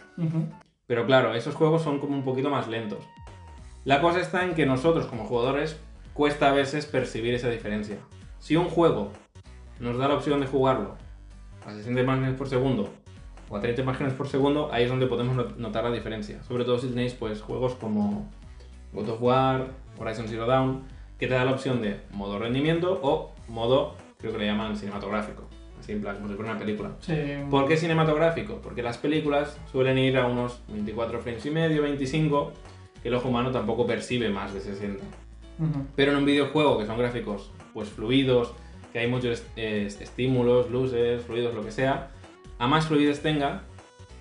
B: Pero claro, esos juegos son como un poquito más lentos. La cosa está en que nosotros como jugadores cuesta a veces percibir esa diferencia. Si un juego nos da la opción de jugarlo a 60 imágenes por segundo o a 30 imágenes por segundo, ahí es donde podemos not- notar la diferencia. Sobre todo si tenéis pues juegos como God of War, Horizon Zero Dawn, que te da la opción de modo rendimiento o modo, creo que le llaman cinematográfico. sí, en plan, como si fuera una película.
E: Sí, un-
B: ¿Por qué cinematográfico? Porque las películas suelen ir a unos 24 frames y medio, 25, que el ojo humano tampoco percibe más de 60.
E: Ujú.
B: Pero en un videojuego, que son gráficos pues fluidos, que hay muchos est- eh, estímulos, luces, fluidos, lo que sea, a más fluidez tenga,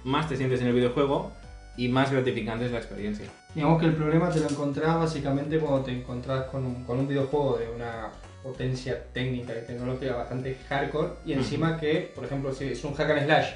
B: más te sientes en el videojuego y más gratificante es la experiencia.
E: Digamos que el problema te lo encontrás básicamente cuando te encontrás con un, con un videojuego de una potencia técnica y tecnológica bastante hardcore y encima que, por ejemplo, si es un hack and slash,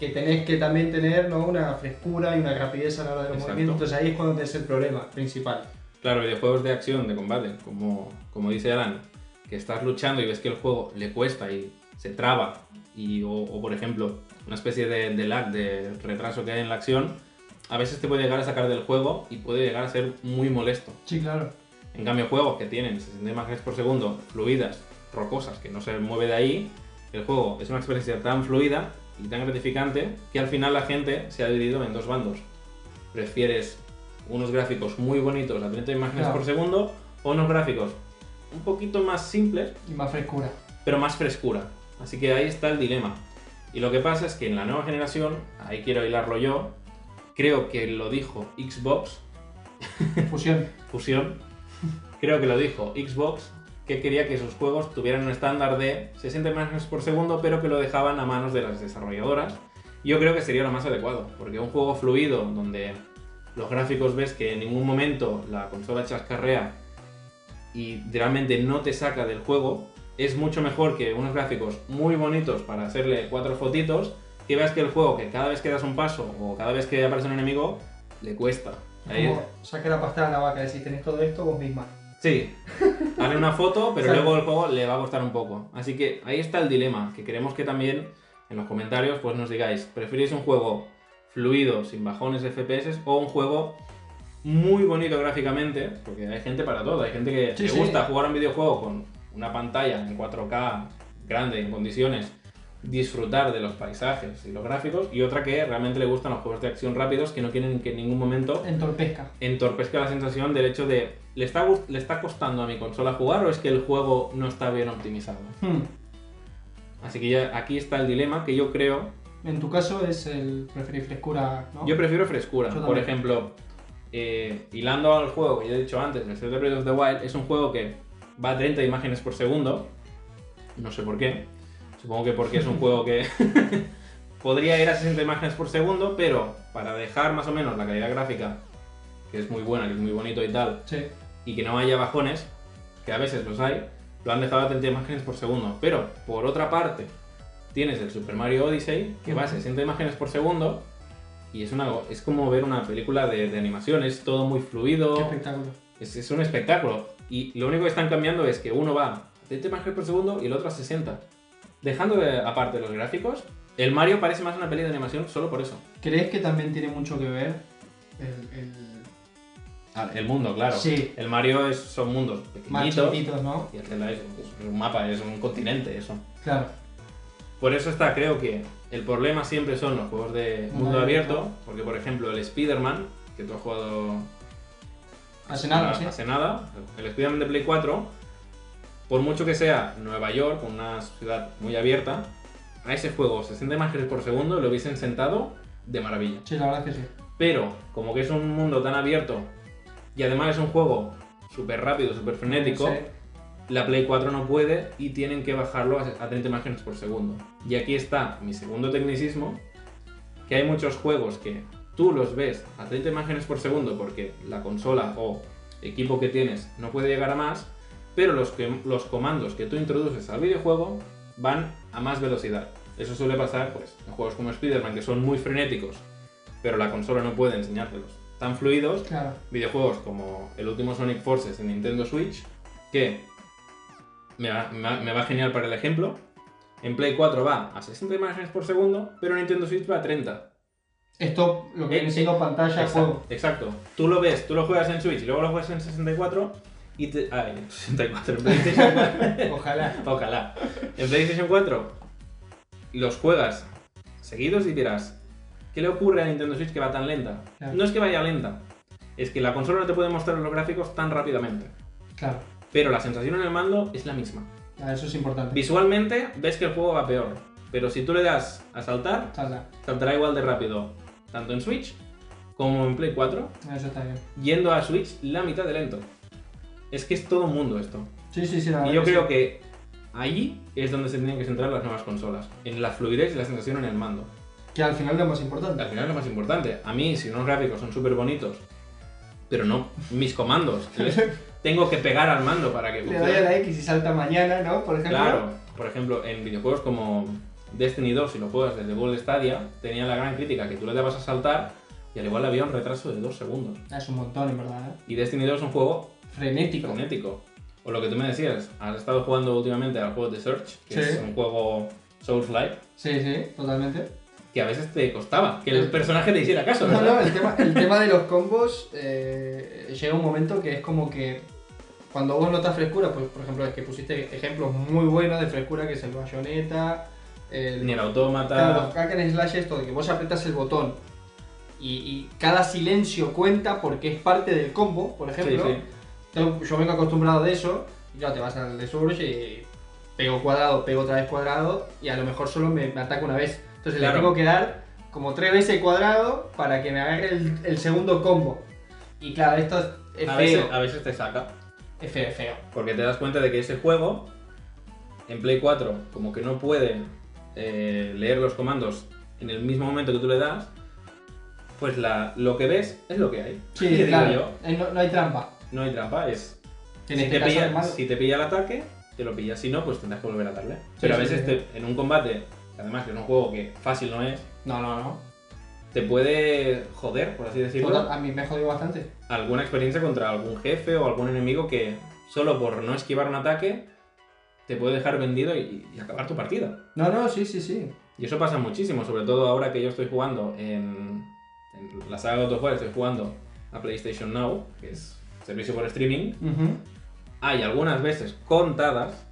E: que tenés que también tener ¿no? una frescura y una rapidez a la hora de los
B: Exacto.
E: movimientos, entonces ahí es cuando es el problema principal.
B: Claro, videojuegos de acción, de combate, como, como dice Alan, que estás luchando y ves que el juego le cuesta y se traba, y, o, o, por ejemplo, una especie de, de lag, de retraso que hay en la acción, a veces te puede llegar a sacar del juego y puede llegar a ser muy molesto.
E: Sí, claro.
B: En cambio, juegos que tienen 60 imágenes por segundo, fluidas, rocosas, que no se mueve de ahí, el juego es una experiencia tan fluida y tan gratificante que al final la gente se ha dividido en dos bandos. Prefieres unos gráficos muy bonitos a 30 imágenes
E: Claro.
B: por segundo o unos gráficos un poquito más simples,
E: Y más frescura.
B: pero más frescura. Así que ahí está el dilema. Y lo que pasa es que en la nueva generación, ahí quiero hilarlo yo, creo que lo dijo Xbox,
E: Fusión.
B: fusión, creo que lo dijo Xbox, que quería que sus juegos tuvieran un estándar de 60 imágenes por segundo, pero que lo dejaban a manos de las desarrolladoras. Yo creo que sería lo más adecuado, porque un juego fluido donde los gráficos ves que en ningún momento la consola chascarrea y realmente no te saca del juego, es mucho mejor que unos gráficos muy bonitos para hacerle cuatro fotitos, que veas que el juego, que cada vez que das un paso o cada vez que aparece un enemigo, le cuesta. Ahí-
E: Como saca la pasta a la vaca, decís, tenés todo esto vos misma.
B: Sí, haré una foto, pero
E: Exacto.
B: luego el juego le va a costar un poco. Así que ahí está el dilema, que queremos que también en los comentarios pues nos digáis, ¿preferís un juego fluido, sin bajones de FPS, o un juego muy bonito gráficamente? Porque hay gente para todo, hay gente que
E: Sí,
B: le
E: sí.
B: gusta jugar a un videojuego con una pantalla en 4K grande, en condiciones, disfrutar de los paisajes y los gráficos, y otra que realmente le gustan los juegos de acción rápidos que no quieren que en ningún momento
E: Entorpezca.
B: entorpezca la sensación del hecho de ¿le está, gust- ¿le está costando a mi consola jugar o es que el juego no está bien optimizado?
E: Hmm.
B: Así que ya aquí está el dilema que yo creo.
E: En tu caso es el preferir frescura, ¿no?
B: Yo prefiero frescura.
E: Oh. Yo
B: Por
E: también.
B: ejemplo, eh, hilando al juego que ya he dicho antes, el Zelda Breath of the Wild es un juego que va a 30 imágenes por segundo. No sé por qué. Supongo que porque es un juego que podría ir a 60 imágenes por segundo, pero para dejar más o menos la calidad gráfica, que es muy buena, que es muy bonito y tal,
E: Sí.
B: y que no haya bajones, que a veces los hay, lo han dejado a 30 imágenes por segundo. Pero, por otra parte, tienes el Super Mario Odyssey, que va a 60 imágenes por segundo, y es, una, es como ver una película de, de animación, es todo muy
E: Qué
B: fluido,
E: espectáculo.
B: es, es un espectáculo. Y lo único que están cambiando es que uno va a 30 imágenes por segundo y el otro a 60. Dejando de- aparte los gráficos, el Mario parece más una peli de animación solo por eso.
E: ¿Crees que también tiene mucho que ver el, el
B: Ah, el mundo, claro.
E: Sí.
B: El Mario es- son mundos
E: más
B: pequeñitos.
E: chiquititos, no?
B: Y el Zelda es, es un mapa, es un continente, eso.
E: Claro.
B: Por eso está, creo que el problema siempre son los juegos de
E: Mundo
B: mundo
E: abierto.
B: abierto, porque por ejemplo el Spider-Man, que tú has jugado
E: Hace nada,
B: hace,
E: ¿sí?
B: hace nada, el Spider-Man de Play 4, por mucho que sea Nueva York, una ciudad muy abierta, a ese juego 60 imágenes por segundo lo hubiesen sentado de maravilla.
E: Sí, la verdad es que sí.
B: Pero como que es un mundo tan abierto y además es un juego súper rápido, súper frenético,
E: Sí.
B: la Play 4 no puede y tienen que bajarlo a a 30 imágenes por segundo. Y aquí está mi segundo tecnicismo, que hay muchos juegos que tú los ves a 30 imágenes por segundo porque la consola o equipo que tienes no puede llegar a más, pero los, que- los comandos que tú introduces al videojuego van a más velocidad. Eso suele pasar pues, en juegos como Spider-Man, que son muy frenéticos, pero la consola no puede enseñártelos tan fluidos
E: Claro.
B: videojuegos como el último Sonic Forces en Nintendo Switch, que me va, me va- me va genial para el ejemplo. En Play 4 va a 60 imágenes por segundo, pero en Nintendo Switch va a 30.
E: Esto, lo que
B: Eh,
E: viene siendo
B: eh,
E: pantalla,
B: exacto,
E: juego.
B: Exacto. Tú lo ves, tú lo juegas en Switch y luego lo juegas en 64 y te... Ah, en 64, en PlayStation 4.
E: Ojalá.
B: Ojalá. En PlayStation 4 los juegas seguidos y dirás, ¿qué le ocurre a Nintendo Switch que va tan lenta?
E: Claro.
B: No es que vaya lenta, es que la consola no te puede mostrar los gráficos tan rápidamente.
E: Claro.
B: Pero la sensación en el mando es la misma.
C: Ah, eso es importante.
B: Visualmente ves que el juego va peor, pero si tú le das a saltar,
C: Salta.
B: saltará igual de rápido, tanto en Switch como en Play 4,
C: Ah, Eso está bien.
B: yendo a Switch la mitad de lento. Es que es todo un mundo esto.
C: Sí, sí, sí. La
B: Y
C: verdad
B: yo
C: sí.
B: creo que allí es donde se tienen que centrar las nuevas consolas, en la fluidez y la sensación en el mando.
C: que al final lo más importante.
B: Al final es lo más importante. A mí, si unos gráficos son súper bonitos, pero no mis comandos, les tengo que pegar al mando para que
C: Le doy a
B: funcione.
C: la X y salta mañana, ¿no? Por ejemplo.
B: Claro, por ejemplo, en videojuegos como Destiny 2, si lo juegas desde Google Stadia, tenía la gran crítica que tú le dabas a saltar y al igual había un retraso de dos segundos.
C: Ah, Es un montón, en verdad. ¿eh?
B: Y Destiny 2 es un juego
C: Frenético.
B: frenético. O lo que tú me decías, has estado jugando últimamente al juego de Search, que
C: Sí.
B: es un juego Souls-like,
C: Sí, sí, totalmente.
B: que a veces te costaba que el personaje te hiciera caso,
C: No,
B: ¿verdad?
C: no, el tema, el tema de los combos eh, llega un momento que es como que cuando vos notas frescura, pues por ejemplo, es que pusiste ejemplos muy buenos de frescura, que es el bayoneta, el,
B: Ni el
C: claro,
B: autómata.
C: los hack and slash, esto de que vos apretas el botón y, y cada silencio cuenta porque es parte del combo, por
B: Sí,
C: ejemplo.
B: sí.
C: Yo- Yo vengo acostumbrado de eso, y claro, te vas al de Surge y pego cuadrado, pego otra vez cuadrado, y a lo mejor solo me, me ataca una vez. Entonces
B: Claro.
C: le tengo que dar como tres veces el cuadrado para que me agarre el, el segundo combo. Y claro, esto es, es
B: A
C: feo.
B: veces- a veces te saca.
C: Es feo, es feo.
B: Porque te das cuenta de que ese juego, en Play 4, como que no puede eh, leer los comandos en el mismo momento que tú le das, pues la, lo que ves es lo que hay. Y
C: Sí,
B: digo
C: claro.
B: yo,
C: eh, No, no hay trampa.
B: no hay trampa, es...
C: En
B: si,
C: este
B: te
C: caso
B: pilla,
C: es malo.
B: si te pilla el ataque, te lo pilla. Si no, pues tendrás que volver a darle. Pero a
C: sí,
B: veces
C: sí.
B: te- en un combate, que además que es un juego que fácil no es,
C: No, no, no.
B: te puede joder, por así decirlo,
C: Total, a mí me jodió bastante.
B: alguna experiencia contra algún jefe o algún enemigo que solo por no esquivar un ataque te puede dejar vendido y, y acabar tu partida.
C: No, no, sí, sí, sí.
B: Y eso pasa muchísimo, sobre todo ahora que yo estoy jugando en, en la saga de God of War, estoy jugando a PlayStation Now, que es servicio por streaming.
C: Ujú.
B: Hay algunas veces contadas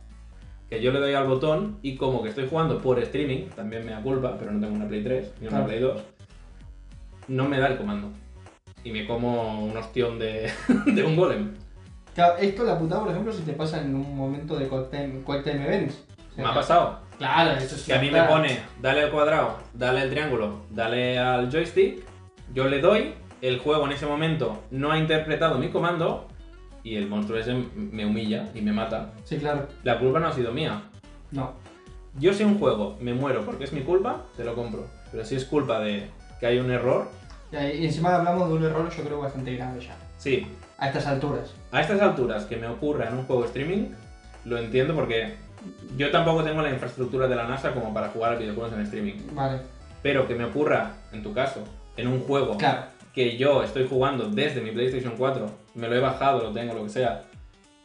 B: que yo le doy al botón y como que estoy jugando por streaming, también me da culpa, pero no tengo una Play 3 ni una
C: Claro.
B: Play 2, no me da el comando. Y me como un ostión de, de un golem.
C: Claro, esto la putada, por ejemplo, si te pasa en un momento de Quick Time, quick time Events. O sea,
B: Me ha pasado.
C: Claro, eso es
B: Que a mí me
C: claro.
B: pone, dale al cuadrado, dale al triángulo, dale al joystick, yo le doy, el juego en ese momento no ha interpretado mi comando y el monstruo ese m- me humilla y me mata.
C: Sí, claro.
B: La culpa no ha sido mía.
C: No.
B: Yo si un juego me muero porque es mi culpa, te lo compro. Pero si es culpa de que hay un error,
C: Y encima hablamos de un error, yo creo, bastante grave ya.
B: sí.
C: A estas alturas.
B: A estas alturas que me ocurra en un juego streaming, lo entiendo porque yo tampoco tengo la infraestructura de la NASA como para jugar a videojuegos en streaming.
C: Vale.
B: Pero que me ocurra, en tu caso, en un juego
C: Claro.
B: que yo estoy jugando desde mi PlayStation 4, me lo he bajado, lo tengo, lo que sea,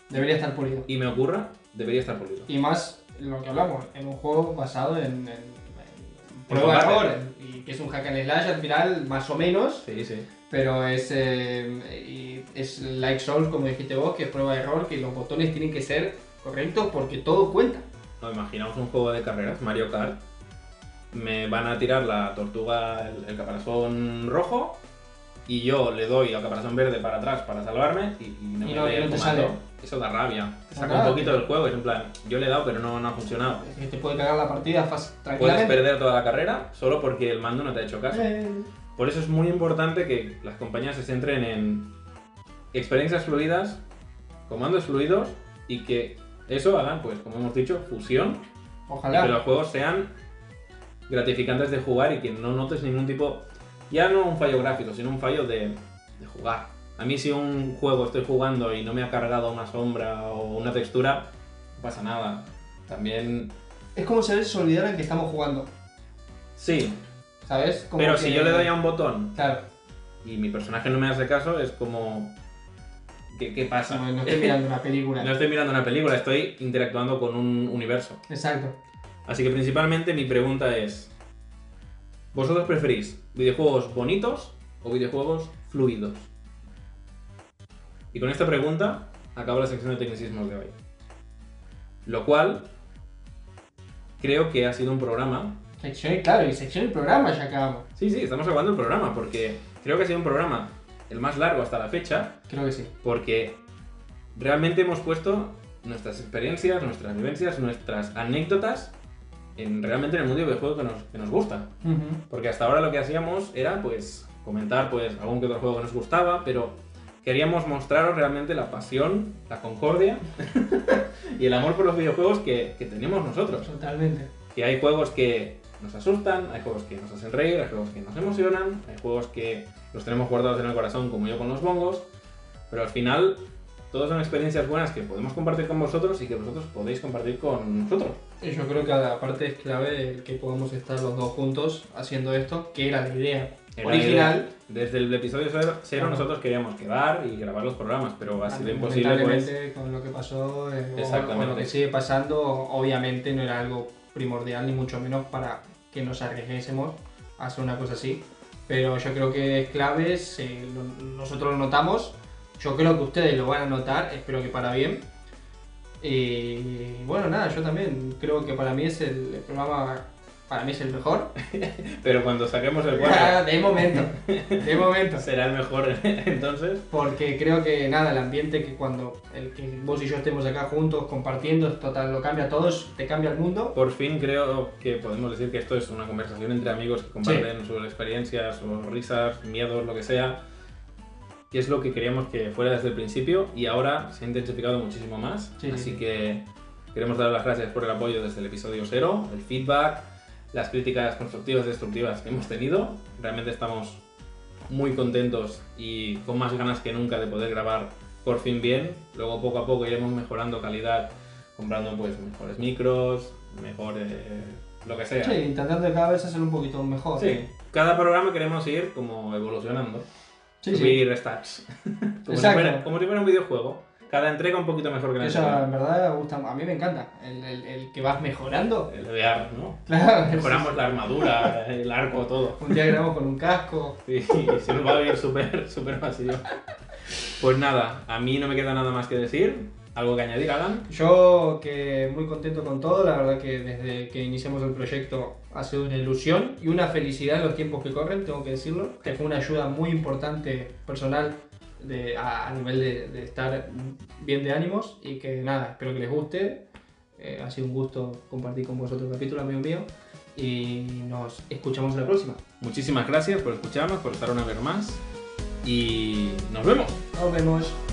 C: Debería estar pulido.
B: y me ocurra, debería estar pulido.
C: Y más lo que hablamos, en un juego basado en, en, en
B: combate.
C: error. Y que es un hack and slash al final, más o menos.
B: Sí, sí.
C: Pero es, eh, y es like Souls, como dijiste vos, que es prueba de error, que los botones tienen que ser correctos porque todo cuenta.
B: No, imaginamos un juego de carreras, Mario Kart. Me van a tirar la tortuga, el, el caparazón rojo, y yo le doy al caparazón verde para atrás para salvarme, y, y no
C: Y
B: me
C: no-
B: lee
C: y no
B: el
C: te
B: comando.
C: sale.
B: Eso da rabia. Te saca
C: Claro.
B: un poquito del juego, es en plan, yo le he dado, pero no, no ha funcionado.
C: Es que te puede cagar la partida fácil,
B: Puedes
C: tranquilamente.
B: perder toda la carrera solo porque el mando no te ha hecho caso.
C: Eh,
B: Por eso es muy importante que las compañías se centren en experiencias fluidas, comandos fluidos y que eso hagan, pues como hemos dicho, fusión y
C: Ojalá.
B: que los juegos sean gratificantes de jugar y que no notes ningún tipo, ya no un fallo gráfico, sino un fallo de, de jugar. A mí si un juego estoy jugando y no me ha cargado una sombra o una textura, no pasa nada. También,
C: Es como si a veces olvidaran que estamos jugando.
B: sí,
C: ¿Sabes? Como
B: pero
C: que-
B: si yo le doy a un botón
C: Claro,
B: y mi personaje no me hace caso, es como. ¿Qué, qué pasa?
C: no, no estoy mirando una película.
B: No estoy mirando una película, estoy interactuando con un universo.
C: Exacto.
B: Así que principalmente mi pregunta es: ¿vosotros preferís videojuegos bonitos o videojuegos fluidos? Y con esta pregunta acabo la sección de tecnicismos de hoy. Lo cual creo que ha sido un programa
C: Sección, y- claro, y sección y programa ya acabamos.
B: Sí, sí, estamos acabando el programa porque creo que ha sido un programa el más largo hasta la fecha
C: Creo que sí.
B: porque realmente hemos puesto nuestras experiencias, nuestras vivencias, nuestras anécdotas en realmente en el mundo del videojuego que nos, que nos gusta. Porque hasta ahora lo que hacíamos era pues comentar pues algún que otro juego que nos gustaba, pero queríamos mostraros realmente la pasión, la concordia y el amor por los videojuegos que, que tenemos nosotros.
C: Totalmente.
B: Que hay juegos que nos asustan, hay juegos que nos hacen reír, hay juegos que nos emocionan, hay juegos que los tenemos guardados en el corazón como yo con los bongos, pero al final todas son experiencias buenas que podemos compartir con vosotros y que vosotros podéis compartir con nosotros.
C: Y Eh, yo creo que aparte es clave el que podamos estar los dos juntos haciendo esto, que era la idea
B: Era
C: original.
B: Desde el episodio cero, cero nosotros queríamos quedar y grabar los programas, pero ha sido imposible. Pues,
C: Ah, Lamentablemente, con lo que pasó eh, o con lo
B: Exactamente.
C: que sigue pasando, obviamente no era algo primordial ni mucho menos para que nos arriesguésemos a hacer una cosa así. Pero yo creo que es clave, se- lo- nosotros lo notamos, yo creo que ustedes lo van a notar, espero que para bien. Y bueno, nada, yo también creo que para mí es el, el programa, para mí es el mejor.
B: pero cuando saquemos el cuarto
C: de momento, de momento.
B: será el mejor entonces.
C: Porque creo que nada, el ambiente que cuando el que vos y yo estemos acá juntos compartiendo, es total, lo cambia a todos, te cambia el mundo.
B: Por fin creo que podemos decir que esto es una conversación entre amigos que comparten sus experiencias, sus risas, miedos, lo que sea. Y es lo que queríamos que fuera desde el principio y ahora se ha intensificado muchísimo más.
C: Sí, sí,
B: Así
C: sí.
B: que queremos dar las gracias por el apoyo desde el episodio cero, el feedback, las críticas constructivas y destructivas que hemos tenido. Realmente estamos muy contentos y con más ganas que nunca de poder grabar por fin bien. Luego poco a poco iremos mejorando calidad, comprando pues mejores micros, mejor eh, lo que sea.
C: Sí, intentando cada vez hacerlo un poquito mejor.
B: Sí. Cada programa queremos ir como evolucionando,
C: sí. sí.
B: subir stats. como, si
C: Exacto.
B: fuera, como si fuera un videojuego. Cada entrega un poquito mejor que la
C: Eso en
B: anterior.
C: verdad me gusta, a mí me encanta. El, el- el que vas mejorando.
B: El VR, ¿no?
C: Claro, es-
B: Mejoramos la armadura, el arco, todo.
C: un día grabamos con un casco.
B: Sí, se nos va a ir súper, súper vacío. Pues nada, a mí no me queda nada más que decir. ¿Algo que añadir, Alan?
C: Yo que muy contento con todo, la verdad que desde que iniciamos el proyecto ha sido una ilusión y una felicidad en los tiempos que corren, tengo que decirlo, que fue una ayuda muy importante personal de- a, a nivel de, de estar bien de ánimos y que nada, espero que les guste, Eh, ha sido un gusto compartir con vosotros el capítulo, amigo mío, y nos escuchamos en la próxima.
B: Muchísimas gracias por escucharnos, por estar una vez más. Y nos vemos.
C: Nos vemos.